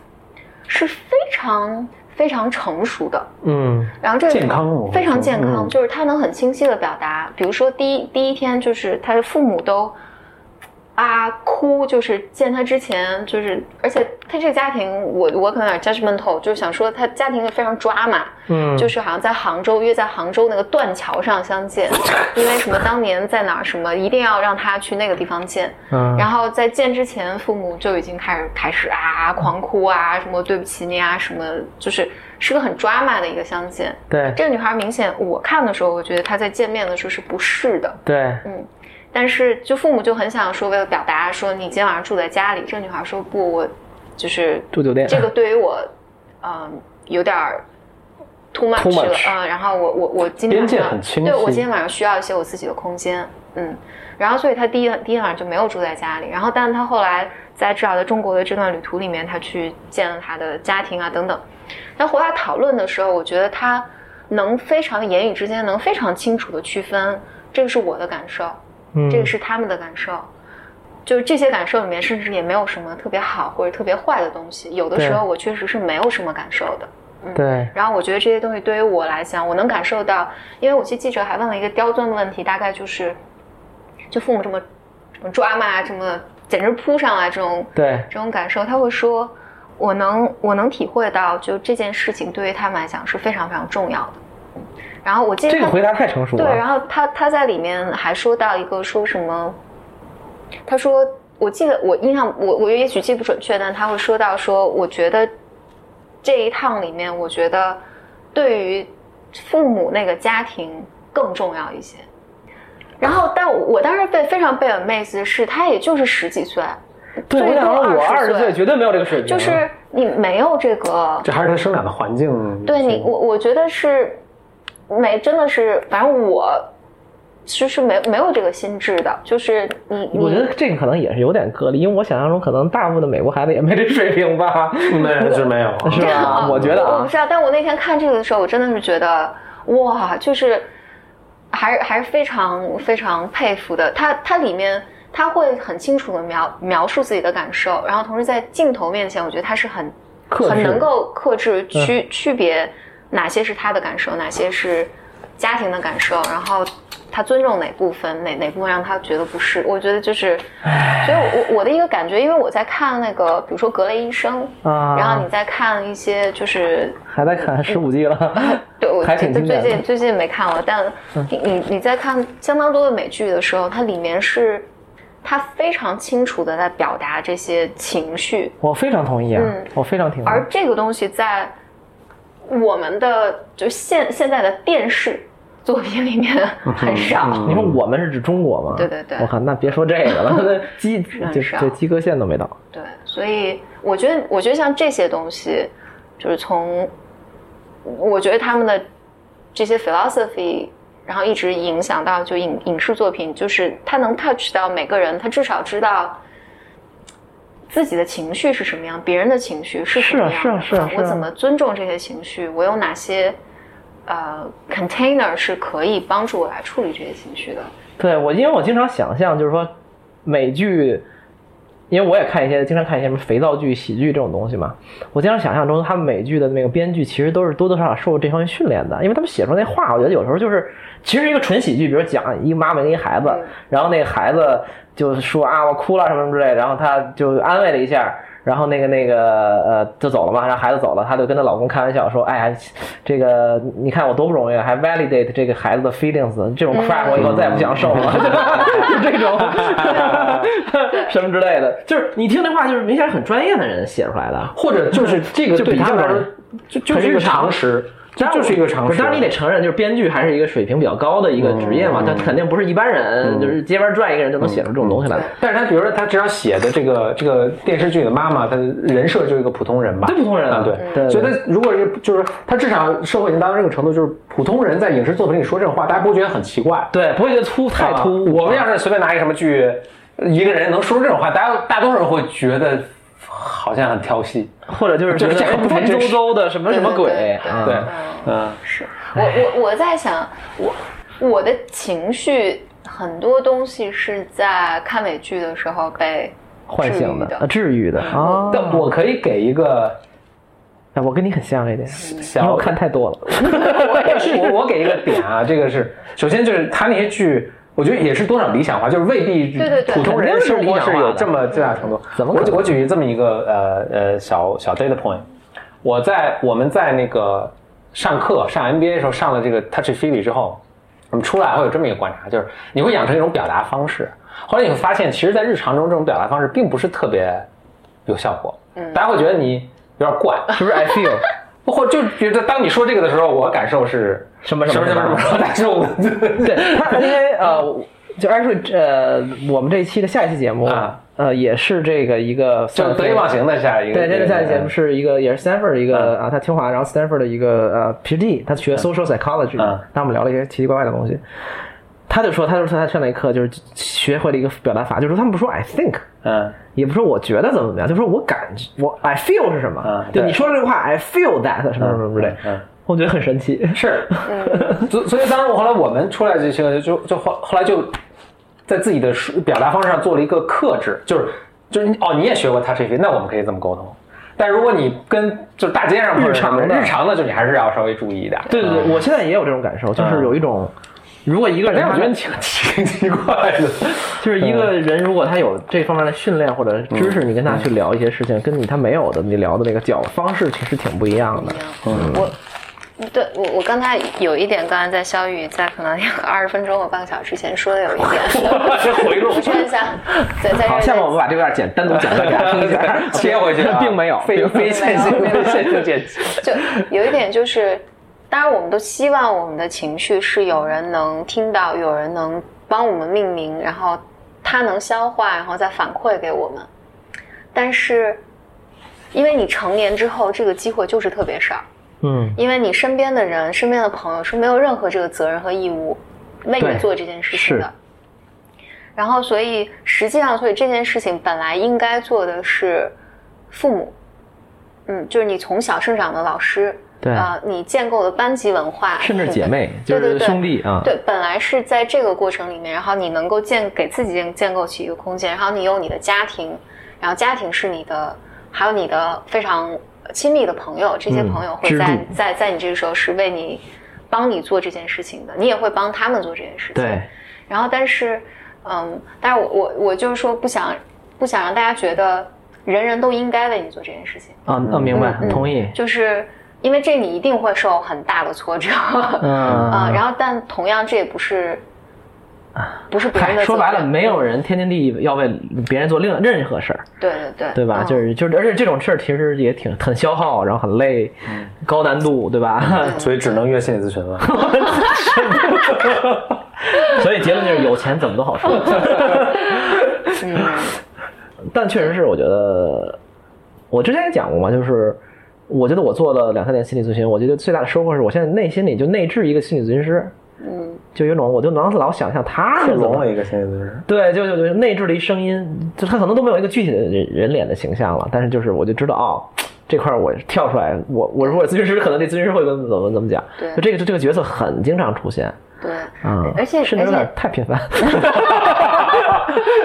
[SPEAKER 2] 是非常非常成熟的。
[SPEAKER 3] 嗯
[SPEAKER 2] 然后这个
[SPEAKER 1] 健康我会
[SPEAKER 2] 非常
[SPEAKER 1] 说
[SPEAKER 2] 健
[SPEAKER 1] 嗯
[SPEAKER 2] 康，就是他能很清晰的表达，比如说第一第一天就是他的父母都啊哭，就是见他之前就是，而且他这个家庭我我可能有点 judgmental，就是想说他家庭非常抓马，
[SPEAKER 3] 嗯，
[SPEAKER 2] 就是好像在杭州约在杭州那个断桥上
[SPEAKER 1] [laughs]
[SPEAKER 2] 相见，因为什么当年在哪儿什么一定要让他去那个地方见，
[SPEAKER 3] 嗯
[SPEAKER 2] 然后在见之前，父母就已经开始开始啊狂哭啊，什么对不起你啊，什么就是是个很 drama 的一个相见。
[SPEAKER 3] 对
[SPEAKER 2] 这个女孩明显，我看的时候，我觉得她在见面的时候是不适的，
[SPEAKER 3] 对，
[SPEAKER 2] 但是就父母就很想说，为了表达说你今天晚上住在家里，这个女孩说不，我就是
[SPEAKER 3] 住酒店
[SPEAKER 2] 这个对于我，嗯、有点儿 too much
[SPEAKER 3] Too
[SPEAKER 2] 了
[SPEAKER 3] much
[SPEAKER 2] 嗯，然后我我我今
[SPEAKER 1] 边
[SPEAKER 2] 天晚
[SPEAKER 1] 界
[SPEAKER 2] 上
[SPEAKER 1] 很清晰
[SPEAKER 2] 对我今天晚上需要一些我自己的空间，嗯，然后所以他第一第一晚上就没有住在家里，然后但他后来在至少在中国的这段旅途里面，他去见了他的家庭啊等等，但回来讨论的时候，我觉得他能非常言语之间能非常清楚的区分，这个是我的感受，
[SPEAKER 3] 嗯
[SPEAKER 2] 这个是他们的感受。就是这些感受里面，甚至也没有什么特别好或者特别坏的东西。有的时候我确实是没有什么感受的。
[SPEAKER 3] 对
[SPEAKER 2] 然后我觉得这些东西对于我来讲，我能感受到，因为我记记者还问了一个刁钻的问题，大概就是，就父母这么什么抓嘛，这么简直扑上来这种
[SPEAKER 3] 对
[SPEAKER 2] 这种感受，他会说，我能我能体会到，就这件事情对于他们来讲是非常非常重要的。嗯然后我记得
[SPEAKER 3] 这个
[SPEAKER 2] 他
[SPEAKER 3] 回答太成熟
[SPEAKER 2] 对，然
[SPEAKER 3] 了，
[SPEAKER 2] 后他他在里面还说到一个说什么，他说我记得我印象我我也许记不准确，但他会说到说，我觉得这一趟里面，我觉得对于父母那个家庭更重要一些。然后，但我我当时被非常被 amaze 的是，他也就是十几岁，
[SPEAKER 3] 对
[SPEAKER 2] 最
[SPEAKER 3] 我想
[SPEAKER 2] 多
[SPEAKER 3] 说，我
[SPEAKER 2] 20
[SPEAKER 3] 二十
[SPEAKER 2] 岁
[SPEAKER 3] 岁绝对没有这个水平，啊
[SPEAKER 2] 就是你没有这个
[SPEAKER 1] 这还是他生长的环境。
[SPEAKER 2] 对你，我我觉得是没，真的是，反正我其实没没有这个心智的，就是你，你
[SPEAKER 3] 我觉得这个可能也是有点个例，因为我想象中可能大部分的美国孩子也没这水平吧，
[SPEAKER 1] 那 [laughs] 是没有啊，
[SPEAKER 3] 是吧？我觉得
[SPEAKER 2] 我
[SPEAKER 3] 啊
[SPEAKER 2] 不，知道，但我那天看这个的时候，我真的是觉得哇，就是还是还是非常非常佩服的。他他里面他会很清楚的描描述自己的感受，然后同时在镜头面前，我觉得他是很
[SPEAKER 3] 克制嗯
[SPEAKER 2] 很能够克制区、区别哪些是他的感受，哪些是家庭的感受，然后他尊重哪部分，哪哪部分让他觉得不适。我觉得就是，所以我我我的一个感觉，因为我在看那个，比如说《格雷医生》
[SPEAKER 3] 啊，
[SPEAKER 2] [laughs] 然后你再看一些就是。
[SPEAKER 3] 还在看十五 G 了，
[SPEAKER 2] 对，我
[SPEAKER 3] 还挺
[SPEAKER 2] 最
[SPEAKER 3] 经典的嗯
[SPEAKER 2] 近最近没看了，但你你你在看相当多的美剧的时候，它里面是，它非常清楚的在表达这些情绪，
[SPEAKER 3] [laughs] 我非常同意啊
[SPEAKER 2] 嗯，
[SPEAKER 3] 我非常挺，
[SPEAKER 2] 而这个东西在我们的就现现在的电视作品里
[SPEAKER 3] [laughs]
[SPEAKER 2] 面很少。
[SPEAKER 1] 嗯
[SPEAKER 3] 你说我们是指中国吗？
[SPEAKER 2] 对对对啊
[SPEAKER 3] 我靠，那别说这个
[SPEAKER 2] [laughs]
[SPEAKER 3] 了，那鸡
[SPEAKER 2] 很
[SPEAKER 3] 这
[SPEAKER 2] 少
[SPEAKER 3] 这及格线都没到。
[SPEAKER 2] 对，所以我觉得，我觉得像这些东西，就是从，我觉得他们的这些 philosophy，然后一直影响到就影影视作品，就是他能 touch 到每个人，他至少知道自己的情绪是什么样，别人的情绪是什么样的
[SPEAKER 3] 是啊是啊是啊是啊
[SPEAKER 2] 我怎么尊重这些情绪？我有哪些呃 container 是可以帮助我来处理这些情绪的？
[SPEAKER 3] 对我，因为我经常想象，就是说美剧，因为我也看一些，经常看一些什么肥皂剧、喜剧这种东西嘛。我经常想象中，他们美剧的那个编剧其实都是多多少少受过这方面训练的，因为他们写出那话，我觉得有时候就是其实一个纯喜剧，比如讲一个妈妈跟一孩子
[SPEAKER 2] 嗯，
[SPEAKER 3] 然后那个孩子就说啊我哭了什么什么之类的，然后他就安慰了一下。然后那个那个呃就走了嘛，然后孩子走了，她就跟她老公开玩笑说：“哎呀，这个你看我多不容易，啊，还 validate 这个孩子的 feelings，这种 crap 我以后再也不想受了。 [laughs] 就这种什么之类的，就是你听那话，就是明显是很专业的人写出来的。
[SPEAKER 1] [laughs] 或者就是这个
[SPEAKER 3] 就
[SPEAKER 1] 对
[SPEAKER 3] 比
[SPEAKER 1] 他
[SPEAKER 3] 较
[SPEAKER 1] 们来
[SPEAKER 3] 难
[SPEAKER 1] 说就就是一个常识，这就是一个常
[SPEAKER 3] 不
[SPEAKER 1] 识。
[SPEAKER 3] 是，当然你得承认，就是编剧还是一个水平比较高的一个职业嘛，他肯定不是一般人，就是街边转一个人就能写出这种东西来嗯的。
[SPEAKER 1] 但是他比如说他至少写的这个这个电视剧的妈妈，她的人设就是一个普通人吧，
[SPEAKER 3] 对普通人啊
[SPEAKER 1] 啊，对，
[SPEAKER 3] 对
[SPEAKER 1] 所以他如果是就是他至少社会已经达到这个程度，就是普通人在影视作品里说这种话，大家不会觉得很奇怪，
[SPEAKER 3] 对，不会觉得粗啊太突兀。
[SPEAKER 1] 啊我们要是随便拿一个什么剧，一个人能说出这种话，大家大多数人会觉得好像很挑戏，
[SPEAKER 3] 或者就是觉得
[SPEAKER 1] 这这
[SPEAKER 3] 哎
[SPEAKER 1] 不太
[SPEAKER 3] 文绉
[SPEAKER 1] 真实
[SPEAKER 3] 绉的什么什么鬼
[SPEAKER 2] 对对，对
[SPEAKER 3] 啊
[SPEAKER 1] 对
[SPEAKER 2] 嗯，
[SPEAKER 1] 嗯，
[SPEAKER 2] 是我
[SPEAKER 3] 哎
[SPEAKER 2] 我我在想，我我的情绪很多东西是在看美剧的时候被
[SPEAKER 3] 唤醒
[SPEAKER 2] 治愈
[SPEAKER 3] 的
[SPEAKER 2] 的
[SPEAKER 3] 啊，治愈的啊。
[SPEAKER 1] 但我可以给一个
[SPEAKER 3] 哎我跟你很像这点，因为
[SPEAKER 1] 小
[SPEAKER 3] 我看太多了。
[SPEAKER 1] [laughs] 我我给一个点啊，这个是首先就是他那些剧，我觉得也是多少理想化，就是未必
[SPEAKER 2] 对对对
[SPEAKER 1] 普通人生活是有这么最大程度。
[SPEAKER 3] 怎么可
[SPEAKER 1] 我
[SPEAKER 3] 能
[SPEAKER 1] 举我举这么一个呃呃小小 data point，我在我们在那个上课上 MBA 的时候上了这个 Touch Feely 之后，我们出来会有这么一个观察，就是你会养成一种表达方式，后来你会发现，其实，在日常中这种表达方式并不是特别有效果，
[SPEAKER 3] 嗯
[SPEAKER 1] 大家会觉得你有点怪，
[SPEAKER 3] 是不是 I [laughs] feel
[SPEAKER 1] 或就觉得当你说这个的时候，我感受是
[SPEAKER 3] 什么
[SPEAKER 1] 什
[SPEAKER 3] 什
[SPEAKER 1] 么
[SPEAKER 3] 么
[SPEAKER 1] 什么什么
[SPEAKER 3] [laughs]
[SPEAKER 1] 时候难受的？
[SPEAKER 3] 对他，因为呃，就 actually 呃，我们这一期的下一期节目
[SPEAKER 1] 啊
[SPEAKER 3] 呃，也是这个一个
[SPEAKER 1] 就
[SPEAKER 3] 算
[SPEAKER 1] 得
[SPEAKER 3] 是
[SPEAKER 1] 意忘形的下一个。
[SPEAKER 3] 对，这个下期节目是一个也是 Stanford 的一
[SPEAKER 1] 嗯
[SPEAKER 3] 个啊，他清华，然后 Stanford 的一个呃 PhD，他学 social psychology，
[SPEAKER 1] 嗯
[SPEAKER 3] 那我们聊了一些奇奇怪怪的东西。他就说，他就说他上了一课，就是学会了一个表达法，就是他们不说 I think，
[SPEAKER 1] 嗯
[SPEAKER 3] 也不说我觉得怎么怎么样，就说我感觉我 I feel 是什么？
[SPEAKER 1] 嗯
[SPEAKER 3] 就
[SPEAKER 1] 对
[SPEAKER 3] 你说这个话 I feel that 什么什么什么之类，
[SPEAKER 1] 嗯嗯
[SPEAKER 3] 我觉得很神奇。 [laughs]
[SPEAKER 1] 是，
[SPEAKER 3] 嗯
[SPEAKER 1] [laughs] 所所以当然我后来我们出来这些就就后后来就在自己的说表达方式上做了一个克制，就是就是你哦你也学过 touch feel，那我们可以这么沟通。但如果你跟就是大街上或者什么
[SPEAKER 3] 日常的
[SPEAKER 1] 日常的，就你还是要稍微注意一点。
[SPEAKER 3] 对对对，我现在也有这种感受，就是有一种，如果一个
[SPEAKER 1] 嗯但哎
[SPEAKER 3] 人
[SPEAKER 1] 是我
[SPEAKER 3] 他
[SPEAKER 1] 觉得挺挺奇怪
[SPEAKER 3] [laughs]
[SPEAKER 1] 的。
[SPEAKER 3] 就是一个
[SPEAKER 1] 嗯
[SPEAKER 3] 人，如果他有这方面的训练或者知识，你跟他去聊一些事情，跟你他没有的，你聊的那个角方式其实挺不一样的。
[SPEAKER 2] 我。对我，我刚才有一点，刚才在肖宇在可能二十分钟或半个小时前说的有一点，
[SPEAKER 1] 这回路，
[SPEAKER 2] 补充一下，对，在这
[SPEAKER 3] 好，
[SPEAKER 2] 儿
[SPEAKER 3] 下面
[SPEAKER 2] 再
[SPEAKER 3] 我们把这段简单独讲给大家听一下
[SPEAKER 1] [laughs] 切回去啊
[SPEAKER 3] [laughs] 并没有，
[SPEAKER 1] 非非线性非线性剪辑。
[SPEAKER 2] [laughs] 就有一点就是，当然我们都希望我们的情绪是有人能听到，有人能帮我们命名，然后他能消化，然后再反馈给我们。但是，因为你成年之后，这个机会就是特别少，
[SPEAKER 3] 嗯，
[SPEAKER 2] 因为你身边的人、身边的朋友是没有任何这个责任和义务为
[SPEAKER 3] 对
[SPEAKER 2] 你做这件事情
[SPEAKER 3] 是
[SPEAKER 2] 的。然后，所以实际上，所以这件事情本来应该做的是父母，嗯，就是你从小生长的老师，
[SPEAKER 3] 对
[SPEAKER 2] 啊、你建构的班级文化，
[SPEAKER 3] 甚至
[SPEAKER 2] 对
[SPEAKER 3] 姐妹就
[SPEAKER 2] 对
[SPEAKER 3] 是
[SPEAKER 2] 对对
[SPEAKER 3] 兄弟啊，
[SPEAKER 2] 对，本来是在这个过程里面，然后你能够建给自己建建构起一个空间，然后你有你的家庭，然后家庭是你的，还有你的非常亲密的朋友，这些
[SPEAKER 3] 嗯
[SPEAKER 2] 朋友会
[SPEAKER 3] 支
[SPEAKER 2] 在、
[SPEAKER 3] 柱
[SPEAKER 2] 在在你这个时候是为你帮你做这件事情的，你也会帮他们做这件事情。
[SPEAKER 3] 对，
[SPEAKER 2] 然后但是，嗯，但是我我我就是说不想不想让大家觉得人人都应该为你做这件事情，
[SPEAKER 3] 啊，啊明白，
[SPEAKER 2] 嗯
[SPEAKER 3] 同意，
[SPEAKER 2] 就是因为这你一定会受很大的挫折。 [laughs] 啊、
[SPEAKER 3] 嗯，
[SPEAKER 2] 然后但同样这也不是，不是别人
[SPEAKER 3] 啊嗨，
[SPEAKER 2] 的
[SPEAKER 3] 说
[SPEAKER 2] 责
[SPEAKER 3] 白了，
[SPEAKER 2] 任
[SPEAKER 3] 没有人天经地义要为别人做另任何事儿，
[SPEAKER 2] 对对对，
[SPEAKER 3] 对吧？
[SPEAKER 2] 嗯
[SPEAKER 3] 就是就是，而且这种事儿其实也挺很消耗，然后很累，
[SPEAKER 1] 嗯
[SPEAKER 3] 高难度，对吧？ [laughs]
[SPEAKER 1] 所以只能约心理咨询了。
[SPEAKER 3] 所以结论就是有钱怎么都好说。
[SPEAKER 2] 嗯
[SPEAKER 3] 但确实是，我觉得我之前也讲过嘛，就是我觉得我做了两三年心理咨询，我觉得最大的收获是我现在内心里就内置一个心理咨询师，
[SPEAKER 2] 嗯，
[SPEAKER 3] 就有种我就能老想象他是
[SPEAKER 1] 克
[SPEAKER 3] 怎
[SPEAKER 1] 隆
[SPEAKER 3] 么
[SPEAKER 1] 了。一个心理咨询师。
[SPEAKER 3] 对，就就就内置了一声音，就他可能都没有一个具体的人人脸的形象了，但是就是我就知道哦，这块儿我跳出来，我我如果是咨询师，可能这咨询师会跟怎么怎么讲，
[SPEAKER 2] 对
[SPEAKER 3] 就这个就这个角色很经常出现，
[SPEAKER 2] 对，
[SPEAKER 3] 嗯，
[SPEAKER 2] 而且
[SPEAKER 3] 甚至有
[SPEAKER 2] 而
[SPEAKER 3] 点
[SPEAKER 2] 且
[SPEAKER 3] 太频 [laughs] 繁，
[SPEAKER 1] [laughs]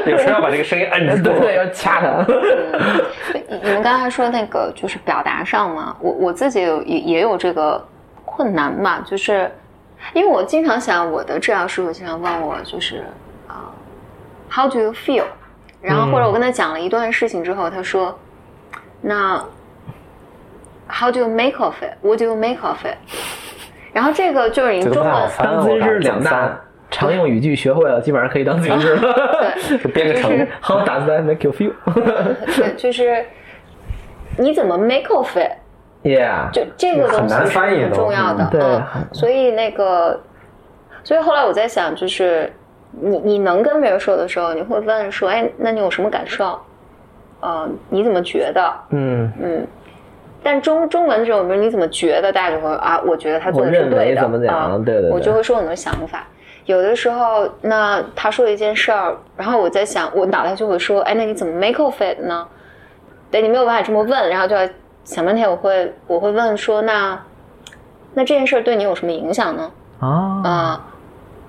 [SPEAKER 1] 有时候要把这个声音摁
[SPEAKER 3] 对
[SPEAKER 1] 住。
[SPEAKER 3] 对，要掐他，
[SPEAKER 2] 嗯对你你们刚才说那个就是表达上嘛，我我自己有也也有这个困难嘛，就是因为我经常想，我的治疗师傅经常问我，就是啊、h o w do you feel？然后或者我跟他讲了一段事情之后，他说，那 How do you make of it？What do you make of it？然后这个就是你
[SPEAKER 1] 这个
[SPEAKER 2] 中
[SPEAKER 1] 不太好
[SPEAKER 2] 文
[SPEAKER 1] 翻
[SPEAKER 3] 当咨询师两
[SPEAKER 1] 翻
[SPEAKER 3] 大 [laughs] 常用语句学会了，基本上可以当咨询师了。
[SPEAKER 2] 对
[SPEAKER 1] 就编个程
[SPEAKER 2] [laughs] 就是
[SPEAKER 3] How
[SPEAKER 2] [laughs]
[SPEAKER 3] does that make you feel？
[SPEAKER 2] 对，就是你怎么 make of it？
[SPEAKER 3] ，Yeah，
[SPEAKER 2] 就这个东
[SPEAKER 1] 很
[SPEAKER 2] 西
[SPEAKER 1] 难
[SPEAKER 2] 是
[SPEAKER 1] 翻译
[SPEAKER 2] 很
[SPEAKER 1] 都
[SPEAKER 2] 重要的，
[SPEAKER 3] 对
[SPEAKER 2] 嗯，所以那个，所以后来我在想，就是你你能跟别人说的时候，你会问说，哎，那你有什么感受？呃，你怎么觉得？
[SPEAKER 3] 嗯，
[SPEAKER 2] 嗯，但中中文这种，比如你怎么觉得，大家就会啊，我觉得他做
[SPEAKER 3] 我
[SPEAKER 2] 的是
[SPEAKER 3] 认
[SPEAKER 2] 对
[SPEAKER 3] 为
[SPEAKER 2] 的，
[SPEAKER 3] 怎么
[SPEAKER 2] 啊
[SPEAKER 3] 讲，对对
[SPEAKER 2] 我就
[SPEAKER 3] 对，
[SPEAKER 2] 会说我的想法。有的时候，那他说一件事儿，然后我在想，我脑袋就会说，哎，那你怎么 make of it 呢？对，你没有办法这么问，然后就要想半天。我会我会问说，那那这件事儿对你有什么影响呢？
[SPEAKER 3] 啊，
[SPEAKER 2] 啊、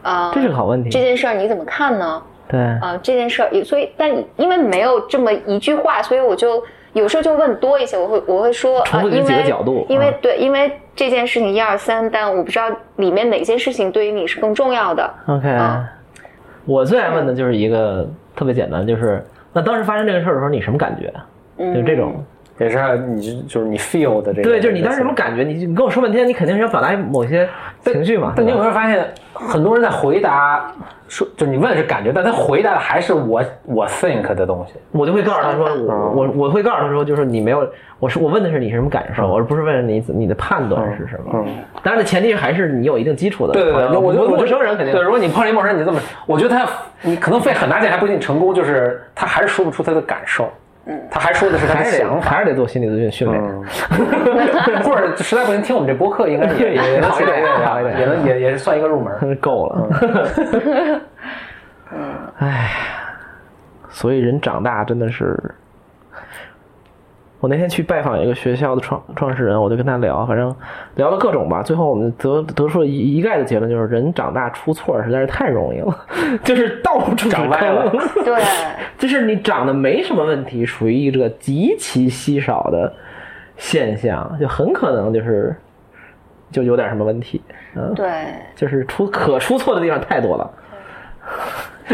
[SPEAKER 2] 啊、
[SPEAKER 3] 这是个好问
[SPEAKER 2] 这
[SPEAKER 3] 题，
[SPEAKER 2] 件事儿你怎么看呢？
[SPEAKER 3] 对，
[SPEAKER 2] 啊、这件事儿，所以但因为没有这么一句话，所以我就有时候就问多一些，我会我会说啊、
[SPEAKER 3] 重复
[SPEAKER 2] 因
[SPEAKER 3] 你几个
[SPEAKER 2] 为
[SPEAKER 3] 角度，
[SPEAKER 2] 因为
[SPEAKER 3] 啊
[SPEAKER 2] 对，因为这件事情一二三，但我不知道里面哪些事情对于你是更重要的。 [laughs]
[SPEAKER 3] OK，
[SPEAKER 2] 啊
[SPEAKER 3] 我最爱问的就是一个特别简单，就是那当时发生这个事儿的时候，你什么感觉？啊
[SPEAKER 2] 嗯，
[SPEAKER 3] 就这种，
[SPEAKER 1] 也是你就是你 feel 的这个，
[SPEAKER 3] 对，就是你当时什么感觉？你你跟我说半天，你肯定是要表达某些情绪
[SPEAKER 2] 嗯
[SPEAKER 3] 嘛。
[SPEAKER 1] 但你
[SPEAKER 3] 对
[SPEAKER 1] 有
[SPEAKER 3] 吧
[SPEAKER 1] 没有发现，很多人在回答说，就是你问的是感觉，但他回答的还是我我 think 的东西。
[SPEAKER 3] 我就会告诉他说，
[SPEAKER 1] 嗯
[SPEAKER 3] 我我我会告诉他说，就是你没有，我是我问的是你什么感受，而不是问你你的判断是什么。
[SPEAKER 1] 嗯，
[SPEAKER 3] 当然的前提还是你有一定基础的。
[SPEAKER 1] 对对对，
[SPEAKER 3] 我
[SPEAKER 1] 我就
[SPEAKER 3] 陌生人肯定
[SPEAKER 1] 对。如果你碰上一陌生人，你这么，我觉得他你可能费很大劲，还不一定成功，就是他还是说不出他的感受，
[SPEAKER 2] 嗯
[SPEAKER 1] 他还说的是他
[SPEAKER 3] 还
[SPEAKER 1] 的
[SPEAKER 3] 是得
[SPEAKER 1] 想法。
[SPEAKER 3] 还是得做心理咨询训练。
[SPEAKER 1] 嗯， [laughs] 或者实在不行听我们这播客，应该也
[SPEAKER 3] 也
[SPEAKER 1] 也能
[SPEAKER 3] 好一点好一点
[SPEAKER 1] 也能也也是算一个入门。
[SPEAKER 3] 够了。
[SPEAKER 1] 嗯
[SPEAKER 3] [laughs] 哎，所以人长大真的是。我那天去拜访一个学校的创创始人，我就跟他聊，反正聊了各种吧。最后我们得得出了一一概的结论，就是人长大出错实在是太容易了， [laughs] 就是到处
[SPEAKER 1] 长
[SPEAKER 3] 是
[SPEAKER 1] 歪了
[SPEAKER 3] 坑
[SPEAKER 2] 对，
[SPEAKER 3] 就是你长得没什么问题，属于一个极其稀少的现象，就很可能就是就有点什么问题。嗯，
[SPEAKER 2] 对，
[SPEAKER 3] 就是出可出错的地方太多了。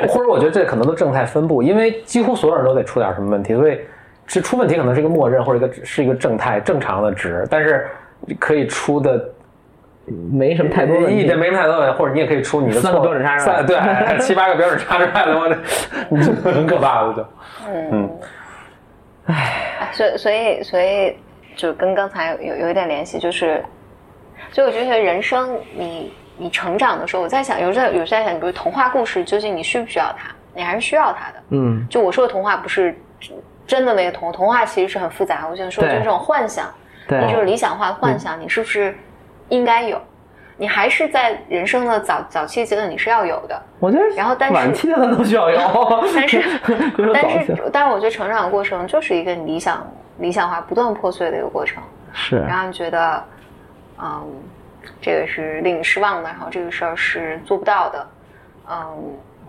[SPEAKER 1] [laughs] 或者我觉得这可能都正态分布，因为几乎所有人都得出点什么问题，所以这出问题可能是一个默认或者一个是一个正态正常的值，但是可以出的
[SPEAKER 3] 没什么太多问
[SPEAKER 1] 一
[SPEAKER 3] 题
[SPEAKER 1] 点。没太多问题，或者你也可以出你的错
[SPEAKER 3] 三个标准差是吧
[SPEAKER 1] 三对 [laughs] 七八个标准差出来的，我这 [laughs] 你就很可怕了就。
[SPEAKER 2] 嗯，哎，所以所以所以就跟刚才有有一点联系，就是，所以我就觉得人生你你成长的时候，我在想，有时候有时候在想，比如童话故事，究竟你需不需要它？你还是需要它的。
[SPEAKER 3] 嗯，
[SPEAKER 2] 就我说的童话不是真的那个童，童话其实是很复杂。我想说，就是
[SPEAKER 3] 对嗯
[SPEAKER 2] 这种幻想。
[SPEAKER 3] 对
[SPEAKER 2] 你，就是理想化的幻想，你是不是应该有？你还是在人生的早早期阶段，你是要有的。
[SPEAKER 3] 我觉得
[SPEAKER 2] 然后但是
[SPEAKER 3] 晚期的咱都需要有，
[SPEAKER 2] 但是
[SPEAKER 3] 别说
[SPEAKER 2] 但
[SPEAKER 3] 早期啊
[SPEAKER 2] 是，但是我觉得成长的过程就是一个理想理想化不断破碎的一个过程，
[SPEAKER 3] 是
[SPEAKER 2] 然后你觉得，嗯，这个是令你失望的，然后这个事儿是做不到的，嗯，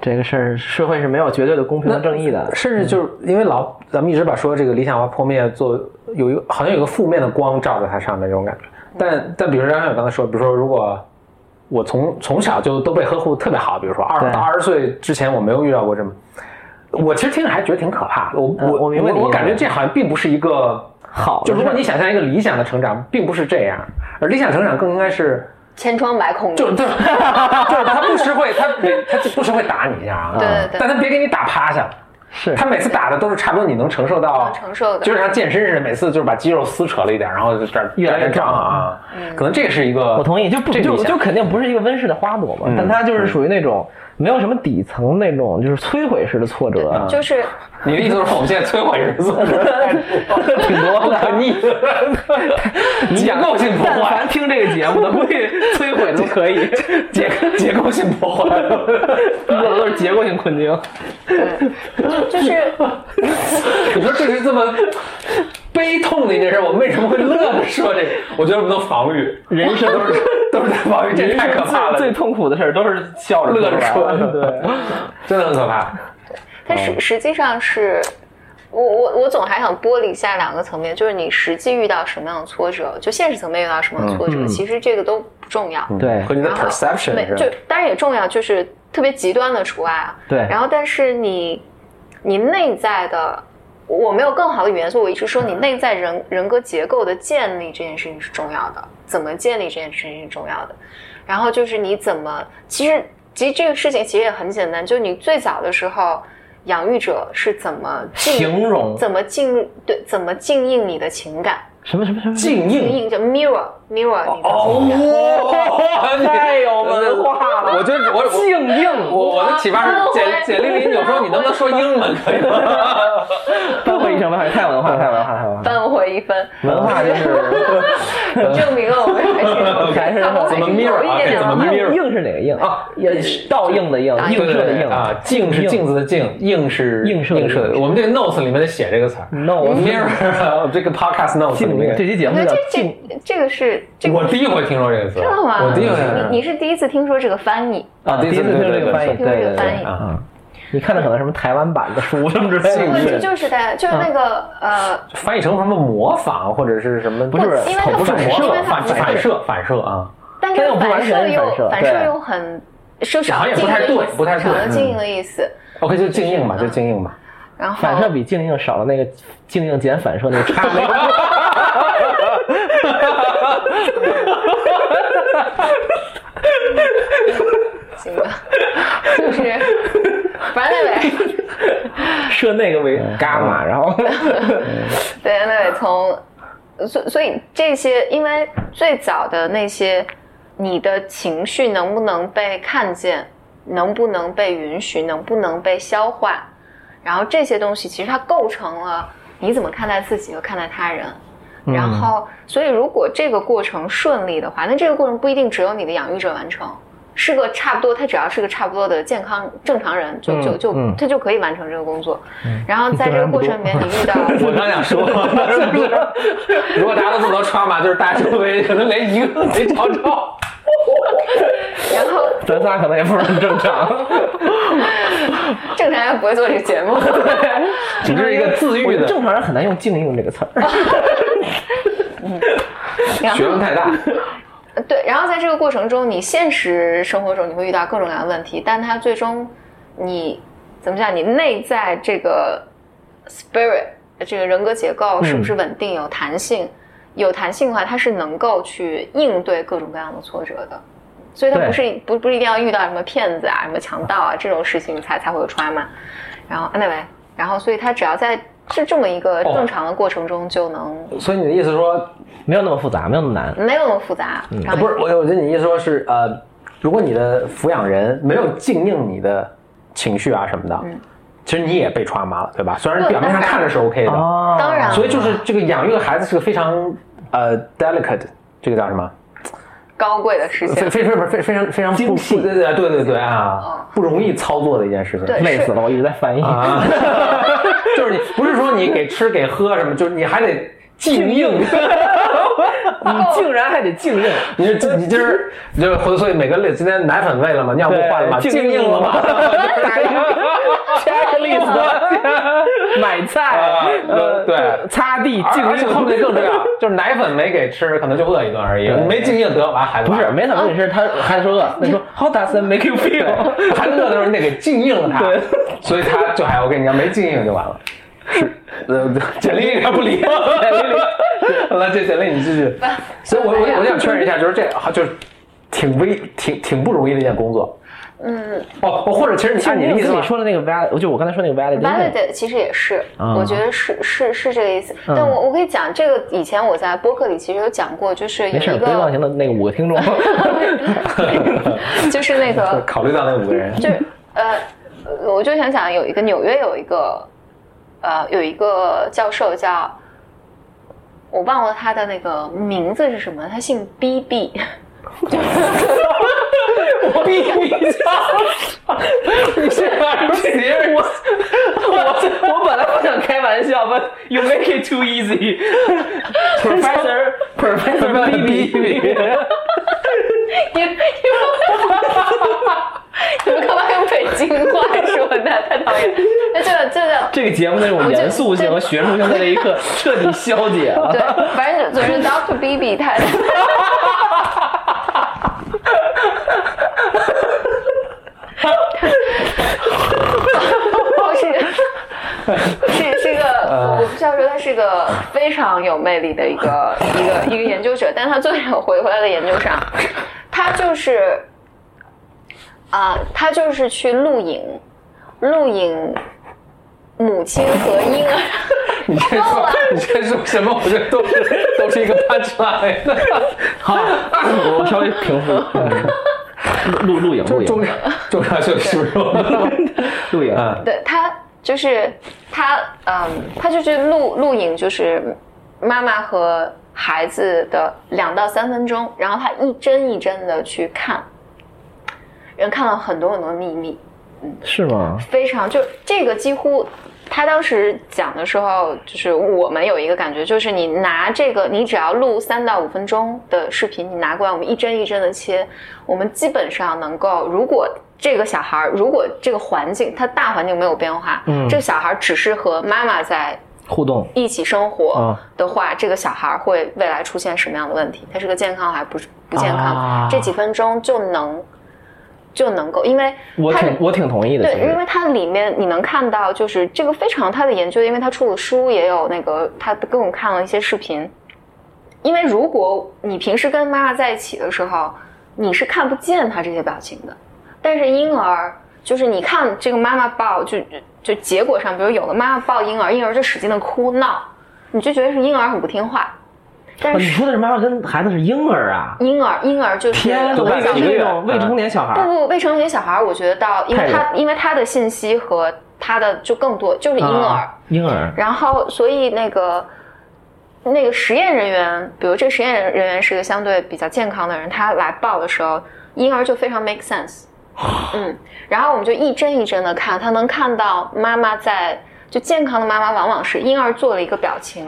[SPEAKER 3] 这个事儿，社会是没有绝对的公平和正义的。
[SPEAKER 1] 甚至就是因为老咱们一直把说这个理想化破灭做有一个好像有一个负面的光照在它上面那种感觉，但但比如说刚才我刚才说，比如说如果我从从小就都被呵护得特别好，比如说二
[SPEAKER 3] 对
[SPEAKER 1] 到二十岁之前我没有遇到过这么，我其实听着还觉得挺可怕的，我
[SPEAKER 3] 嗯
[SPEAKER 1] 我
[SPEAKER 3] 我明白哦你
[SPEAKER 1] 我
[SPEAKER 3] 意思
[SPEAKER 1] 感觉这好像并不是一个
[SPEAKER 3] 好的事
[SPEAKER 1] 就
[SPEAKER 3] 儿，
[SPEAKER 1] 如果你想象一个理想的成长，并不是这样，而理想成长更应该是
[SPEAKER 2] 千疮百孔
[SPEAKER 1] [laughs]
[SPEAKER 2] 的。
[SPEAKER 1] 就对，就是他不吃会，他没他就不吃会打你一下啊，
[SPEAKER 2] 对对对
[SPEAKER 1] 但他别给你打趴下了。
[SPEAKER 3] 是
[SPEAKER 1] 他每次打的都是差不多你能承受到，
[SPEAKER 2] 能承受的
[SPEAKER 1] 就是像健身似的，每次就是把肌肉撕扯了一点，然后就这儿
[SPEAKER 3] 越来越
[SPEAKER 1] 胀啊。
[SPEAKER 2] 嗯
[SPEAKER 1] 可能这是一个，
[SPEAKER 3] 我同意，就不
[SPEAKER 1] 这
[SPEAKER 3] 就
[SPEAKER 1] 理想
[SPEAKER 3] 就肯定不是一个温室的花朵嘛
[SPEAKER 1] 嗯，
[SPEAKER 3] 但它就是属于那种没有什么底层那种，就是摧毁式的挫折啊，
[SPEAKER 2] 就是
[SPEAKER 1] 你的意思是我们现在摧毁人
[SPEAKER 3] [laughs]
[SPEAKER 1] 做的
[SPEAKER 3] 挺多的。
[SPEAKER 1] 可逆，结构性破
[SPEAKER 3] 但
[SPEAKER 1] 坏
[SPEAKER 3] 凡，听这
[SPEAKER 1] [laughs]
[SPEAKER 3] 个节目的，估计摧毁都 [laughs] 可以，
[SPEAKER 1] 结结构性破坏。
[SPEAKER 3] 遇到的都是结构性困境。
[SPEAKER 2] 就是
[SPEAKER 1] 你说这是这么悲痛的一件事，我们为什么会乐着说这个？我觉得我们都防御，
[SPEAKER 3] [laughs] 人生
[SPEAKER 1] 都是都是在防御，这太可怕了，
[SPEAKER 3] 最最痛苦的事儿都是笑着
[SPEAKER 1] 乐着
[SPEAKER 3] 出
[SPEAKER 1] 说
[SPEAKER 3] 来的，对。
[SPEAKER 1] 真的很可怕。
[SPEAKER 2] 但实实际上是，我我我总还想剥离一下两个层面，就是你实际遇到什么样的挫折，就现实层面遇到什么样的挫折，
[SPEAKER 3] 嗯
[SPEAKER 2] 其实这个都不重要。
[SPEAKER 3] 对
[SPEAKER 1] 和你的
[SPEAKER 2] 然后
[SPEAKER 1] perception
[SPEAKER 2] 没
[SPEAKER 1] 嗯是吧
[SPEAKER 2] 就当然也重要，就是特别极端的除外啊。
[SPEAKER 3] 对
[SPEAKER 2] 然后，但是你你内在的，我没有更好的语言，所以我一直说你
[SPEAKER 1] 嗯
[SPEAKER 2] 内在人人格结构的建立这件事情是重要的，怎么建立这件事情是重要的。然后就是你怎么，其实其实这个事情其实也很简单，就是你最早的时候，养育者是怎么进
[SPEAKER 3] 形容
[SPEAKER 2] 怎么进入对怎么静应你的情感。
[SPEAKER 3] 什么什么什么
[SPEAKER 1] 静
[SPEAKER 2] 影
[SPEAKER 1] 音。
[SPEAKER 2] 影叫 mirror
[SPEAKER 1] 哦
[SPEAKER 2] mirror，你知道吗？
[SPEAKER 1] 哇，
[SPEAKER 3] 太有文化了
[SPEAKER 1] 我就我我
[SPEAKER 3] 静音，
[SPEAKER 1] 我我的启发是，
[SPEAKER 2] 我
[SPEAKER 1] 简简丽丽，有时候你能不能说英文可以吗？
[SPEAKER 3] 翻回一声，翻回太文化，太文化，太文化。
[SPEAKER 2] 翻我回一
[SPEAKER 1] [laughs]
[SPEAKER 2] 分，
[SPEAKER 3] 文化就是
[SPEAKER 2] 证明了我们
[SPEAKER 1] [laughs]
[SPEAKER 2] 还是
[SPEAKER 3] 还是
[SPEAKER 1] 怎么 mirror 啊
[SPEAKER 2] 有一点
[SPEAKER 1] 怎
[SPEAKER 2] 的
[SPEAKER 1] 么 mirror
[SPEAKER 3] 硬是哪个硬
[SPEAKER 1] 啊
[SPEAKER 3] 也是倒映的映，
[SPEAKER 2] 啊
[SPEAKER 3] 映
[SPEAKER 1] 对
[SPEAKER 3] 射
[SPEAKER 1] 对
[SPEAKER 3] 的
[SPEAKER 1] 对
[SPEAKER 3] 映
[SPEAKER 1] 啊，镜是镜子的镜，映是
[SPEAKER 3] 映射的
[SPEAKER 1] 映射的。
[SPEAKER 3] 映
[SPEAKER 1] 我们这个 notes 里面得写这个词儿
[SPEAKER 3] No，
[SPEAKER 1] mirror 这个 podcast notes 里
[SPEAKER 3] 静
[SPEAKER 1] 面
[SPEAKER 3] 这。期节目
[SPEAKER 2] 那
[SPEAKER 3] 叫
[SPEAKER 2] 这
[SPEAKER 3] 静
[SPEAKER 2] 这这个是这
[SPEAKER 1] 我
[SPEAKER 2] 个
[SPEAKER 1] 第一回听说这个词，
[SPEAKER 2] 真的吗？
[SPEAKER 1] 我第一回
[SPEAKER 2] 你你是第一次听说这个翻译？
[SPEAKER 1] 啊第一
[SPEAKER 3] 第一
[SPEAKER 1] 次
[SPEAKER 3] 次听这个翻译，
[SPEAKER 2] 对
[SPEAKER 3] 对
[SPEAKER 2] 对对
[SPEAKER 3] 对对
[SPEAKER 2] 对
[SPEAKER 1] 啊
[SPEAKER 3] 啊。你看的可能什么台湾版的书什么之
[SPEAKER 1] 静
[SPEAKER 3] 类
[SPEAKER 2] 不
[SPEAKER 1] 音
[SPEAKER 3] 的，
[SPEAKER 2] 就就是在就是那个
[SPEAKER 1] 嗯
[SPEAKER 2] 呃，
[SPEAKER 1] 翻译成什么模仿或者是什么？
[SPEAKER 3] 不是
[SPEAKER 2] 因为它
[SPEAKER 1] 不是
[SPEAKER 2] 反
[SPEAKER 1] 模
[SPEAKER 2] 射因为
[SPEAKER 1] 仿，反
[SPEAKER 2] 它不是
[SPEAKER 1] 反射反射啊！
[SPEAKER 2] 但
[SPEAKER 3] 但
[SPEAKER 2] 这
[SPEAKER 3] 又
[SPEAKER 2] 个
[SPEAKER 3] 不完
[SPEAKER 2] 反射
[SPEAKER 3] 全
[SPEAKER 2] 又
[SPEAKER 3] 反射
[SPEAKER 2] 反
[SPEAKER 3] 对嗯
[SPEAKER 2] 射又很是
[SPEAKER 1] 好
[SPEAKER 2] 少
[SPEAKER 1] 像
[SPEAKER 2] 了
[SPEAKER 1] 也不
[SPEAKER 2] 静
[SPEAKER 1] 太
[SPEAKER 2] 音的
[SPEAKER 1] 对
[SPEAKER 2] 意思
[SPEAKER 1] 不太对
[SPEAKER 2] 少了静音的意思，
[SPEAKER 1] OK，就静应吧，就静应吧。
[SPEAKER 2] 然后
[SPEAKER 3] 反射比静映少了那个静映减反射那个差没有。
[SPEAKER 2] 行吧，就是反正得。
[SPEAKER 3] 设那个为伽马，然后
[SPEAKER 2] 对，那得从，所所以这些，因为最早的那些，你的情绪能不能被看见，能不能被允许，能不能被消化，然后这些东西其实它构成了你怎么看待自己和看待他人。
[SPEAKER 3] 嗯
[SPEAKER 2] 然后，所以如果这个过程顺利的话，那这个过程不一定只有你的养育者完成，是个差不多，他只要是个差不多的健康正常人，就就就、
[SPEAKER 3] 嗯嗯嗯
[SPEAKER 2] 他就可以完成这个工作。然后在这个过程里面，你遇到 [laughs]
[SPEAKER 3] [laughs]
[SPEAKER 1] [laughs] 我刚想说，如果大家都这么多穿吧，就是大家周围可能连一个都没找着。
[SPEAKER 2] 然后
[SPEAKER 3] 咱仨可能也不是很正常，
[SPEAKER 2] 正常人不会做这个节目。
[SPEAKER 1] 只是一个自
[SPEAKER 3] 我
[SPEAKER 1] 愈
[SPEAKER 3] 觉得
[SPEAKER 1] 的
[SPEAKER 3] 正常人很难用静映这个词儿。
[SPEAKER 2] 然
[SPEAKER 1] 学
[SPEAKER 2] 后
[SPEAKER 1] 问太大，
[SPEAKER 2] 对，然后在这个过程中，你现实生活中你会遇到各种各样的问题，但它最终你怎么讲？你内在这个 spirit 这个人格结构是不是稳定、有弹性？有弹性的话，它是能够去应对各种各样的挫折的。所以它
[SPEAKER 3] 对
[SPEAKER 2] 不是不不一定要遇到什么骗子啊、什么强盗啊这种事情才才会有 trauma。然后 anyway，然后所以它只要在是这么一个
[SPEAKER 1] 哦
[SPEAKER 2] 正常的过程中就能
[SPEAKER 1] 所以你的意思说，
[SPEAKER 3] 没有那么复杂，没有那么难。
[SPEAKER 2] 没有那么复杂，然
[SPEAKER 1] 呃
[SPEAKER 2] 后
[SPEAKER 1] 不是我，我觉得你意思说是呃，如果你的抚养人没有静应你的情绪啊什么的，其实你也被穿麻了，对吧？虽然
[SPEAKER 2] 嗯对
[SPEAKER 1] 表面上看着是 OK 的，
[SPEAKER 3] 哦
[SPEAKER 2] 当然
[SPEAKER 1] 所以就是这个养育的孩子是个非常呃 delicate，这个叫什么？
[SPEAKER 2] 高贵的事情
[SPEAKER 1] 非。非非非非常非常
[SPEAKER 3] 精细
[SPEAKER 1] 不不对对对对对啊，不容易操作的一件事情。
[SPEAKER 2] 哦对
[SPEAKER 3] 累死了，我一直在翻译。 [laughs]
[SPEAKER 1] 啊，就是你不是说你给吃给喝什么，就是你还得静应。 [laughs]
[SPEAKER 3] 你竟然还得静映，
[SPEAKER 1] 你这你今儿你就是回，所以每个类今天奶粉喂了吗？尿布换了吗？
[SPEAKER 3] 对
[SPEAKER 1] 静应了吗？
[SPEAKER 3] [laughs] checklist，买菜
[SPEAKER 1] 啊，
[SPEAKER 3] 呃，
[SPEAKER 1] 对
[SPEAKER 3] 擦地
[SPEAKER 1] 而
[SPEAKER 3] [laughs] 静
[SPEAKER 1] 而且
[SPEAKER 3] 映。
[SPEAKER 1] 后面更重要，就是奶粉没给吃，可能就饿一顿而已。没静应得完孩子
[SPEAKER 3] 不是，
[SPEAKER 1] 完了
[SPEAKER 3] 没想到你是他还说饿，你说 How does that make you feel？
[SPEAKER 1] 孩子饿的时候你得给静应他
[SPEAKER 3] 对，
[SPEAKER 1] 所以他就还 OK。你要没静应就完了。是，呃，简历他不理，简历，好了，这简历你继续。所以我我我想确认一下，就是这好就是挺危挺挺不容易的一件工作。
[SPEAKER 2] 嗯
[SPEAKER 1] 哦，哦或者其实你按你的意思
[SPEAKER 3] 你
[SPEAKER 1] 吧，
[SPEAKER 3] 说的那个 valid，就我刚才说那个 valid，
[SPEAKER 2] ，valid 其实也是，
[SPEAKER 3] 啊
[SPEAKER 2] 我觉得是是是这个意思。
[SPEAKER 3] 嗯
[SPEAKER 2] 但我我可以讲这个，以前我在播客里其实有讲过，就是有
[SPEAKER 3] 没事，
[SPEAKER 2] 一
[SPEAKER 3] 不要忘
[SPEAKER 2] 个
[SPEAKER 3] 型的那个五个听众，
[SPEAKER 2] [laughs] 就是那
[SPEAKER 1] 就
[SPEAKER 2] 个
[SPEAKER 1] [laughs] 考虑到那五个人，
[SPEAKER 2] 就是呃，呃我就想讲有一个纽约有一个呃有一个教授叫，我忘了他的那个名字是什么，他姓 B B， [laughs]
[SPEAKER 1] 我比 [laughs] 你强，你是哪儿我
[SPEAKER 3] 我我本来不想开玩笑，but you make it too easy。Professor [laughs] Professor B B，
[SPEAKER 2] 你你们 [laughs] 你们干嘛用北京话说呢？太讨厌了，那就就叫
[SPEAKER 3] 这个节目那种严肃性和学术性在这一刻彻底消解了。
[SPEAKER 2] 对，反正总之 Doctor Baby 他，是是是个，我不需要说他是个非常有魅力的一个一个一个研究者，但他最后回回来的研究上，他就是啊、他就是去露营，露营母亲和婴儿。
[SPEAKER 1] 你这
[SPEAKER 2] 够了
[SPEAKER 1] 你先说什么，我觉得都是都是一个 punchline，
[SPEAKER 3] 好，
[SPEAKER 1] [laughs]
[SPEAKER 3] 我稍微平复。嗯录录影，录
[SPEAKER 1] 中
[SPEAKER 3] 影，
[SPEAKER 1] 场中场休息十分
[SPEAKER 3] [laughs]
[SPEAKER 1] 钟。
[SPEAKER 3] 录影。
[SPEAKER 1] 嗯，
[SPEAKER 2] 对他就是他，嗯，他就是录录影，就是妈妈和孩子的两到三分钟，然后他一帧一帧的去看，人看到很多很多秘密，
[SPEAKER 3] 是吗？
[SPEAKER 2] 非常就这个几乎。他当时讲的时候，就是我们有一个感觉，就是你拿这个，你只要录三到五分钟的视频，你拿过来，我们一帧一帧的切，我们基本上能够，如果这个小孩儿，如果这个环境，他大环境没有变化，
[SPEAKER 3] 嗯
[SPEAKER 2] 这个小孩儿只是和妈妈在
[SPEAKER 3] 互动
[SPEAKER 2] 一起生活
[SPEAKER 3] 啊
[SPEAKER 2] 的话，这个小孩儿会未来出现什么样的问题？他是个健康还不是不健康？
[SPEAKER 3] 啊
[SPEAKER 2] 这几分钟就能就能够，因为
[SPEAKER 3] 我
[SPEAKER 2] 他
[SPEAKER 3] 挺我挺同意的，其
[SPEAKER 2] 对，因
[SPEAKER 3] 实
[SPEAKER 2] 为它里面你能看到，就是这个非常他的研究，因为他出了书，也有那个他跟我们看了一些视频。因为如果你平时跟妈妈在一起的时候，你是看不见他这些表情的，但是婴儿就是你看这个妈妈抱，就就结果上，比如有的妈妈抱婴儿，婴儿就使劲的哭闹，你就觉得是婴儿很不听话，但
[SPEAKER 3] 哦你
[SPEAKER 2] 是
[SPEAKER 3] 说的是妈妈跟孩子是婴儿啊？
[SPEAKER 2] 婴儿婴儿就是
[SPEAKER 3] 天呐，
[SPEAKER 2] 很
[SPEAKER 3] 我以
[SPEAKER 2] 小
[SPEAKER 3] 为是那种
[SPEAKER 2] 嗯
[SPEAKER 3] 未成年小孩
[SPEAKER 2] 不
[SPEAKER 3] 儿。
[SPEAKER 2] 不，未成年小孩儿，我觉得到，因为
[SPEAKER 3] 太
[SPEAKER 2] 他因为他的信息和他的就更多，就是婴儿，
[SPEAKER 3] 啊，婴儿
[SPEAKER 2] 然后所以那个那个实验人员，比如这个实验人人员是一个相对比较健康的人，他来报的时候，婴儿就非常 make
[SPEAKER 3] [sighs]
[SPEAKER 2] sense，嗯，然后我们就一帧一帧的看，他能看到妈妈在就健康的妈妈往往是婴儿做了一个表情，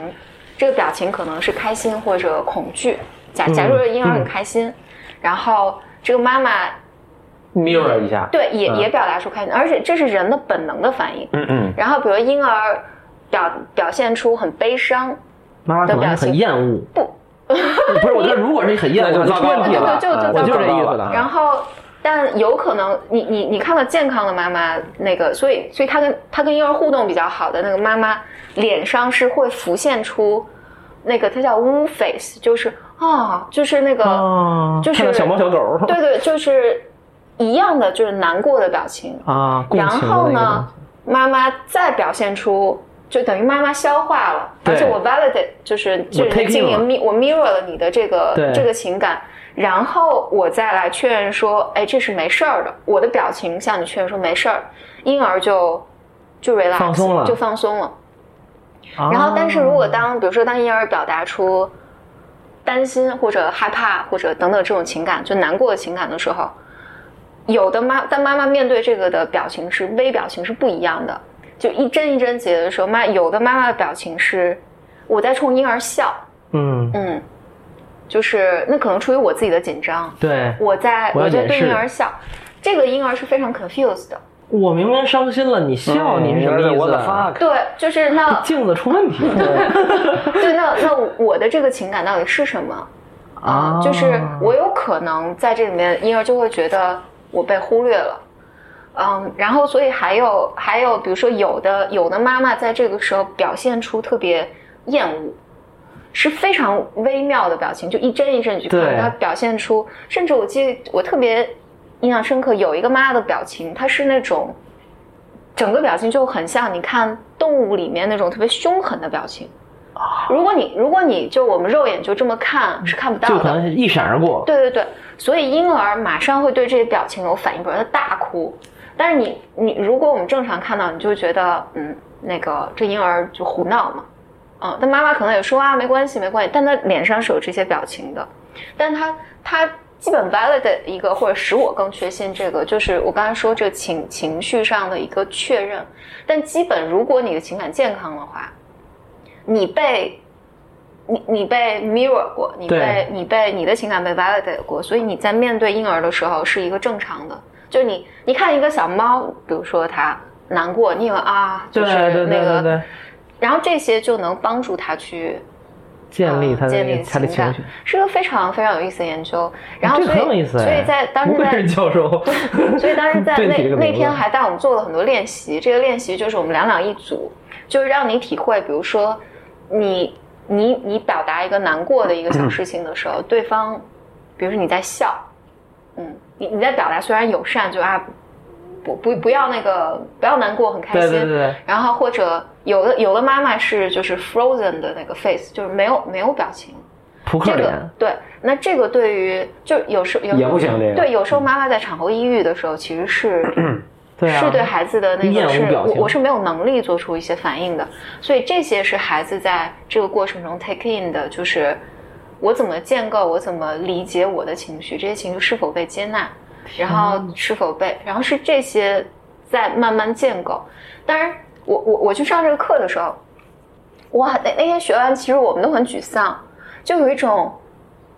[SPEAKER 2] 这个表情可能是开心或者恐惧，假假
[SPEAKER 3] 嗯
[SPEAKER 2] 如说婴儿很开心，然后这个妈妈
[SPEAKER 1] mirror 一下，
[SPEAKER 2] 对，也
[SPEAKER 1] 嗯
[SPEAKER 2] 也表达出开心，而且这是人的本能的反应。
[SPEAKER 1] 嗯嗯，
[SPEAKER 2] 然后，比如婴儿表表现出很悲伤，
[SPEAKER 3] 妈妈可能是很厌恶，
[SPEAKER 2] 不，
[SPEAKER 3] [laughs] 不是？我觉得如果是很厌恶，
[SPEAKER 1] 那就
[SPEAKER 3] 出
[SPEAKER 1] 糟糕
[SPEAKER 3] 问
[SPEAKER 1] 了，
[SPEAKER 3] 题了。嗯啊
[SPEAKER 2] 对对对
[SPEAKER 3] 我
[SPEAKER 2] 对
[SPEAKER 3] 就
[SPEAKER 2] 糟
[SPEAKER 3] 是
[SPEAKER 2] 糕
[SPEAKER 3] 这意思了。
[SPEAKER 2] 然后，但有可能你你你看到健康的妈妈那个，所以所以她跟她跟婴儿互动比较好的那个妈妈，脸上是会浮现出那个，它叫 w face，就是啊、就是那个、
[SPEAKER 3] 啊，
[SPEAKER 2] 就是
[SPEAKER 3] 看到小猫小狗
[SPEAKER 2] 对对，就是一样的，就是难过的表情。
[SPEAKER 3] 啊，共
[SPEAKER 2] 然
[SPEAKER 3] 情的
[SPEAKER 2] 后
[SPEAKER 3] 那个
[SPEAKER 2] 呢，妈妈再表现出，就等于妈妈消化了，
[SPEAKER 3] 对
[SPEAKER 2] 而且我 validate 就是就
[SPEAKER 3] take
[SPEAKER 2] 是
[SPEAKER 3] in
[SPEAKER 2] 经营
[SPEAKER 3] 了
[SPEAKER 2] mi 我 mirror 了你的这
[SPEAKER 3] 对
[SPEAKER 2] 个这个情感，然后我再来确认说，哎，这是没事儿的，我的表情向你确认说没事儿，因而就就 relax
[SPEAKER 3] 放松了
[SPEAKER 2] 就放松了。
[SPEAKER 3] 东西。
[SPEAKER 2] 然后，但是如果
[SPEAKER 3] 啊
[SPEAKER 2] 当比如说当婴儿表达出担心或者害怕或者等等这种情感，就难过的情感的时候，有的妈但妈妈面对这个的表情是微表情是不一样的，就一针一针结的时候，妈有的妈妈的表情是我在冲婴儿笑，
[SPEAKER 3] 嗯，
[SPEAKER 2] 嗯，就是那可能出于我自己的紧张，
[SPEAKER 3] 对，
[SPEAKER 2] 我在
[SPEAKER 3] 我要
[SPEAKER 2] 我在
[SPEAKER 3] 掩
[SPEAKER 2] 对
[SPEAKER 3] 饰
[SPEAKER 2] 婴儿笑，这个婴儿是非常 confused 的，
[SPEAKER 3] 我明明伤心了，你
[SPEAKER 1] 哦
[SPEAKER 3] 笑，你是什么意
[SPEAKER 1] 嗯我
[SPEAKER 3] 思
[SPEAKER 1] 的
[SPEAKER 3] 啊？
[SPEAKER 1] fuck，
[SPEAKER 2] 对，就是
[SPEAKER 3] [laughs]
[SPEAKER 2] 那
[SPEAKER 3] 镜子出
[SPEAKER 1] [laughs]
[SPEAKER 3] 问题了
[SPEAKER 2] 对那那我的这个情感到底是什么？啊，就是
[SPEAKER 3] 哦
[SPEAKER 2] 我有可能在这里面，婴儿就会觉得我被忽略了。嗯，然后所以还有还有，比如说有的有的妈妈在这个时候表现出特别厌恶，是非常微妙的表情，就一帧一帧去看
[SPEAKER 3] 对
[SPEAKER 2] 她表现出，甚至我记得我特别印象深刻，有一个妈妈的表情，她是那种整个表情就很像你看动物里面那种特别凶狠的表情。
[SPEAKER 3] 哦
[SPEAKER 2] 如果你如果你就我们肉眼就这么看是看不到
[SPEAKER 3] 就
[SPEAKER 2] 的，
[SPEAKER 3] 可能是一闪而过。
[SPEAKER 2] 对对对，所以婴儿马上会对这些表情有反应，比如他大哭。但是你你如果我们正常看到，你就会觉得嗯，那个这婴儿就胡闹嘛，嗯，但妈妈可能也说啊没关系没关系，但他脸上是有这些表情的，但他他基本 valid 的一个或者使我更确信这个，就是我刚才说这个情情绪上的一个确认。但基本如果你的情感健康的话，你被你你被 mirror 过，你
[SPEAKER 3] 对
[SPEAKER 2] 被你被你的情感被 validate 过，所以你在面对婴儿的时候是一个正常的，就是你你看一个小猫，比如说它难过，你以为啊就
[SPEAKER 3] 对
[SPEAKER 2] 是
[SPEAKER 3] 对对
[SPEAKER 2] 那
[SPEAKER 3] 对
[SPEAKER 2] 个，
[SPEAKER 3] 对，
[SPEAKER 2] 然后这些就能帮助他去
[SPEAKER 3] 建立
[SPEAKER 2] 啊
[SPEAKER 3] 他的
[SPEAKER 2] 建
[SPEAKER 3] 那
[SPEAKER 2] 立
[SPEAKER 3] 个他的
[SPEAKER 2] 情感
[SPEAKER 3] 情绪，
[SPEAKER 2] 是个非常非常有意思的研究。然后
[SPEAKER 3] 这个
[SPEAKER 2] 所以
[SPEAKER 3] 很有意思
[SPEAKER 2] 所
[SPEAKER 3] 哎
[SPEAKER 2] 以在当时
[SPEAKER 3] 不愧
[SPEAKER 2] 在
[SPEAKER 3] 是教授。 [laughs]
[SPEAKER 2] 所以当时在
[SPEAKER 3] 对你
[SPEAKER 2] 那
[SPEAKER 3] 这个名字
[SPEAKER 2] 那天还带我们做了很多练习，这个练习就是我们两两一组，就是让你体会，比如说你你你表达一个难过的一个小事情的时候，对方，比如说你在笑，嗯，你你在表达虽然友善，就啊不不不要那个不要难过，很开
[SPEAKER 3] 对
[SPEAKER 2] 心，
[SPEAKER 3] 对对对，
[SPEAKER 2] 然后或者有的有的妈妈是就是 frozen 的那个 face，就是没有没有表情。
[SPEAKER 3] 扑克
[SPEAKER 2] 这
[SPEAKER 3] 脸，
[SPEAKER 2] 个对，那这个对于就有时候有
[SPEAKER 1] 啊也不啊行这个
[SPEAKER 2] 对，有时候妈妈在产后抑郁的时候，其
[SPEAKER 1] [clears throat]
[SPEAKER 2] 实是
[SPEAKER 3] 对啊，
[SPEAKER 2] 是对孩子的那
[SPEAKER 3] 面
[SPEAKER 2] 个
[SPEAKER 3] 无
[SPEAKER 2] 是
[SPEAKER 3] 表
[SPEAKER 2] 我
[SPEAKER 3] 情
[SPEAKER 2] 我是没有能力做出一些反应的，所以这些是孩子在这个过程中 take in 的，就是我怎么建构，我怎么理解我的情绪，这些情绪是否被接纳，然后是否被，然后是这些在慢慢建构。当然，我我我去上这个课的时候，哇，那那天学完，其实我们都很沮丧，就有一种，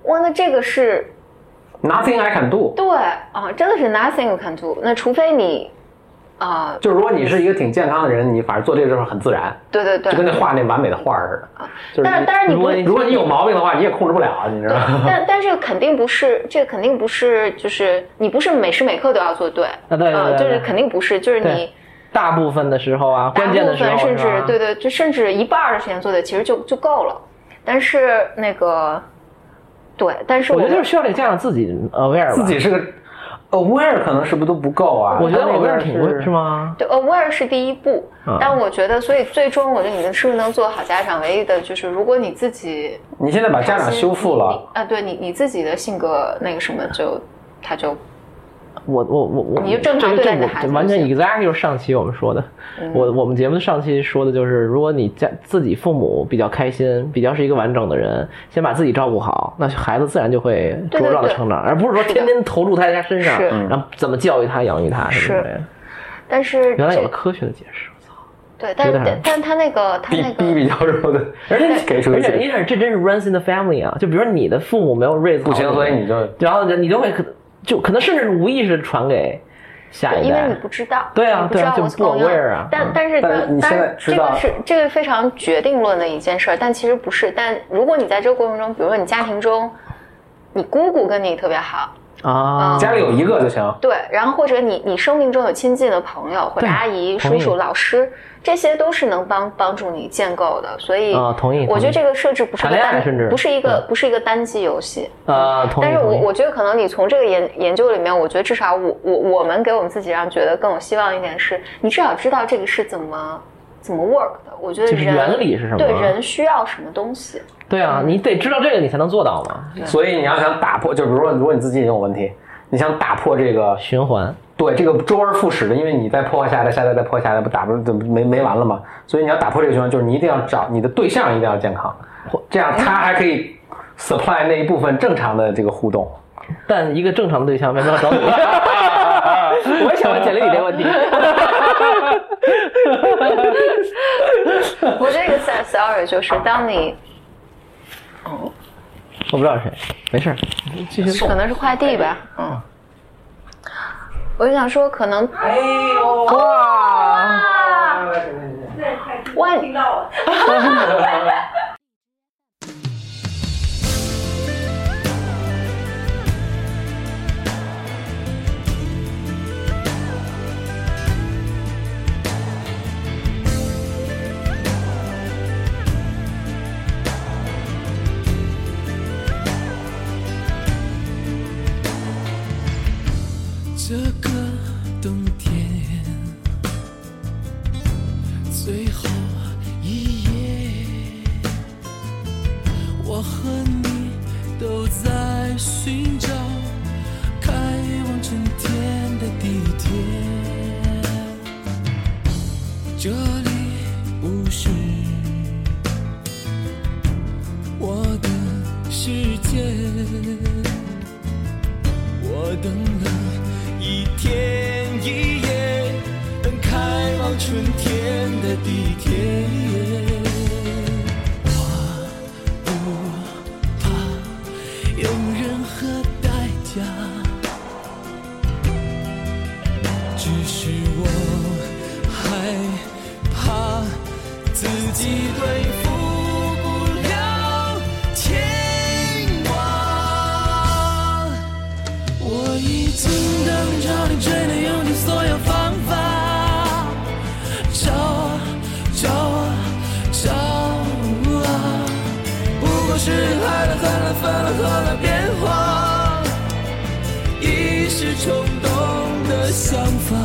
[SPEAKER 2] 哇，那这个是
[SPEAKER 1] Nothing I can do。
[SPEAKER 2] 对啊，真的是 nothing you can do。那除非你，啊、
[SPEAKER 1] 就是如果你是一个挺健康的人，你反正做这个事儿很自然，
[SPEAKER 2] 对对对
[SPEAKER 1] 就，跟那画那完美的画儿似的。
[SPEAKER 2] 但但是你
[SPEAKER 1] 如果
[SPEAKER 2] 不
[SPEAKER 1] 如果你有毛病的话，你也控制不了，啊你知
[SPEAKER 3] [laughs]
[SPEAKER 1] 道吗？
[SPEAKER 2] 但但是肯定不是，这个肯定不是，就是你不是每时每刻都要做对，
[SPEAKER 3] 啊对对
[SPEAKER 2] 啊
[SPEAKER 3] 对
[SPEAKER 2] 就是
[SPEAKER 3] 对
[SPEAKER 2] 肯定不是，就是
[SPEAKER 3] 对
[SPEAKER 2] 你
[SPEAKER 3] 大部分的时候啊，
[SPEAKER 2] 大
[SPEAKER 3] 关
[SPEAKER 2] 部
[SPEAKER 3] 键的
[SPEAKER 2] 分
[SPEAKER 3] 时候
[SPEAKER 2] 甚至
[SPEAKER 3] 是吧
[SPEAKER 2] 对对，就甚至一半儿的时间做对，其实就就够了。但是那个，对，但是
[SPEAKER 3] 我
[SPEAKER 2] 我
[SPEAKER 3] 觉得就是需要这个家长自己 aware 吧
[SPEAKER 1] 自己是个 aware，可能是不是都不够啊？
[SPEAKER 3] 我觉得
[SPEAKER 1] 他那个
[SPEAKER 3] aware 挺贵是？吗？
[SPEAKER 2] 对 aware 是第一步，
[SPEAKER 3] 啊
[SPEAKER 2] 但我觉得，所以最终我觉得你们是不是能做好家长，唯一的就是如果你自己
[SPEAKER 1] 你现在把家长修复了，
[SPEAKER 2] 啊，对你你自己的性格那个什么就，他就
[SPEAKER 3] 我我我我，
[SPEAKER 2] 你就正常
[SPEAKER 3] 这个
[SPEAKER 2] 对待
[SPEAKER 3] 这
[SPEAKER 2] 你的
[SPEAKER 3] 我
[SPEAKER 2] 孩
[SPEAKER 3] 这
[SPEAKER 2] 子
[SPEAKER 3] 完
[SPEAKER 2] 就
[SPEAKER 3] 全
[SPEAKER 2] 行嗯
[SPEAKER 3] exactly 就是上期我们说的，我我们节目上期说的就是，如果你家自己父母比较开心，比较是一个完整的人，先把自己照顾好，那孩子自然就会
[SPEAKER 2] 对
[SPEAKER 3] 茁
[SPEAKER 2] 对
[SPEAKER 3] 壮的
[SPEAKER 2] 对
[SPEAKER 3] 成长，而不是说
[SPEAKER 2] 是的
[SPEAKER 3] 天天投入他在他身上
[SPEAKER 2] 是，
[SPEAKER 3] 然后怎么教育他、养育他什么之类的。
[SPEAKER 2] 但是
[SPEAKER 3] 原来有了
[SPEAKER 2] 这
[SPEAKER 3] 科学的解释，我操！
[SPEAKER 2] 对，但
[SPEAKER 3] 有点
[SPEAKER 2] 但但他那个他
[SPEAKER 1] 逼
[SPEAKER 2] 那
[SPEAKER 1] 逼
[SPEAKER 2] 个
[SPEAKER 1] 比较
[SPEAKER 3] [laughs]
[SPEAKER 1] 弱的，而且给出
[SPEAKER 3] 而
[SPEAKER 1] 一
[SPEAKER 3] 且
[SPEAKER 1] 些
[SPEAKER 3] 因为这真是 runs in the family 啊，就比如说你的父母没有 raise
[SPEAKER 1] 不行，
[SPEAKER 3] 好
[SPEAKER 1] 所以你就
[SPEAKER 3] 然后你就会可就可能甚至是无意识传给下一
[SPEAKER 2] 因为
[SPEAKER 3] 代
[SPEAKER 2] 你。不知道，
[SPEAKER 3] 对啊
[SPEAKER 2] 你不
[SPEAKER 3] 对
[SPEAKER 2] 知
[SPEAKER 3] 啊
[SPEAKER 2] 道
[SPEAKER 3] 就
[SPEAKER 2] what's
[SPEAKER 3] 不
[SPEAKER 2] going on
[SPEAKER 3] aware 啊嗯
[SPEAKER 2] 但但是
[SPEAKER 1] 但
[SPEAKER 2] 但
[SPEAKER 1] 你现在
[SPEAKER 2] 但
[SPEAKER 1] 知
[SPEAKER 2] 这
[SPEAKER 1] 道
[SPEAKER 2] 个是这个非常决定论的一件事儿，但其实不是。但如果你在这个过程中，比如说你家庭中，你姑姑跟你特别好，
[SPEAKER 3] 啊，
[SPEAKER 2] 嗯
[SPEAKER 1] 家里有一个就行。
[SPEAKER 2] 对，然后或者你你生命中有亲近的朋友或者
[SPEAKER 3] 对
[SPEAKER 2] 阿姨、
[SPEAKER 3] 同意
[SPEAKER 2] 叔叔、老师，这些都是能帮帮助你建构的。所以
[SPEAKER 3] 啊同意
[SPEAKER 2] 我觉得
[SPEAKER 3] 同意
[SPEAKER 2] 这个设置不是
[SPEAKER 3] 谈
[SPEAKER 2] 个
[SPEAKER 3] 恋爱甚至
[SPEAKER 2] 单，不是一个不是一个单机游戏。
[SPEAKER 3] 啊，同意
[SPEAKER 2] 但是
[SPEAKER 3] 同
[SPEAKER 2] 我
[SPEAKER 3] 意
[SPEAKER 2] 我觉得可能你从这个研研究里面，我觉得至少我我我们给我们自己让觉得更有希望一点是，你至少知道这个是怎么怎么 work 的。我觉得
[SPEAKER 3] 就是
[SPEAKER 2] 人
[SPEAKER 3] 原理是什么
[SPEAKER 2] 对人需要什么东西，
[SPEAKER 3] 对
[SPEAKER 1] 嗯
[SPEAKER 3] 啊，你得知道这个，你才能做到嘛。
[SPEAKER 1] 所以你要想打破，就比如说，如果你自己也有问题，你想打破这个
[SPEAKER 3] 循环，
[SPEAKER 1] 对，这个周而复始的，因为你再破坏下一代，下一代再破坏下一代，不打不怎么没没完了吗？所以你要打破这个循环，就是你一定要找你的对象一定要健康，这样他还可以 supply 那一部分正常的这个互动。
[SPEAKER 3] 但一个正常的对象为什
[SPEAKER 1] [laughs]
[SPEAKER 3] 么要找你？啊我也想问简历里这个问题。
[SPEAKER 2] 我这个 sad story 就是当你
[SPEAKER 3] 我不知道是谁，没事儿，继续。
[SPEAKER 2] 可能是快递吧，嗯，我就想说可能
[SPEAKER 6] 哎呦，
[SPEAKER 3] 哇，
[SPEAKER 2] 啊，哇，
[SPEAKER 7] 听到了。
[SPEAKER 4] 这个冬天最后一夜，我和你都在寻找开往春天的地铁。这里不是我的世界。我等了一天一夜，等开往春天的地铁。我不怕有任何代价，只是我害怕自己对付不了牵挂。我已经等着你，真的用尽所有方法，找啊找啊找啊，不过是爱了恨了分了合了变化，一时冲动的想法。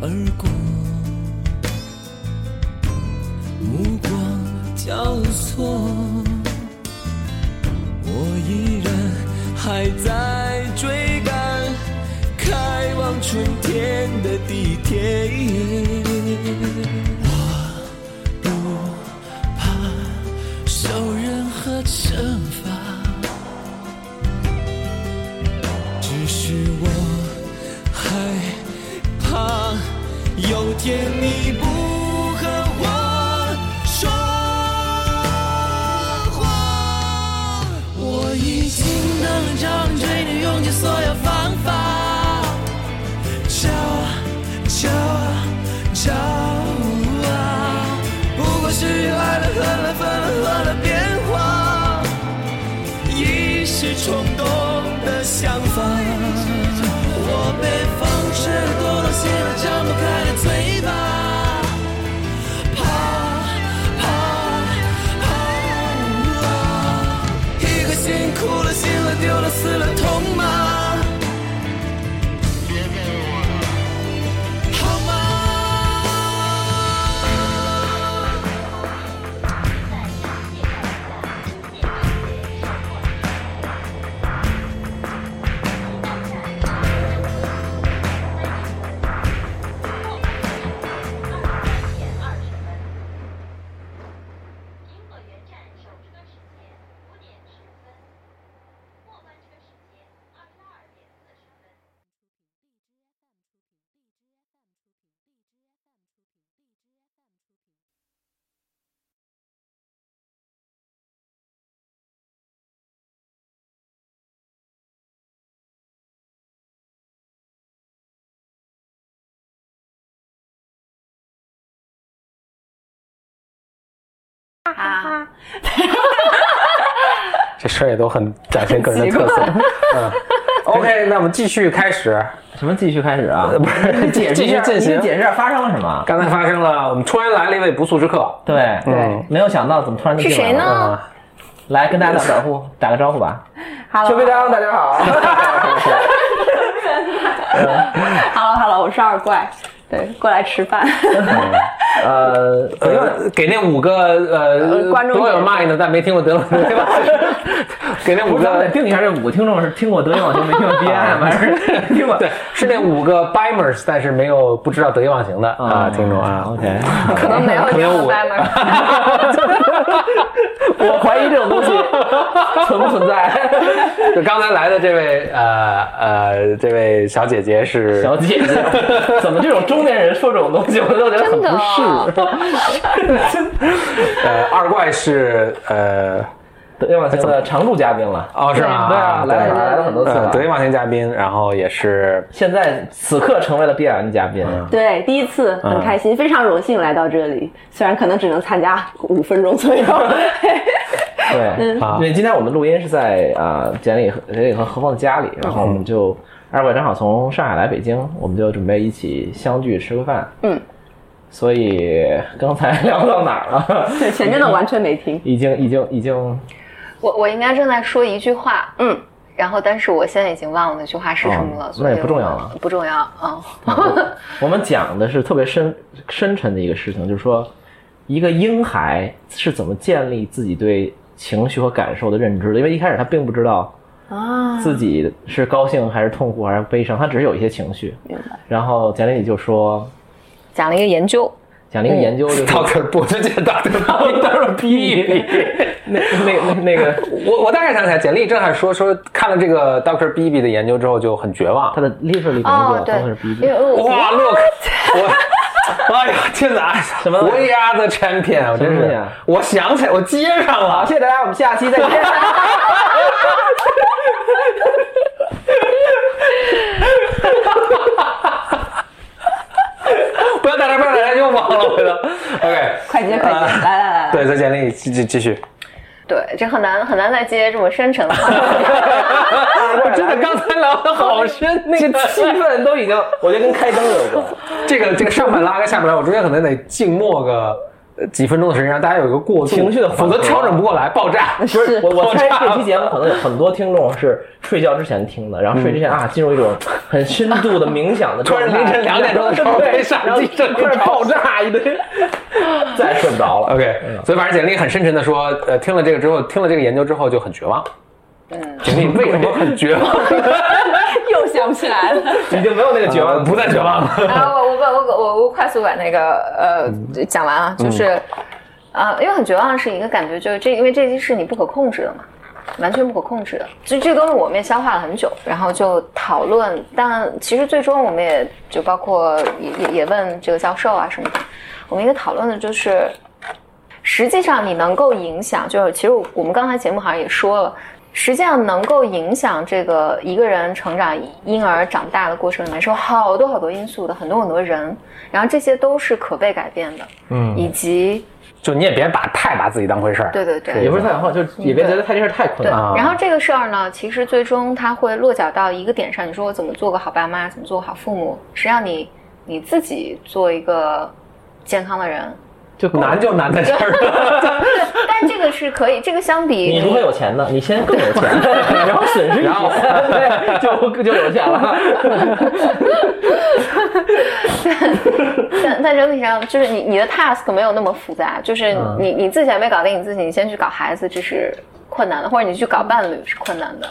[SPEAKER 4] 而过，目光交错，我依然还在追赶开往春天的地铁。我不怕受任何惩罚。只是我害怕有天你不和我说话。我已经能张嘴，你用尽所有方法，找找找啊！不过是爱了、恨了、分了、合了、变化。一时冲动的想法。我被风吹得多了心了，张不开的嘴巴，怕怕怕啊！一颗心哭了、信了、丢了、死了，痛吗？好吗？
[SPEAKER 7] 银河园站首车时间五点十分，末班车时间二十二点四十分。
[SPEAKER 2] 啊，
[SPEAKER 1] 这事儿也都很展现个人的特
[SPEAKER 3] [laughs]
[SPEAKER 1] 色。嗯，OK，那我们继续开始。
[SPEAKER 3] 什么继续开始啊？
[SPEAKER 1] [laughs] 不是
[SPEAKER 3] 你解释一下，
[SPEAKER 1] 继续进行
[SPEAKER 3] 你解释一下发生了什么？
[SPEAKER 1] 刚才发生了，我们突然来了一位不速之客。
[SPEAKER 3] 对，
[SPEAKER 1] 嗯
[SPEAKER 3] 没有想到怎么突然就是进来
[SPEAKER 2] 谁
[SPEAKER 3] 了？
[SPEAKER 2] 呢？
[SPEAKER 1] 嗯，
[SPEAKER 3] 来跟大家打招呼，打个招呼吧。
[SPEAKER 1] 邱培章，大家
[SPEAKER 3] [laughs]
[SPEAKER 1] 好。
[SPEAKER 8] Hello Hello，我是二怪，对，过来吃饭。 [laughs]
[SPEAKER 3] 呃，
[SPEAKER 1] [laughs] 呃，给那五个呃
[SPEAKER 8] 呃观众
[SPEAKER 1] 都有
[SPEAKER 8] 也是
[SPEAKER 1] mind 但没听过德鲁对
[SPEAKER 3] [laughs]
[SPEAKER 1] 吧？给那
[SPEAKER 3] 不
[SPEAKER 1] 五
[SPEAKER 3] 是，咱们得
[SPEAKER 1] 个
[SPEAKER 3] 定一下这五个听众是听过德云网球没听过 BM 还是听
[SPEAKER 1] [laughs]
[SPEAKER 3] 过？
[SPEAKER 1] 对，是那五个 bimers，但是没有不知道得意忘形的啊，听众啊。
[SPEAKER 3] ，OK，
[SPEAKER 2] 可能没有
[SPEAKER 1] 可能
[SPEAKER 2] 这
[SPEAKER 1] 有
[SPEAKER 2] 样
[SPEAKER 1] 我
[SPEAKER 2] 掰门儿。
[SPEAKER 3] 我怀疑这种东西存不
[SPEAKER 2] [laughs]
[SPEAKER 3] 存在。
[SPEAKER 1] 就刚才来的这位呃呃这位小姐姐是
[SPEAKER 3] [laughs] 小姐
[SPEAKER 1] [laughs]
[SPEAKER 3] 姐，怎么这种中年人说这种东西，我都觉得很不 [laughs] 适。
[SPEAKER 1] 呃二怪是呃
[SPEAKER 3] 德云网球的常驻嘉宾了，
[SPEAKER 1] 哦是吗？
[SPEAKER 3] 对啊，来了来了很多次
[SPEAKER 1] 呃
[SPEAKER 3] 了。
[SPEAKER 1] 德云网前嘉宾，然后也是
[SPEAKER 3] 现在此刻成为了 BM 嘉宾，
[SPEAKER 8] 对，第一次
[SPEAKER 3] 嗯
[SPEAKER 8] 很开心，非常荣幸来到这里，虽然可能只能参加五分钟左右。 [laughs]
[SPEAKER 3] 对，
[SPEAKER 1] 啊
[SPEAKER 3] 因为今天我们录音是在啊简里和简里和何峰的家里，然后我们就二位正好从上海来北京，我们就准备一起相聚吃个饭。
[SPEAKER 8] 嗯，
[SPEAKER 3] 所以刚才 [laughs] 聊到哪儿了？
[SPEAKER 8] 对，前面的完全没听。
[SPEAKER 3] 已经已经已经
[SPEAKER 2] 我我应该正在说一句话，
[SPEAKER 8] 嗯，
[SPEAKER 2] 然后但是我现在已经忘了那句话是什么了，
[SPEAKER 3] 哦
[SPEAKER 2] 所以
[SPEAKER 3] 那也不重要
[SPEAKER 2] 我
[SPEAKER 3] 了，
[SPEAKER 2] 不重要啊。
[SPEAKER 3] 我们讲的是特别深深沉的一个事情，就是说，一个婴孩是怎么建立自己对情绪和感受的认知的。因为一开始他并不知道
[SPEAKER 8] 啊，
[SPEAKER 3] 自己是高兴还是痛苦还是悲伤，他只是有一些情绪。
[SPEAKER 8] 明白。
[SPEAKER 3] 然后简历里就说，
[SPEAKER 2] 讲了一个研究，
[SPEAKER 3] 讲了
[SPEAKER 2] 嗯
[SPEAKER 3] 一个研究，就是
[SPEAKER 1] Doctor 不就这 Doctor
[SPEAKER 3] 到时候逼你，那那那那个
[SPEAKER 1] 我我大概想起来，简历正还说说看了这个 Doctor Bibi 的研究之后就很绝望
[SPEAKER 3] 他，的 literally 名
[SPEAKER 2] 哦
[SPEAKER 3] 字
[SPEAKER 2] 对
[SPEAKER 3] 都是逼
[SPEAKER 2] 因为我
[SPEAKER 1] 哇，look，我，哎呀，天哪，什
[SPEAKER 3] 么
[SPEAKER 1] ？We are the champion，我真
[SPEAKER 3] 什么东西
[SPEAKER 1] 是
[SPEAKER 3] 啊，
[SPEAKER 1] 我想起来，我接上
[SPEAKER 3] 好，
[SPEAKER 1] 了。
[SPEAKER 3] 谢谢大家，我们下期再见。
[SPEAKER 1] 不要打岔，不要打岔，又忘了，我的。OK，
[SPEAKER 8] 快接快
[SPEAKER 3] 啊
[SPEAKER 8] 接，来来来来，
[SPEAKER 1] 对，再简历继继继续。
[SPEAKER 2] 对，这很难很难再接这么深沉的话题。
[SPEAKER 1] 我真的刚才聊的好深，那
[SPEAKER 3] 这气
[SPEAKER 1] 个
[SPEAKER 3] 氛都已经，我觉得跟开灯有关。
[SPEAKER 1] 这个这个上半拉跟下半拉，我中间可能得静默个呃几分钟的时间让大家有一个过渡
[SPEAKER 3] 情绪的缓
[SPEAKER 1] 否则
[SPEAKER 3] 和
[SPEAKER 1] 调整不过来，爆炸。
[SPEAKER 3] 不是我，我
[SPEAKER 1] 爆
[SPEAKER 3] 猜
[SPEAKER 1] 炸
[SPEAKER 3] 这期节目可能有很多听众是睡觉之前听的，然后睡之前啊进入一种很深度的冥想的
[SPEAKER 1] 嗯 [laughs] 突
[SPEAKER 3] 状态，
[SPEAKER 1] 然凌晨两点钟的时候
[SPEAKER 3] [laughs] 对
[SPEAKER 1] 被闪
[SPEAKER 3] 然后
[SPEAKER 1] 击震
[SPEAKER 3] 突然
[SPEAKER 1] [laughs]
[SPEAKER 3] 爆炸一 [laughs] 堆，再也睡不着了。
[SPEAKER 1] OK，所以反正简历很深沉的说，呃，听了这个之后，听了这个研究之后就很绝望。 [laughs] 嗯，简历为什么很绝望？
[SPEAKER 8] 又想不起来了。
[SPEAKER 3] 已经没有那个绝望，
[SPEAKER 1] 呃不再绝望
[SPEAKER 3] [laughs]
[SPEAKER 1] 了。
[SPEAKER 9] 啊，我我把我我我快速把那个呃讲完啊，就是
[SPEAKER 2] 啊，因为很绝望是一个感觉，就是这，因为这是你不可控制的嘛，完全不可控制的。就这个东西我们也消化了很久，然后就讨论，但其实最终我们也就包括也也也问这个教授啊什么的，我们一个讨论的就是，实际上你能够影响，就是其实我们刚才节目好像也说了。实际上能够影响这个一个人成长、婴儿长大的过程里面是有好多好多因素的，很多很多人，然后这些都是可被改变的，嗯，以及
[SPEAKER 1] 就你也别把太把自己当回事儿。
[SPEAKER 2] 对对对，
[SPEAKER 3] 也不是太好，就是也别觉得太这事儿太困
[SPEAKER 2] 对，
[SPEAKER 3] 难。
[SPEAKER 1] 啊
[SPEAKER 2] 然后这个事儿呢，其实最终它会落脚到一个点上。你说我怎么做个好爸妈，怎么做个好父母？实际上你你自己做一个健康的人，
[SPEAKER 3] 就
[SPEAKER 1] 难就难在这
[SPEAKER 3] [laughs]
[SPEAKER 1] 儿，
[SPEAKER 2] 但这个是可以，这个相比
[SPEAKER 3] 你如何有钱呢？你先
[SPEAKER 1] [laughs]
[SPEAKER 3] 更有钱，然后损失一些，
[SPEAKER 1] 然后
[SPEAKER 3] 对就就有
[SPEAKER 1] [laughs]
[SPEAKER 3] 钱了。
[SPEAKER 2] 但但整体上就是你你的 task 没有那么复杂，就是
[SPEAKER 3] 嗯
[SPEAKER 2] 你你自己还没搞定你自己，你先去搞孩子，这是。困难的，或者你去搞伴侣是困难的。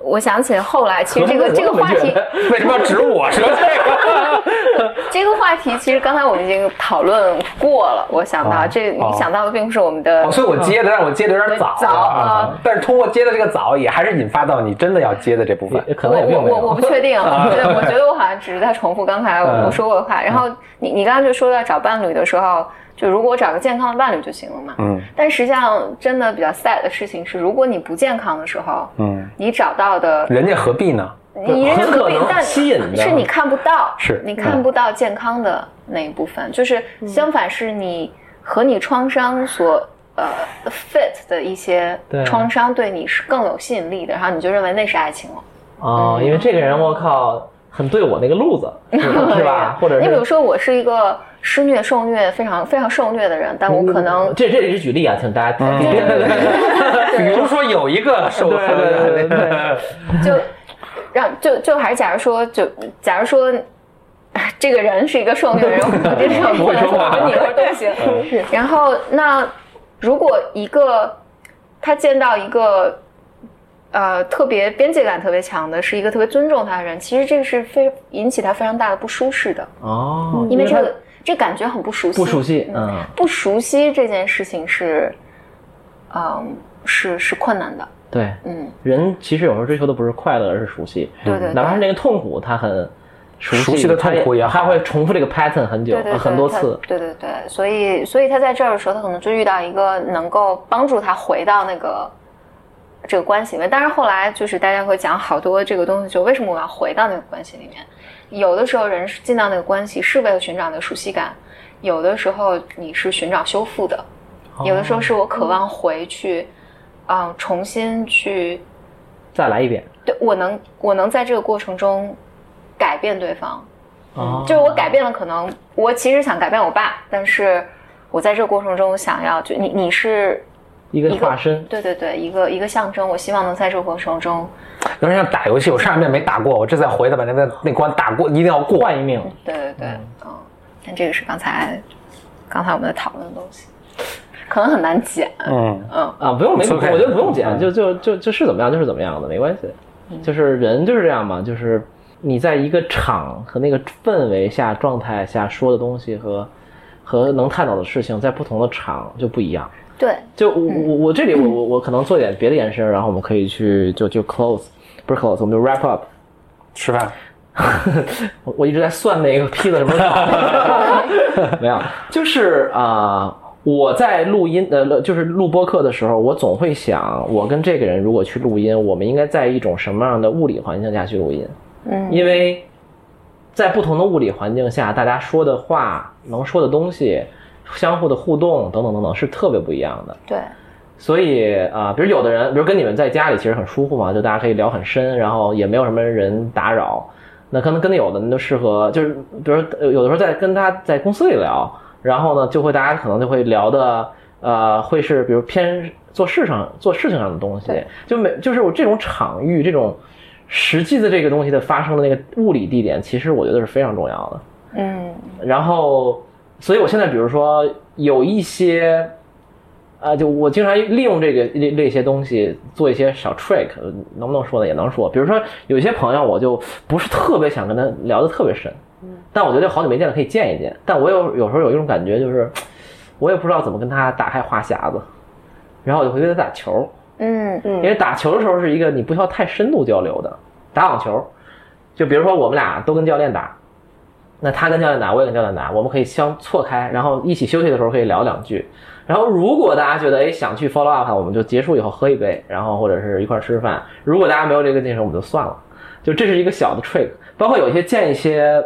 [SPEAKER 2] 我想起后来，其实这个这个话题，
[SPEAKER 1] 为什么要指我说这个？
[SPEAKER 2] 这个话题其实刚才我们已经讨论过了。我想到、
[SPEAKER 1] 啊
[SPEAKER 2] 这，你
[SPEAKER 1] 哦
[SPEAKER 2] 想到的并不是我们的
[SPEAKER 1] 哦，所以我接的，但是我接的有点早。
[SPEAKER 2] 早
[SPEAKER 1] 啊但是通过接的这个早，也还是引发到你真的要接的这部分。
[SPEAKER 3] 也可能也并
[SPEAKER 2] 我
[SPEAKER 3] 没
[SPEAKER 2] 我我我不
[SPEAKER 3] 有。啊嗯
[SPEAKER 2] 确定，对，我觉得我好像只是在重复刚才我我说过的话。然后你你刚才就说到找伴侣的时候，就如果找个健康的伴侣就行了嘛。
[SPEAKER 1] 嗯
[SPEAKER 2] 但实际上，真的比较 sad 的事情是，如果你不健康的时候，
[SPEAKER 1] 嗯，
[SPEAKER 2] 你找到的
[SPEAKER 1] 人家何必呢？
[SPEAKER 2] 你人家
[SPEAKER 3] 很可
[SPEAKER 2] 合并
[SPEAKER 3] 能
[SPEAKER 2] 但
[SPEAKER 3] 吸引的
[SPEAKER 2] 是你看不到，
[SPEAKER 1] 是
[SPEAKER 2] 你看不到健康的那一部
[SPEAKER 3] 嗯
[SPEAKER 2] 分，就是相反是你和你创伤所呃 fit 的一些
[SPEAKER 3] 对
[SPEAKER 2] 创伤对你是更有吸引力的，然后你就认为那是爱情了。
[SPEAKER 3] 哦，因为这个人我靠，很对我那个
[SPEAKER 2] [laughs]
[SPEAKER 3] 路子，是吧？或者
[SPEAKER 2] 你比
[SPEAKER 3] 是
[SPEAKER 2] 如说，我是一个施虐、受虐非常非常受虐的人，但我可能
[SPEAKER 3] 这这也是举例啊，请大
[SPEAKER 1] [laughs]
[SPEAKER 3] 家听。
[SPEAKER 1] 嗯对 [laughs] 比如说有一个 [laughs] 受
[SPEAKER 3] 对对对对对 [laughs]
[SPEAKER 2] 就让就就还是假如说，就假如说。哎这个人是一个受虐的人，我可能这是
[SPEAKER 3] 不会说话嗯
[SPEAKER 2] 你和都行。然后，那如果一个他见到一个呃特别边界感特别强的，是一个特别尊重他的人，其实这个是非引起他非常大的不舒适的，
[SPEAKER 3] 哦，
[SPEAKER 2] 因为这
[SPEAKER 3] 他
[SPEAKER 2] 个这感觉很不熟悉，
[SPEAKER 3] 不熟悉，嗯，
[SPEAKER 2] 不熟悉这件事情是，嗯，是是困难的，
[SPEAKER 3] 对，
[SPEAKER 2] 嗯，
[SPEAKER 3] 人其实有时候追求的不是快乐，而是熟悉。
[SPEAKER 2] 对对对
[SPEAKER 3] 哪怕是那个痛苦，他很熟悉，
[SPEAKER 1] 熟悉的痛苦也好
[SPEAKER 3] 他会重复这个 pattern 很久
[SPEAKER 2] 对对对，
[SPEAKER 3] 很多次。
[SPEAKER 2] 他对对对，所以所以他在这儿的时候，他可能就遇到一个能够帮助他回到那个这个关系里面。但是后来就是大家会讲好多这个东西，就为什么我要回到那个关系里面？有的时候人是进到那个关系是为了寻找那个熟悉感，有的时候你是寻找修复的，有的时候是我渴望回去，嗯、重新去
[SPEAKER 3] 再来一遍，
[SPEAKER 2] 对我能我能在这个过程中改变对方，
[SPEAKER 1] 啊
[SPEAKER 3] 哦
[SPEAKER 2] 就是我改变了，可能我其实想改变我爸，但是我在这个过程中想要就你你是
[SPEAKER 3] 一个化身，
[SPEAKER 2] 对对对一个一个象征，我希望能在这个过程中
[SPEAKER 1] [laughs] 有点像打游戏，我上一遍没打过，我这次回头把那个那关打过，一定要过。
[SPEAKER 3] 换一命。
[SPEAKER 2] 对对对嗯但这个是刚才刚才我们在讨论的东西，可能很难剪，
[SPEAKER 1] 嗯，
[SPEAKER 2] 嗯
[SPEAKER 3] 啊，不用没，
[SPEAKER 1] It's
[SPEAKER 3] 我
[SPEAKER 1] okay
[SPEAKER 3] 觉得不用剪，
[SPEAKER 1] 嗯
[SPEAKER 3] 就就就就是怎么样就是怎么样的，没关系。
[SPEAKER 2] 嗯
[SPEAKER 3] 就是人就是这样嘛，就是你在一个场和那个氛围下、状态下说的东西和和能探讨的事情，在不同的场就不一样。
[SPEAKER 2] 对，
[SPEAKER 3] 就我我我这里我我我可能做点别的延伸，然后我们可以去就就 close，不是 close，我们就 wrap up。
[SPEAKER 1] 吃饭。
[SPEAKER 3] 我我一直在算那个披的什么草， [laughs] 没有，就是啊、我在录音呃，就是录播课的时候，我总会想，我跟这个人如果去录音，我们应该在一种什么样的物理环境下去录音？
[SPEAKER 2] 嗯
[SPEAKER 3] 因为在不同的物理环境下，大家说的话、能说的东西、相互的互动等等等等是特别不一样的。
[SPEAKER 2] 对
[SPEAKER 3] 所以啊、比如有的人，比如跟你们在家里其实很舒服嘛，就大家可以聊很深，然后也没有什么人打扰。那可能跟有的人就适合，就是比如呃有的时候在跟他在公司里聊，然后呢，就会大家可能就会聊的，呃，会是比如偏做事上做事情上的东西
[SPEAKER 9] 对，
[SPEAKER 3] 就每就是我这种场域这种实际的这个东西的发生的那个物理地点，其实我觉得是非常重要的。
[SPEAKER 9] 嗯，
[SPEAKER 3] 然后，所以我现在比如说有一些，啊、就我经常利用这个这这些东西做一些小 trick，呃能不能说呢？也能说。比如说有一些朋友，我就不是特别想跟他聊的特别深，但我觉得好久没见了，可以见一见。但我有有时候有一种感觉，就是我也不知道怎么跟他打开话匣子，然后我就会跟他打球，
[SPEAKER 9] 嗯
[SPEAKER 3] 因为打球的时候是一个你不需要太深度交流的，打网球，就比如说我们俩都跟教练打，那他跟教练打，我也跟教练打，我们可以相错开，然后一起休息的时候可以聊两句。然后如果大家觉得哎想去 follow up，的话我们就结束以后喝一杯，然后或者是一块儿吃饭。如果大家没有这个精神，我们就算了。就这是一个小的 trick，包括有一些见一些。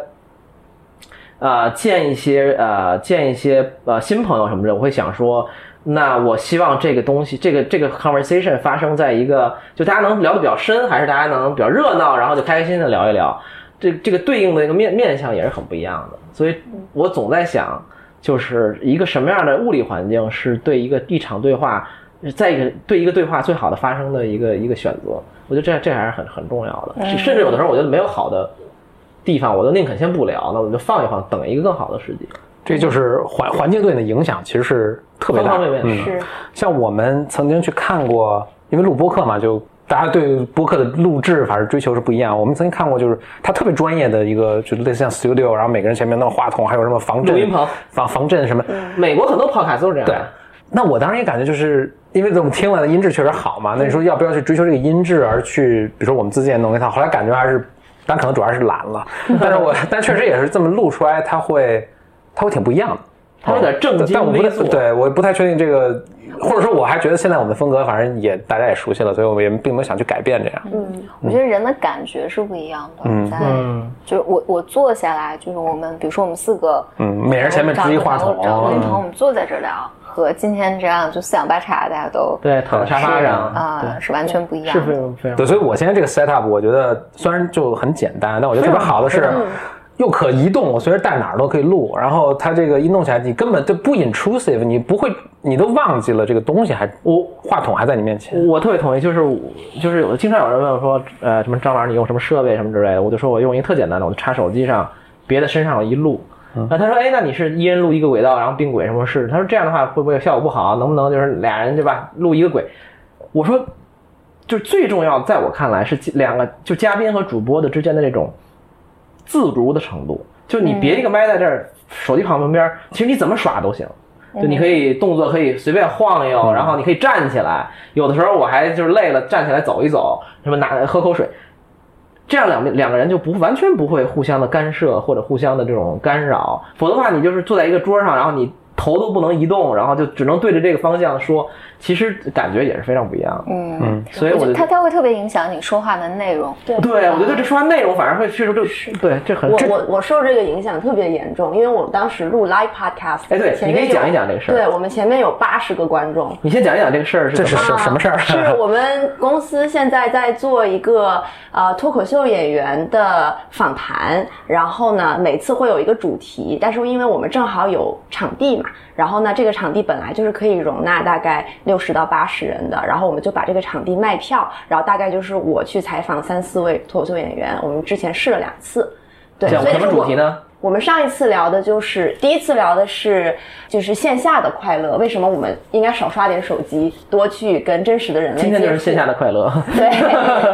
[SPEAKER 3] 呃，见一些呃，见一些呃新朋友什么的，我会想说，那我希望这个东西，这个这个 conversation 发生在一个就大家能聊得比较深，还是大家能比较热闹，然后就开开心心的聊一聊，这这个对应的那个面面相也是很不一样的。所以我总在想，就是一个什么样的物理环境是对一个一场对话，在一个对一个对话最好的发生的一个一个选择。我觉得这这还是很很重要的，甚至有的时候我觉得没有好的。地方，我都宁肯先不聊，那我就放一放，等一个更好的时机。
[SPEAKER 1] 这就是环环境对你的影响，其实是特别大。
[SPEAKER 3] 方方面
[SPEAKER 1] 嗯、
[SPEAKER 3] 面
[SPEAKER 9] 是
[SPEAKER 1] 像我们曾经去看过，因为录播客嘛，就大家对播客的录制反正追求是不一样。我们曾经看过，就是他特别专业的一个，就类似像 studio，然后每个人前面弄话筒，还有什么防震、
[SPEAKER 3] 录音棚嗯
[SPEAKER 1] 防防震什么。
[SPEAKER 3] 美国很多 podcast 都是这样的，
[SPEAKER 1] 那我当时也感觉就是。因为我们听完的音质确实好嘛，那你说要不要去追求这个音质而去，比如说我们自己也弄一套，后来感觉还是，但可能主要是懒了，但是我但确实也是这么录出来，它会，它会挺不一样的。
[SPEAKER 3] 它有点正
[SPEAKER 1] 但
[SPEAKER 3] 经
[SPEAKER 1] 我不
[SPEAKER 3] 微
[SPEAKER 1] 太
[SPEAKER 3] 琐。
[SPEAKER 1] 对，我不太确定这个，或者说我还觉得现在我们的风格，反正也大家也熟悉了，所以我们也并没有想去改变这样。
[SPEAKER 2] 嗯，我觉得人的感觉是不一样的，
[SPEAKER 1] 嗯
[SPEAKER 2] 在
[SPEAKER 3] 嗯，
[SPEAKER 2] 就是我我坐下来，就是我们比如说我们四个，
[SPEAKER 1] 嗯，每人前面支一话筒，
[SPEAKER 2] 找个头，我
[SPEAKER 1] 嗯
[SPEAKER 2] 们坐在这儿聊，和今天这样就四仰八叉，大家都
[SPEAKER 3] 对，躺在沙发上
[SPEAKER 2] 啊，是完全不一
[SPEAKER 3] 对，
[SPEAKER 2] 样
[SPEAKER 3] 是
[SPEAKER 2] 的。
[SPEAKER 3] 非常非常
[SPEAKER 1] 对，所以我现在这个 setup，我觉得虽然就很简单，但我觉得特别好的是。又可移动，我随时带哪儿都可以录。然后它这个一弄起来，你根本就不 intrusive，你不会，你都忘记了这个东西还，我话筒还在你面前。
[SPEAKER 8] 哦
[SPEAKER 3] 我特别同意，就是我就是有经常有人问我说，呃，什么张老师你用什么设备什么之类的，我就说我用一个特简单的，我就插手机上，别的身上一录。然后他说，哎，那你是一人录一个轨道，然后并轨什么试？他说这样的话会不会效果不好？啊能不能就是俩人对吧，录一个轨？我说，就是最重要，在我看来是两个就嘉宾和主播的之间的这种自如的程度，就你别一个麦在这儿，手机旁边儿，其实你怎么耍都行。就你可以动作可以随便晃悠，然后你可以站起来。有的时候我还就是累了，站起来走一走，什么拿喝口水，这样两边两个人就不完全不会互相的干涉或者互相的这种干扰，否则的话你就是坐在一个桌上，然后你头都不能移动，然后就只能对着这个方向说，其实感觉也是非常不一样的。
[SPEAKER 2] 嗯，
[SPEAKER 1] 嗯，
[SPEAKER 3] 所以
[SPEAKER 2] 我
[SPEAKER 3] 我
[SPEAKER 2] 觉
[SPEAKER 3] 就
[SPEAKER 2] 得它它会特别影响你说话的内容。
[SPEAKER 8] 对
[SPEAKER 3] 对我觉得这说话内容反而会确实这对这很 [laughs]
[SPEAKER 8] 我
[SPEAKER 3] 这
[SPEAKER 8] 我我受这个影响特别严重，因为我当时录 live podcast，
[SPEAKER 3] 哎对
[SPEAKER 8] 前面
[SPEAKER 3] 你可以
[SPEAKER 8] 有
[SPEAKER 3] 讲一讲这个事儿
[SPEAKER 8] 对我们前面有八十个观众，
[SPEAKER 3] 你先讲一讲这个事儿是
[SPEAKER 1] 这
[SPEAKER 3] 怎
[SPEAKER 1] 是
[SPEAKER 3] 么
[SPEAKER 1] 什什么事儿？
[SPEAKER 8] 啊是我们公司现在在做一个呃脱口秀演员的访谈，然后呢，每次会有一个主题，但是因为我们正好有场地嘛，然后呢，这个场地本来就是可以容纳大概六十到八十人的，然后我们就把这个场地卖票，然后大概就是我去采访三四位脱口秀演员，我们之前试了两次，对，
[SPEAKER 3] 讲
[SPEAKER 8] 所以
[SPEAKER 3] 什么
[SPEAKER 8] 是
[SPEAKER 3] 主
[SPEAKER 8] 我
[SPEAKER 3] 题呢？
[SPEAKER 8] 我们上一次聊的就是第一次聊的是就是线下的快乐，为什么我们应该少刷点手机，多去跟真实的人类
[SPEAKER 3] 今天就是
[SPEAKER 8] 接触
[SPEAKER 3] 线下的快乐。 [laughs]
[SPEAKER 8] 对，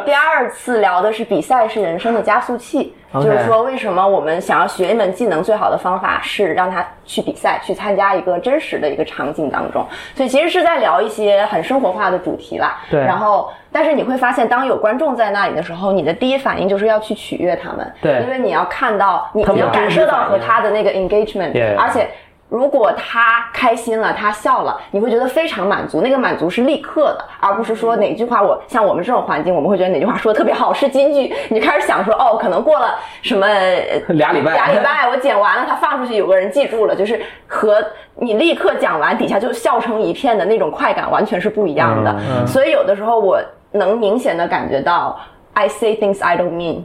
[SPEAKER 8] 第二次聊的是比赛是人生的加速器
[SPEAKER 3] OK
[SPEAKER 8] 就是说为什么我们想要学一门技能，最好的方法是让他去比赛，去参加一个真实的一个场景当中。所以其实是在聊一些很生活化的主题啦。
[SPEAKER 3] 对
[SPEAKER 8] 然后，但是你会发现，当有观众在那里的时候，你的第一反应就是要去取悦他们，
[SPEAKER 3] 对
[SPEAKER 8] 因为你要看到你
[SPEAKER 3] 他
[SPEAKER 8] 你
[SPEAKER 3] 们
[SPEAKER 8] 要
[SPEAKER 3] 真
[SPEAKER 8] 感
[SPEAKER 3] 实
[SPEAKER 8] 受到
[SPEAKER 3] 反
[SPEAKER 8] 和
[SPEAKER 3] 应啊
[SPEAKER 8] 他的那个 engagement，
[SPEAKER 1] Yeah
[SPEAKER 8] 而且。如果他开心了，他笑了，你会觉得非常满足，那个满足是立刻的，而不是说哪句话我像我们这种环境，我们会觉得哪句话说的特别好是金句，你就开始想说哦，可能过了什么呃
[SPEAKER 3] 俩礼拜
[SPEAKER 8] 俩礼拜我剪完了，他放出去有个人记住了，就是和你立刻讲完底下就笑成一片的那种快感完全是不一样的，所以有的时候我能明显的感觉到 I say things I don't mean，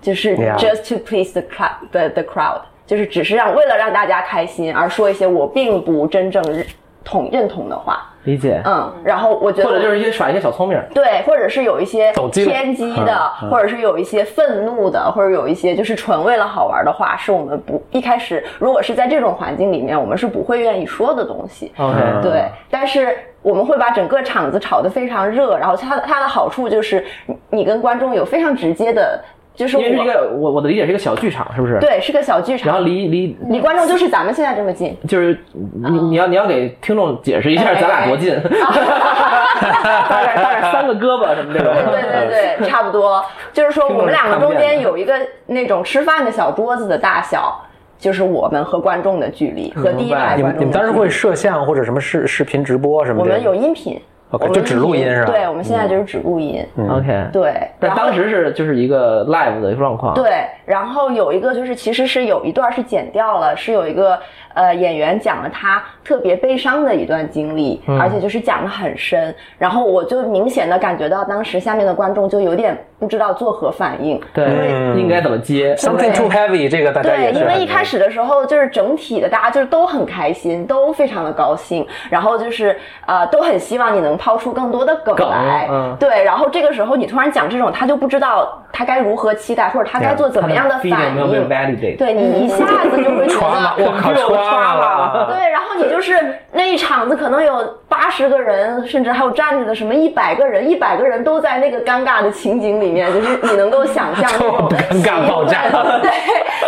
[SPEAKER 8] 就是
[SPEAKER 1] Yeah
[SPEAKER 8] just to please the crowd the the crowd。就是只是让为了让大家开心而说一些我并不真正认同认同的话，
[SPEAKER 3] 理解，
[SPEAKER 8] 嗯，然后我觉得
[SPEAKER 3] 或者就是一些耍一些小聪明儿，
[SPEAKER 8] 对，或者是有一些
[SPEAKER 1] 走鸡了
[SPEAKER 8] 偏激的，
[SPEAKER 1] 嗯嗯
[SPEAKER 8] 或者是有一些愤怒的，或者有一些就是纯为了好玩的话，是我们不一开始如果是在这种环境里面，我们是不会愿意说的东西。
[SPEAKER 3] OK，
[SPEAKER 1] 嗯
[SPEAKER 8] 对，但是我们会把整个场子炒得非常热，然后它它的好处就是你你跟观众有非常直接的，就是
[SPEAKER 3] 因为是一
[SPEAKER 8] 我
[SPEAKER 3] 个我我的理解是一个小剧场，是不是？。
[SPEAKER 8] 对是个小剧
[SPEAKER 3] 然后
[SPEAKER 8] 场，
[SPEAKER 3] 离离
[SPEAKER 8] 离观众就是咱们现在这
[SPEAKER 1] [laughs]
[SPEAKER 8] 么近，
[SPEAKER 3] 就是你你
[SPEAKER 8] 嗯
[SPEAKER 3] 要你要给听众解释一下
[SPEAKER 8] 哎哎
[SPEAKER 3] 咱俩多近， [laughs] 大概大概三个胳膊什么这种。
[SPEAKER 8] 对对对
[SPEAKER 1] [laughs]
[SPEAKER 8] 对，差不多。就是说，我们两个中间有一个那种吃饭的小桌子的大小，就是我们和观众的距离，和第一排
[SPEAKER 1] 嗯你
[SPEAKER 8] 观
[SPEAKER 1] 们你
[SPEAKER 8] 众的距离。
[SPEAKER 1] 们当时会摄像或者什么视视频直播什么
[SPEAKER 8] 我
[SPEAKER 1] 的？
[SPEAKER 8] 们有音频
[SPEAKER 1] OK，
[SPEAKER 8] 我们有
[SPEAKER 1] 就只录音是吧嗯
[SPEAKER 8] 对，我们现在就是只录音。
[SPEAKER 3] 嗯 OK，
[SPEAKER 8] 对，
[SPEAKER 3] 但
[SPEAKER 8] 然后
[SPEAKER 3] 当时是就是一个 live 的状况。
[SPEAKER 8] 对，然后有一个就是，其实是有一段是剪掉了，是有一个呃演员讲了他特别悲伤的一段经历，
[SPEAKER 3] 嗯
[SPEAKER 8] 而且就是讲的很深，然后我就明显的感觉到当时下面的观众就有点不知道作何反应，因为
[SPEAKER 1] 嗯
[SPEAKER 3] 对，应该怎么接？
[SPEAKER 1] something too heavy，这个大家
[SPEAKER 8] 对，
[SPEAKER 1] 也是
[SPEAKER 8] 因为
[SPEAKER 1] 很
[SPEAKER 8] 一开始的时候就是整体的大家就是都很开心，都非常的高兴，然后就是呃都很希望你能抛出更多的梗
[SPEAKER 3] 梗
[SPEAKER 8] 来，
[SPEAKER 3] 嗯
[SPEAKER 8] 对，然后这个时候你突然讲这种，他就不知道他该如何期待，或者他该做怎么样的
[SPEAKER 3] 啊他 feeling
[SPEAKER 8] 反
[SPEAKER 3] 没有被
[SPEAKER 8] 应，
[SPEAKER 3] validate。
[SPEAKER 8] 对你一下子就会
[SPEAKER 1] [laughs]
[SPEAKER 8] 觉
[SPEAKER 1] 穿了，
[SPEAKER 8] 得。
[SPEAKER 1] 我靠，
[SPEAKER 3] 又
[SPEAKER 1] 穿
[SPEAKER 3] 穿
[SPEAKER 1] 了
[SPEAKER 3] 了，
[SPEAKER 8] [laughs] 对，然后你就是那一场子可能有八十个人，甚至还有站着的什么一百个人，一百个人都在那个尴尬的情景里面，就是
[SPEAKER 1] [laughs]
[SPEAKER 8] 你能够想象那种
[SPEAKER 1] 尴尬爆炸
[SPEAKER 8] 气氛 [laughs] 对，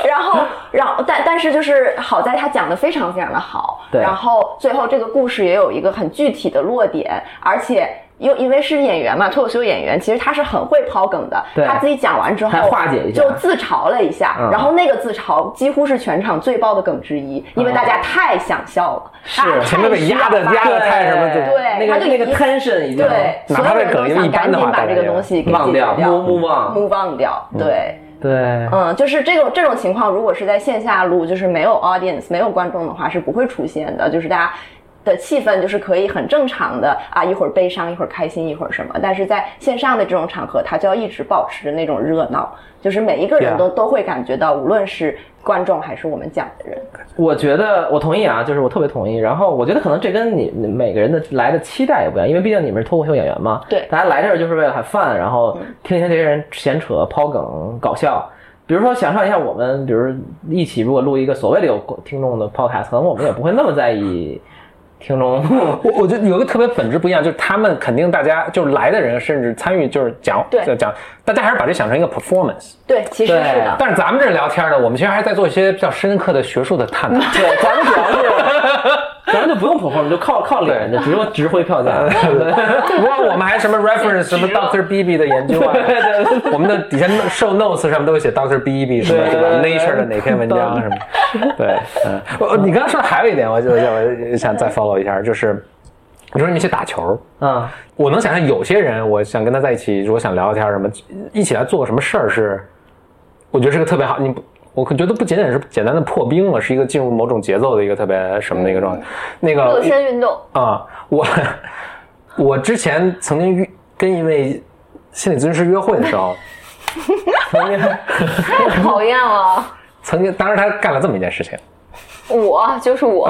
[SPEAKER 8] 然后，然后，但但是就是好在他讲的非常非常的好，
[SPEAKER 3] 对
[SPEAKER 8] 然后最后这个故事也有一个很具体的落点，而且。又因为是演员嘛，脱口秀演员，其实他是很会抛梗的。
[SPEAKER 3] 对
[SPEAKER 8] 他自己讲完之后，
[SPEAKER 3] 还化解一下
[SPEAKER 8] 就自嘲了一下，
[SPEAKER 3] 嗯
[SPEAKER 8] 然后那个自嘲几乎是全场最爆的梗之一，因为大家太想笑了，
[SPEAKER 3] 是
[SPEAKER 8] 大家太
[SPEAKER 1] 嗯前面被压的
[SPEAKER 8] 需要
[SPEAKER 1] 压的太什么就
[SPEAKER 8] 对
[SPEAKER 3] 那
[SPEAKER 8] 他
[SPEAKER 3] 个
[SPEAKER 8] 就
[SPEAKER 3] 那个
[SPEAKER 8] 一
[SPEAKER 3] tension 已经
[SPEAKER 8] 对，
[SPEAKER 1] 哪
[SPEAKER 8] 所
[SPEAKER 1] 怕
[SPEAKER 8] 有
[SPEAKER 1] 这
[SPEAKER 8] 人
[SPEAKER 1] 梗
[SPEAKER 8] 都
[SPEAKER 1] 因为一
[SPEAKER 8] 想
[SPEAKER 1] 般的
[SPEAKER 8] 赶紧
[SPEAKER 1] 话
[SPEAKER 8] 把这个东西给
[SPEAKER 3] 忘
[SPEAKER 8] 解
[SPEAKER 3] 掉
[SPEAKER 8] 决掉
[SPEAKER 1] 嗯
[SPEAKER 3] ，move move on。
[SPEAKER 8] move on 掉，对。
[SPEAKER 3] 对，
[SPEAKER 8] 嗯，就是这种这种情况，如果是在线下录，就是没有 audience 没有观众的话，是不会出现的。就是大家的气氛就是可以很正常的啊，一会儿悲伤，一会儿开心，一会儿什么。但是在线上的这种场合，它就要一直保持着那种热闹，就是每一个人
[SPEAKER 1] Yeah
[SPEAKER 8] 都都会感觉到，无论是观众还是我们讲的人，
[SPEAKER 3] 我觉得我同意啊，就是我特别同意。然后我觉得可能这跟你你每个人的来的期待也不一样，因为毕竟你们是脱口秀演员嘛，
[SPEAKER 8] 对
[SPEAKER 3] 大家来这儿就是为了 have fun，然后听一听这些人闲扯、抛梗、搞笑。比如说，想象一下我们，比如一起如果录一个所谓的有听众的 podcast，可能我们也不会那么在意听众。 [laughs]
[SPEAKER 1] 我我觉得有一个特别本质不一样，就是他们肯定大家就是来的人，甚至参与就是讲
[SPEAKER 8] 对
[SPEAKER 1] 就讲，大家还是把这想成一个 performance。
[SPEAKER 8] 对，其实
[SPEAKER 3] 对
[SPEAKER 8] 是的。
[SPEAKER 1] 但是咱们这聊天呢，我们其实还在做一些比较深刻的学术的探讨。
[SPEAKER 3] [laughs] 对，咱们主要
[SPEAKER 1] [laughs]
[SPEAKER 3] 是，咱们就不用 perform，就靠靠脸，就直播值回票价。
[SPEAKER 1] 不过我们还什
[SPEAKER 3] [laughs]
[SPEAKER 1] 么 reference 什么 Doctor BB 的研究啊，我们的底下 show notes 上面都会写 Doctor BB 什么什么
[SPEAKER 3] 对
[SPEAKER 1] Nature 的哪篇文章什么，对，嗯，我你刚才说的还有一点，我就我想再 follow 一下，就是你说你们去打球，
[SPEAKER 3] 嗯，
[SPEAKER 1] 我能想象有些人，我想跟他在一起，如果想聊聊天什么，一起来做个什么事儿是，我觉得是个特别好，你不。我可觉得不仅仅是简单的破冰了，是一个进入某种节奏的一个特别什么的一个状
[SPEAKER 3] 嗯
[SPEAKER 1] 态。那个
[SPEAKER 2] 热身运动，
[SPEAKER 1] 啊、我我之前曾经约跟一位心理咨询师约会的时
[SPEAKER 3] [laughs]
[SPEAKER 1] 候，曾经
[SPEAKER 2] 太讨厌了。
[SPEAKER 1] 曾经，当时他干了这么一件
[SPEAKER 3] [laughs]
[SPEAKER 1] 事情，
[SPEAKER 2] 我就是我，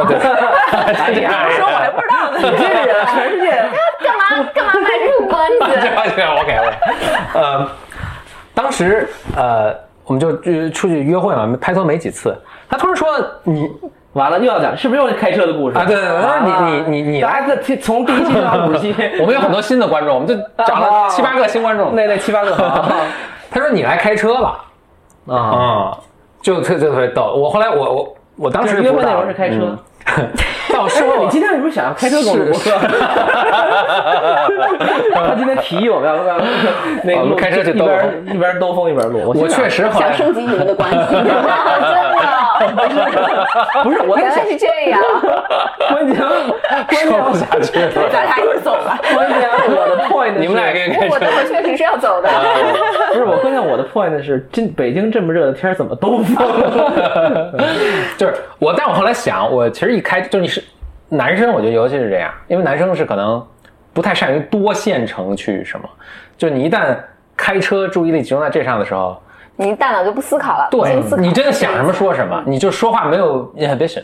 [SPEAKER 3] 哎
[SPEAKER 1] [laughs]
[SPEAKER 3] 呀，
[SPEAKER 9] 说我还不知道呢，
[SPEAKER 8] [laughs]
[SPEAKER 9] 你这人
[SPEAKER 8] 啊
[SPEAKER 9] 全世界
[SPEAKER 2] [laughs] 干嘛干嘛卖这个关子？
[SPEAKER 1] [laughs] 对，OK OK，呃，当时呃，我们就呃出去约会嘛，拍拖没几次，他突然说你
[SPEAKER 3] 完了又要讲，是不是又是开车的故事
[SPEAKER 1] 啊，对对对，
[SPEAKER 3] 完了
[SPEAKER 1] 你你你你
[SPEAKER 3] 大
[SPEAKER 1] 来，，
[SPEAKER 3] 家这这从第一期到五期
[SPEAKER 1] 我们有很多新的观众，我们就找了
[SPEAKER 3] [laughs] 啊
[SPEAKER 1] 七八个新观众，
[SPEAKER 3] 那那七八个啊
[SPEAKER 1] 他说你来开车吧，
[SPEAKER 3] 啊，
[SPEAKER 1] 啊、就特就特别逗，我后来我我我当
[SPEAKER 3] 就是
[SPEAKER 1] 时
[SPEAKER 3] 哦约
[SPEAKER 1] 不嗯
[SPEAKER 3] 会
[SPEAKER 1] 知
[SPEAKER 3] 内
[SPEAKER 1] 道
[SPEAKER 3] 容是开车。
[SPEAKER 1] 但我事
[SPEAKER 3] 哎
[SPEAKER 1] 后
[SPEAKER 3] [laughs] 你今天为什么想要开车跟我录播客？
[SPEAKER 1] [laughs]
[SPEAKER 3] [laughs] 他今天提议我们要要那
[SPEAKER 1] 啊
[SPEAKER 3] 个
[SPEAKER 1] 录
[SPEAKER 3] 录
[SPEAKER 1] 开车去
[SPEAKER 3] 一
[SPEAKER 1] 兜
[SPEAKER 3] 边一边兜风一边录。
[SPEAKER 1] 我
[SPEAKER 3] 心想
[SPEAKER 1] 确实后
[SPEAKER 8] 想
[SPEAKER 1] 来
[SPEAKER 8] 升级你们的关系，
[SPEAKER 2] [laughs]
[SPEAKER 8] 真的，
[SPEAKER 3] 不是我
[SPEAKER 2] 原
[SPEAKER 3] 在
[SPEAKER 2] 来
[SPEAKER 3] 想，
[SPEAKER 2] 是这样，
[SPEAKER 3] 关键关键
[SPEAKER 1] 说不下去了。
[SPEAKER 3] [laughs]
[SPEAKER 8] 咱俩一块走吧。
[SPEAKER 3] 关键啊我的 point
[SPEAKER 1] 你们俩
[SPEAKER 3] 是
[SPEAKER 1] 给开
[SPEAKER 2] 我
[SPEAKER 1] 车
[SPEAKER 2] 待会儿确实是要走的。
[SPEAKER 3] 不是我关键我的 point 是，今北京这么热的天儿怎么兜风？ [laughs]
[SPEAKER 1] [laughs] 就是我，但我后来想，我其实一开就是你是男生，我觉得尤其是这样，因为男生是可能不太善于多线程去什么，就你一旦开车注意力集中在这上的时候，
[SPEAKER 2] [laughs]
[SPEAKER 1] 嗯
[SPEAKER 2] 你大脑就不思考了，不经思
[SPEAKER 10] 对
[SPEAKER 2] 考
[SPEAKER 10] 你真的想什么说什么，你就说话没有 inhibition，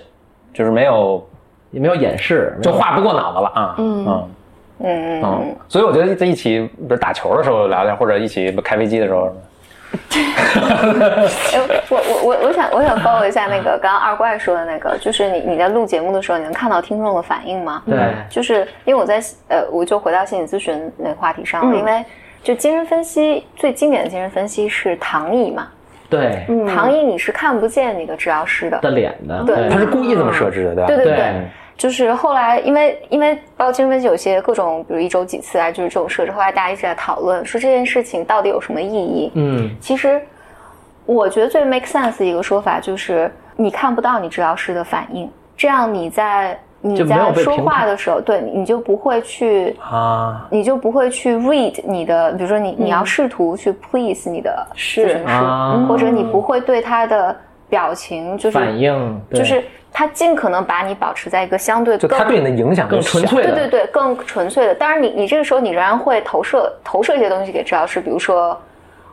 [SPEAKER 10] 就是没有
[SPEAKER 3] 也没有掩饰，
[SPEAKER 10] 就话不过脑子了啊。
[SPEAKER 8] 嗯
[SPEAKER 10] 嗯
[SPEAKER 2] 嗯嗯嗯
[SPEAKER 10] 嗯，所以我觉得在一起，比如打球的时候聊聊，或者一起开飞机的时候，
[SPEAKER 2] 哎，我我我我想我想 follow 一下那个刚刚二怪说的那个，就是你你在录节目的时候，你能看到听众的反应吗？
[SPEAKER 3] 对，
[SPEAKER 2] 就是因为我在呃，我就回到心理咨询那个话题上了，
[SPEAKER 8] 嗯
[SPEAKER 2] 因为就精神分析最经典的精神分析是唐毅嘛，
[SPEAKER 3] 对
[SPEAKER 8] 嗯
[SPEAKER 2] 唐毅你是看不见你的治疗师的，
[SPEAKER 3] 的脸的，
[SPEAKER 2] 对
[SPEAKER 1] 他是故意这么设置的，对吧？
[SPEAKER 2] 对对对。
[SPEAKER 3] 对
[SPEAKER 2] 就是后来，因为因为包括精神分析有些各种，比如一周几次啊，就是这种设置。后来大家一直在讨论，说这件事情到底有什么意义？
[SPEAKER 3] 嗯，
[SPEAKER 2] 其实我觉得最 make sense 的一个说法就是，你看不到你治疗师的反应，这样你在你
[SPEAKER 3] 就没有
[SPEAKER 2] 在
[SPEAKER 3] 被
[SPEAKER 2] 说
[SPEAKER 3] 评
[SPEAKER 2] 话
[SPEAKER 3] 判
[SPEAKER 2] 的时候，对，你就不会去
[SPEAKER 10] 啊，
[SPEAKER 2] 你就不会去 read 你的，比如说你你要试图去 please 你的咨询师，
[SPEAKER 3] 啊
[SPEAKER 2] 或者你不会对他的表情就是
[SPEAKER 3] 反，应对
[SPEAKER 2] 就是他尽可能把你保持在一个相对
[SPEAKER 1] 就
[SPEAKER 2] 更
[SPEAKER 1] 他对你的影响
[SPEAKER 3] 更
[SPEAKER 1] 小
[SPEAKER 3] 纯粹
[SPEAKER 2] 对
[SPEAKER 3] 的，
[SPEAKER 2] 对对更纯粹的。当然你，你这个时候你仍然会投射投射一些东西给治疗师，比如说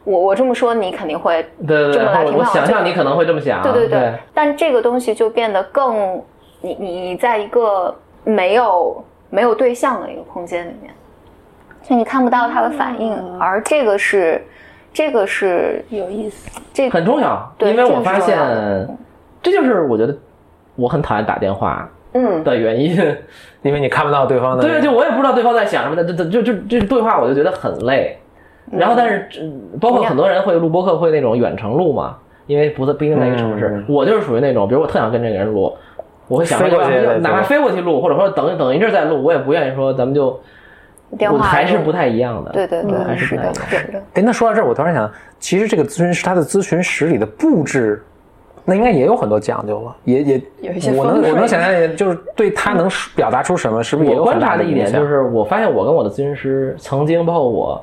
[SPEAKER 2] 我我这么说，你肯定会
[SPEAKER 3] 对
[SPEAKER 2] 这
[SPEAKER 3] 对
[SPEAKER 2] 么来
[SPEAKER 3] 对，
[SPEAKER 2] 挺
[SPEAKER 3] 我我
[SPEAKER 2] 好
[SPEAKER 3] 想
[SPEAKER 2] 这
[SPEAKER 3] 象你可能会这么想，
[SPEAKER 2] 对对对，
[SPEAKER 3] 啊对，
[SPEAKER 2] 但这个东西就变得更，你你你在一个没有没有对象的一个空间里面，所以你看不到他的反应，
[SPEAKER 8] 嗯
[SPEAKER 2] 而这个是这个是
[SPEAKER 8] 有意思。
[SPEAKER 2] 这
[SPEAKER 3] 很重要，
[SPEAKER 2] 对
[SPEAKER 3] 因为我发
[SPEAKER 2] 这
[SPEAKER 3] 现
[SPEAKER 2] 个是重要
[SPEAKER 3] 这就是我觉得我很讨厌打电话
[SPEAKER 2] 嗯
[SPEAKER 3] 的原因，
[SPEAKER 1] 因为你看不到对方的。
[SPEAKER 3] 对，就我也不知道对方在想什么的，这这就就这对话我就觉得很累。然后，但是嗯包括很多人会录播客，会那种远程录嘛，因为不在不一定在一个城市。我就是属于那种，比如我特想跟这个人录，我会想
[SPEAKER 1] 嗯飞过
[SPEAKER 3] 要不
[SPEAKER 1] 去
[SPEAKER 3] 要
[SPEAKER 1] 对
[SPEAKER 3] 哪怕飞过去录，或者说等等一阵儿再录，我也不愿意说咱们就
[SPEAKER 2] 电
[SPEAKER 3] 我
[SPEAKER 2] 话
[SPEAKER 3] 还是
[SPEAKER 2] 录
[SPEAKER 3] 不太一样的。
[SPEAKER 2] 对对对，
[SPEAKER 3] 嗯还是
[SPEAKER 2] 是
[SPEAKER 3] 不太
[SPEAKER 2] 的，
[SPEAKER 3] 一样
[SPEAKER 2] 是的，
[SPEAKER 1] 哎，那说到这儿，我突然想，其实这个咨询师他的咨询室里的布置，那应该也有很多讲究吧？也也
[SPEAKER 9] 有一些
[SPEAKER 1] 我
[SPEAKER 9] 风
[SPEAKER 1] 能
[SPEAKER 9] 水
[SPEAKER 1] 我能想象，也就是对他能表达出什么，是不是也
[SPEAKER 3] 我
[SPEAKER 1] 有很
[SPEAKER 3] 观
[SPEAKER 1] 大
[SPEAKER 3] 察的一
[SPEAKER 1] 影
[SPEAKER 3] 点
[SPEAKER 1] 响
[SPEAKER 3] 就是，我发现我跟我的咨询师曾经，包括我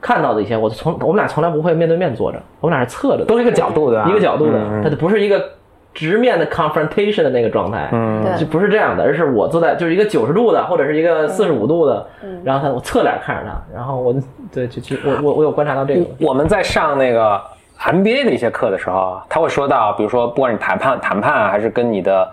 [SPEAKER 3] 看到的一些，我从我们俩从来不会面对面坐着，我们俩是侧着的
[SPEAKER 1] 都，是一个角度的啊，
[SPEAKER 3] 一个角度的，
[SPEAKER 1] 嗯
[SPEAKER 3] 它就不是一个直面的 confrontation 的那个状态，
[SPEAKER 1] 嗯
[SPEAKER 2] 对
[SPEAKER 3] 就不是这样的，而是我坐在就是一个九十度的或者是一个四十五度的，
[SPEAKER 2] 嗯
[SPEAKER 3] 然后他我侧脸看着他，然后我对就就我我我有观察到这个，
[SPEAKER 2] 嗯
[SPEAKER 1] 我们在上那个 MBA 的一些课的时候，啊他会说到，比如说，不管你谈判谈判啊还是跟你的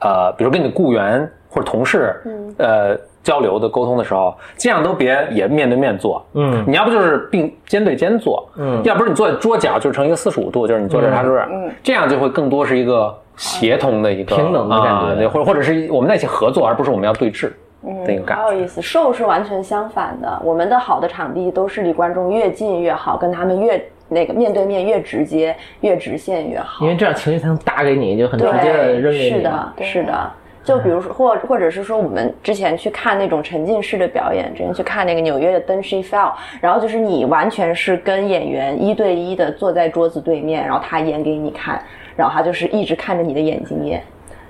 [SPEAKER 1] 呃，比如跟你的雇员或者同事，呃，交流的沟通的时候，尽量都别也面对面做，
[SPEAKER 3] 嗯
[SPEAKER 1] 你要不就是并肩对肩坐，
[SPEAKER 3] 嗯
[SPEAKER 1] 要不是你坐在桌角，就是成一个四十五度，就是你坐这儿，
[SPEAKER 3] 嗯
[SPEAKER 1] 他坐这儿，这样就会更多是一个协同的一个
[SPEAKER 3] 平等的感觉
[SPEAKER 1] 啊对或者或者是我们在一起合作，而不是我们要对峙
[SPEAKER 2] 嗯
[SPEAKER 1] 的一个感
[SPEAKER 8] 好
[SPEAKER 1] 觉。
[SPEAKER 8] 有意思，show 是完全相反的。我们的好的场地都是离观众越近越好，跟他们越那个面对面越直接、越直线越好。
[SPEAKER 3] 因为这样情绪才能搭给你，就很直
[SPEAKER 8] 对，
[SPEAKER 3] 接的扔给你，
[SPEAKER 8] 是的，是的。
[SPEAKER 3] 嗯
[SPEAKER 8] 就比如说，或或者是说，我们之前去看那种沉浸式的表演，之前去看那个纽约的《Then She Fell》，然后就是你完全是跟演员一对一的坐在桌子对面，然后他演给你看，然后他就是一直看着你的眼睛演，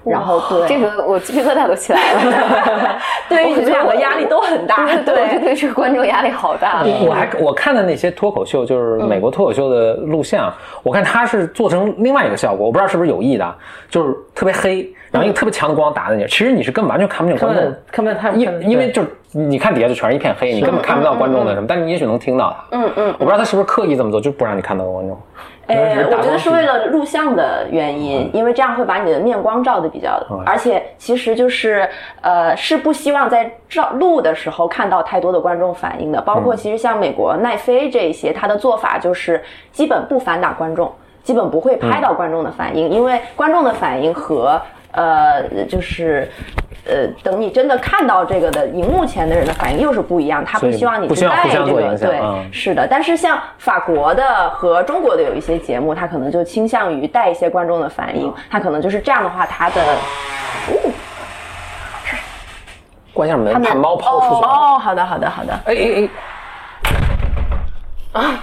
[SPEAKER 8] 然后
[SPEAKER 2] [laughs]
[SPEAKER 8] 对
[SPEAKER 2] 这个我鸡皮疙瘩都起来了。
[SPEAKER 8] [laughs] 对于
[SPEAKER 2] 我
[SPEAKER 8] 你们
[SPEAKER 2] 觉得
[SPEAKER 8] 两个
[SPEAKER 2] 我
[SPEAKER 8] 压力都很大，
[SPEAKER 2] 对对，我就对这个观众压力好大。
[SPEAKER 1] 我还我看的那些脱口秀，就是美国脱口秀的录像，我看他是做成另外一个效果，我不知道是不是有意的，就是特别黑，然后一个特别强的光打在你，其实你是根本完全看不见
[SPEAKER 3] 看
[SPEAKER 1] 观
[SPEAKER 3] 不
[SPEAKER 1] 众
[SPEAKER 3] 见，看不见他们，看不
[SPEAKER 1] 嗯因
[SPEAKER 3] 见
[SPEAKER 1] 因为就是你看底下就全是一片黑，你根本看不到观众的什么，但是你也许能听到他。
[SPEAKER 8] 嗯嗯
[SPEAKER 1] 我，不知道他是不是刻意这么做，就不让你看到观众。
[SPEAKER 3] 可能
[SPEAKER 8] 哎
[SPEAKER 3] 是，打嗯
[SPEAKER 8] 我觉得
[SPEAKER 3] 光
[SPEAKER 8] 是
[SPEAKER 3] 机
[SPEAKER 8] 为了录像的原因，因为这样会把你的面光照的比较，
[SPEAKER 3] 嗯
[SPEAKER 8] 而且其实就是呃是不希望在照录的时候看到太多的观众反应的。包
[SPEAKER 3] 嗯
[SPEAKER 8] 括其实像美国奈飞这一些，他的做法就是基本不反打观众，基本不会拍
[SPEAKER 3] 嗯
[SPEAKER 8] 到观众的反应，因为观众的反应和呃就是。呃，等你真的看到这个的荧幕前的人的反应又是不一样，他
[SPEAKER 1] 所
[SPEAKER 8] 不
[SPEAKER 1] 以
[SPEAKER 8] 希望你
[SPEAKER 1] 不
[SPEAKER 8] 去
[SPEAKER 1] 希望
[SPEAKER 8] 带
[SPEAKER 1] 互
[SPEAKER 8] 这
[SPEAKER 1] 相做
[SPEAKER 8] 个
[SPEAKER 1] 影响
[SPEAKER 8] 对，
[SPEAKER 1] 嗯
[SPEAKER 8] 是的，但是像法国的和中国的有一些节目，它可能就倾向于带一些观众的反应，它可能就是这样的话，它的
[SPEAKER 1] 关一下门，
[SPEAKER 8] 们
[SPEAKER 1] 怕猫跑出去。
[SPEAKER 8] 哦，好的，好的，好的，啊
[SPEAKER 1] 哎哎哎！
[SPEAKER 8] [laughs]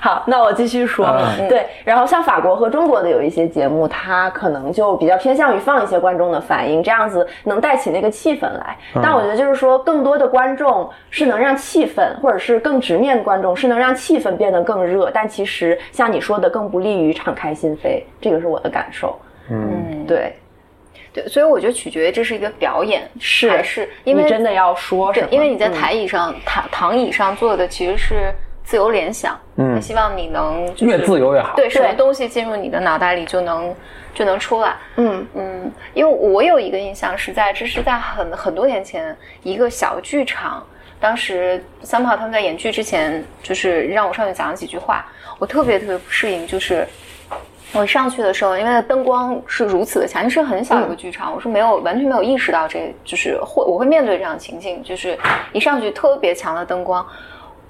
[SPEAKER 8] 好，那我继续说，对，然后像法国和中国的有一些节目，它可能就比较偏向于放一些观众的反应，这样子能带起那个气氛来。但我觉得就是说，更多的观众是能让气氛，或者是更直面观众是能让气氛变得更热，但其实像你说的，更不利于敞开心扉，这个是我的感受。
[SPEAKER 2] 嗯，
[SPEAKER 8] 对，
[SPEAKER 2] 对，所以我觉得取决于这是一个表演，
[SPEAKER 8] 是
[SPEAKER 2] 哎还是因为
[SPEAKER 8] 你真的要说什
[SPEAKER 1] 嗯
[SPEAKER 2] 对
[SPEAKER 8] 么，？嗯
[SPEAKER 2] 因为你在台椅上、躺躺椅上坐的其实是自由联想，
[SPEAKER 1] 嗯
[SPEAKER 2] 他希望你能就是
[SPEAKER 1] 越自由越好。
[SPEAKER 2] 对什么东西进入你的脑袋里就能就能出来。
[SPEAKER 8] 嗯
[SPEAKER 2] 嗯，因为我有一个印象是在，这是在很很多年前一个小剧场，当时三炮他们在演剧之前，就是让我上去讲了几句话，我特别特别不适应，就是。我上去的时候，因为灯光是如此的强，因为是很小一
[SPEAKER 1] 嗯
[SPEAKER 2] 个剧场，我是没有完全没有意识到这，就是会我会面对这样的情境，就是一上去特别强的灯光，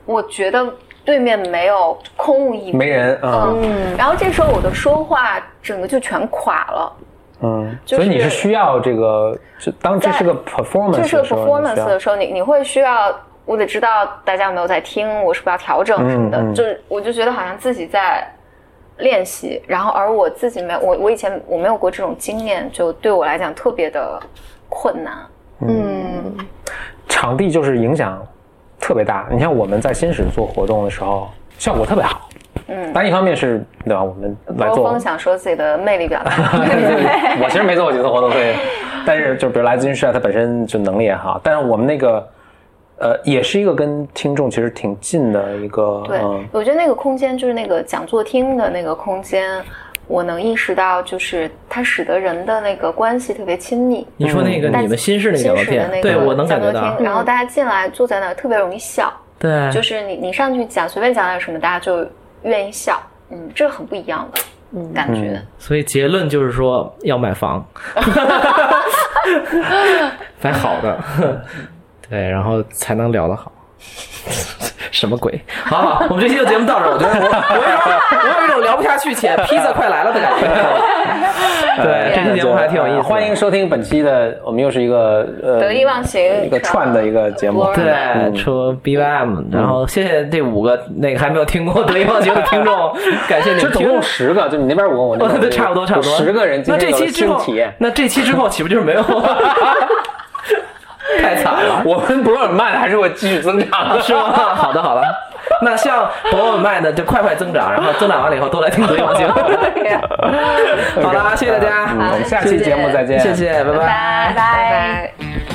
[SPEAKER 2] 我觉得对面没有空无一物，
[SPEAKER 1] 没人啊
[SPEAKER 2] 嗯，然后这时候我的说话整个就全垮了，
[SPEAKER 1] 嗯，
[SPEAKER 2] 就是
[SPEAKER 1] 所以你是需要这个，就当这
[SPEAKER 2] 在
[SPEAKER 1] 是个 performance，
[SPEAKER 2] 这是个
[SPEAKER 1] 的时候你
[SPEAKER 2] performance
[SPEAKER 1] 需要
[SPEAKER 2] 的时候，你你会需要，我得知道大家有没有在听，我是不是要调整什么的，
[SPEAKER 1] 嗯嗯
[SPEAKER 2] 就是我就觉得好像自己在练习，然后而我自己没有，我我以前我没有过这种经验，就对我来讲特别的困难，
[SPEAKER 8] 嗯
[SPEAKER 1] 场地就是影响特别大。你像我们在新史做活动的时候，效果特别好。
[SPEAKER 2] 嗯
[SPEAKER 1] 但一方面是对吧？我们来
[SPEAKER 2] 欧
[SPEAKER 1] 做， [laughs]
[SPEAKER 2] 峰想说自己的魅力表达，
[SPEAKER 1] 我其实没做过几次活动，
[SPEAKER 2] [laughs]
[SPEAKER 1] 对。但是就比如来自军师啊，他本身就能力也好，但是我们那个呃，也是一个跟听众其实挺近的一个，
[SPEAKER 2] [laughs] 对，
[SPEAKER 1] 嗯
[SPEAKER 2] 我觉得那个空间就是那个讲座厅的那个空间，我能意识到，就是它使得人的那个关系特别亲密。
[SPEAKER 3] 你说那个
[SPEAKER 2] 嗯但
[SPEAKER 3] 你们新式那个
[SPEAKER 2] 新
[SPEAKER 3] 聊
[SPEAKER 2] 式的
[SPEAKER 3] 天，
[SPEAKER 2] 那个
[SPEAKER 3] 对我能
[SPEAKER 2] 讲
[SPEAKER 3] 感
[SPEAKER 2] 座
[SPEAKER 3] 觉到
[SPEAKER 2] 厅，，然后大家进来坐在那儿特别容易笑，
[SPEAKER 3] 对，
[SPEAKER 2] 就是你你上去讲随便讲点什么，大家就愿意笑，嗯，这很不一样的。感觉、
[SPEAKER 3] 所以结论就是说要
[SPEAKER 1] [laughs]
[SPEAKER 3] 买房，买好
[SPEAKER 1] [laughs]
[SPEAKER 3] 的，对，然后才能聊得好。什么鬼？好好，我们这期的节目到这儿，我觉得我我有我有一种聊不下去且披萨快来了的感
[SPEAKER 1] [laughs]
[SPEAKER 3] 觉。 [laughs]
[SPEAKER 1] 呃
[SPEAKER 3] 对，这期节目还挺有意思的，
[SPEAKER 1] 欢迎收听本期的，我们又是一个呃
[SPEAKER 2] 得意忘形
[SPEAKER 1] 一个串的一个节目。
[SPEAKER 2] Explorer
[SPEAKER 3] 对，出 BYM，然后谢谢这五个那个还没有听过德意忘形的听众，感谢你
[SPEAKER 1] 就
[SPEAKER 3] 们
[SPEAKER 1] 总
[SPEAKER 3] 听
[SPEAKER 1] 共。十个，就你那边五个，
[SPEAKER 3] [laughs]
[SPEAKER 1] 我那边五个
[SPEAKER 3] 对，差不多，差不多。
[SPEAKER 1] 有十个人今
[SPEAKER 3] 那
[SPEAKER 1] 天
[SPEAKER 3] 这
[SPEAKER 1] 有了
[SPEAKER 3] 期之
[SPEAKER 1] 新
[SPEAKER 3] 后
[SPEAKER 1] 体验，。
[SPEAKER 3] 那这期之后岂不就是没有？
[SPEAKER 1] [laughs]
[SPEAKER 3] 太惨了，
[SPEAKER 1] 我们不论慢还是会继续增长的，
[SPEAKER 3] 是吗？ [laughs] 好的，好的。那像博文卖的就快快增长，然后增长完了以后都来听德意忘形。好了，谢谢大
[SPEAKER 1] 嗯我
[SPEAKER 3] 家，
[SPEAKER 1] 们下期节目再见，
[SPEAKER 3] 谢谢，拜拜
[SPEAKER 2] 拜拜。
[SPEAKER 4] oh, oh, Oh,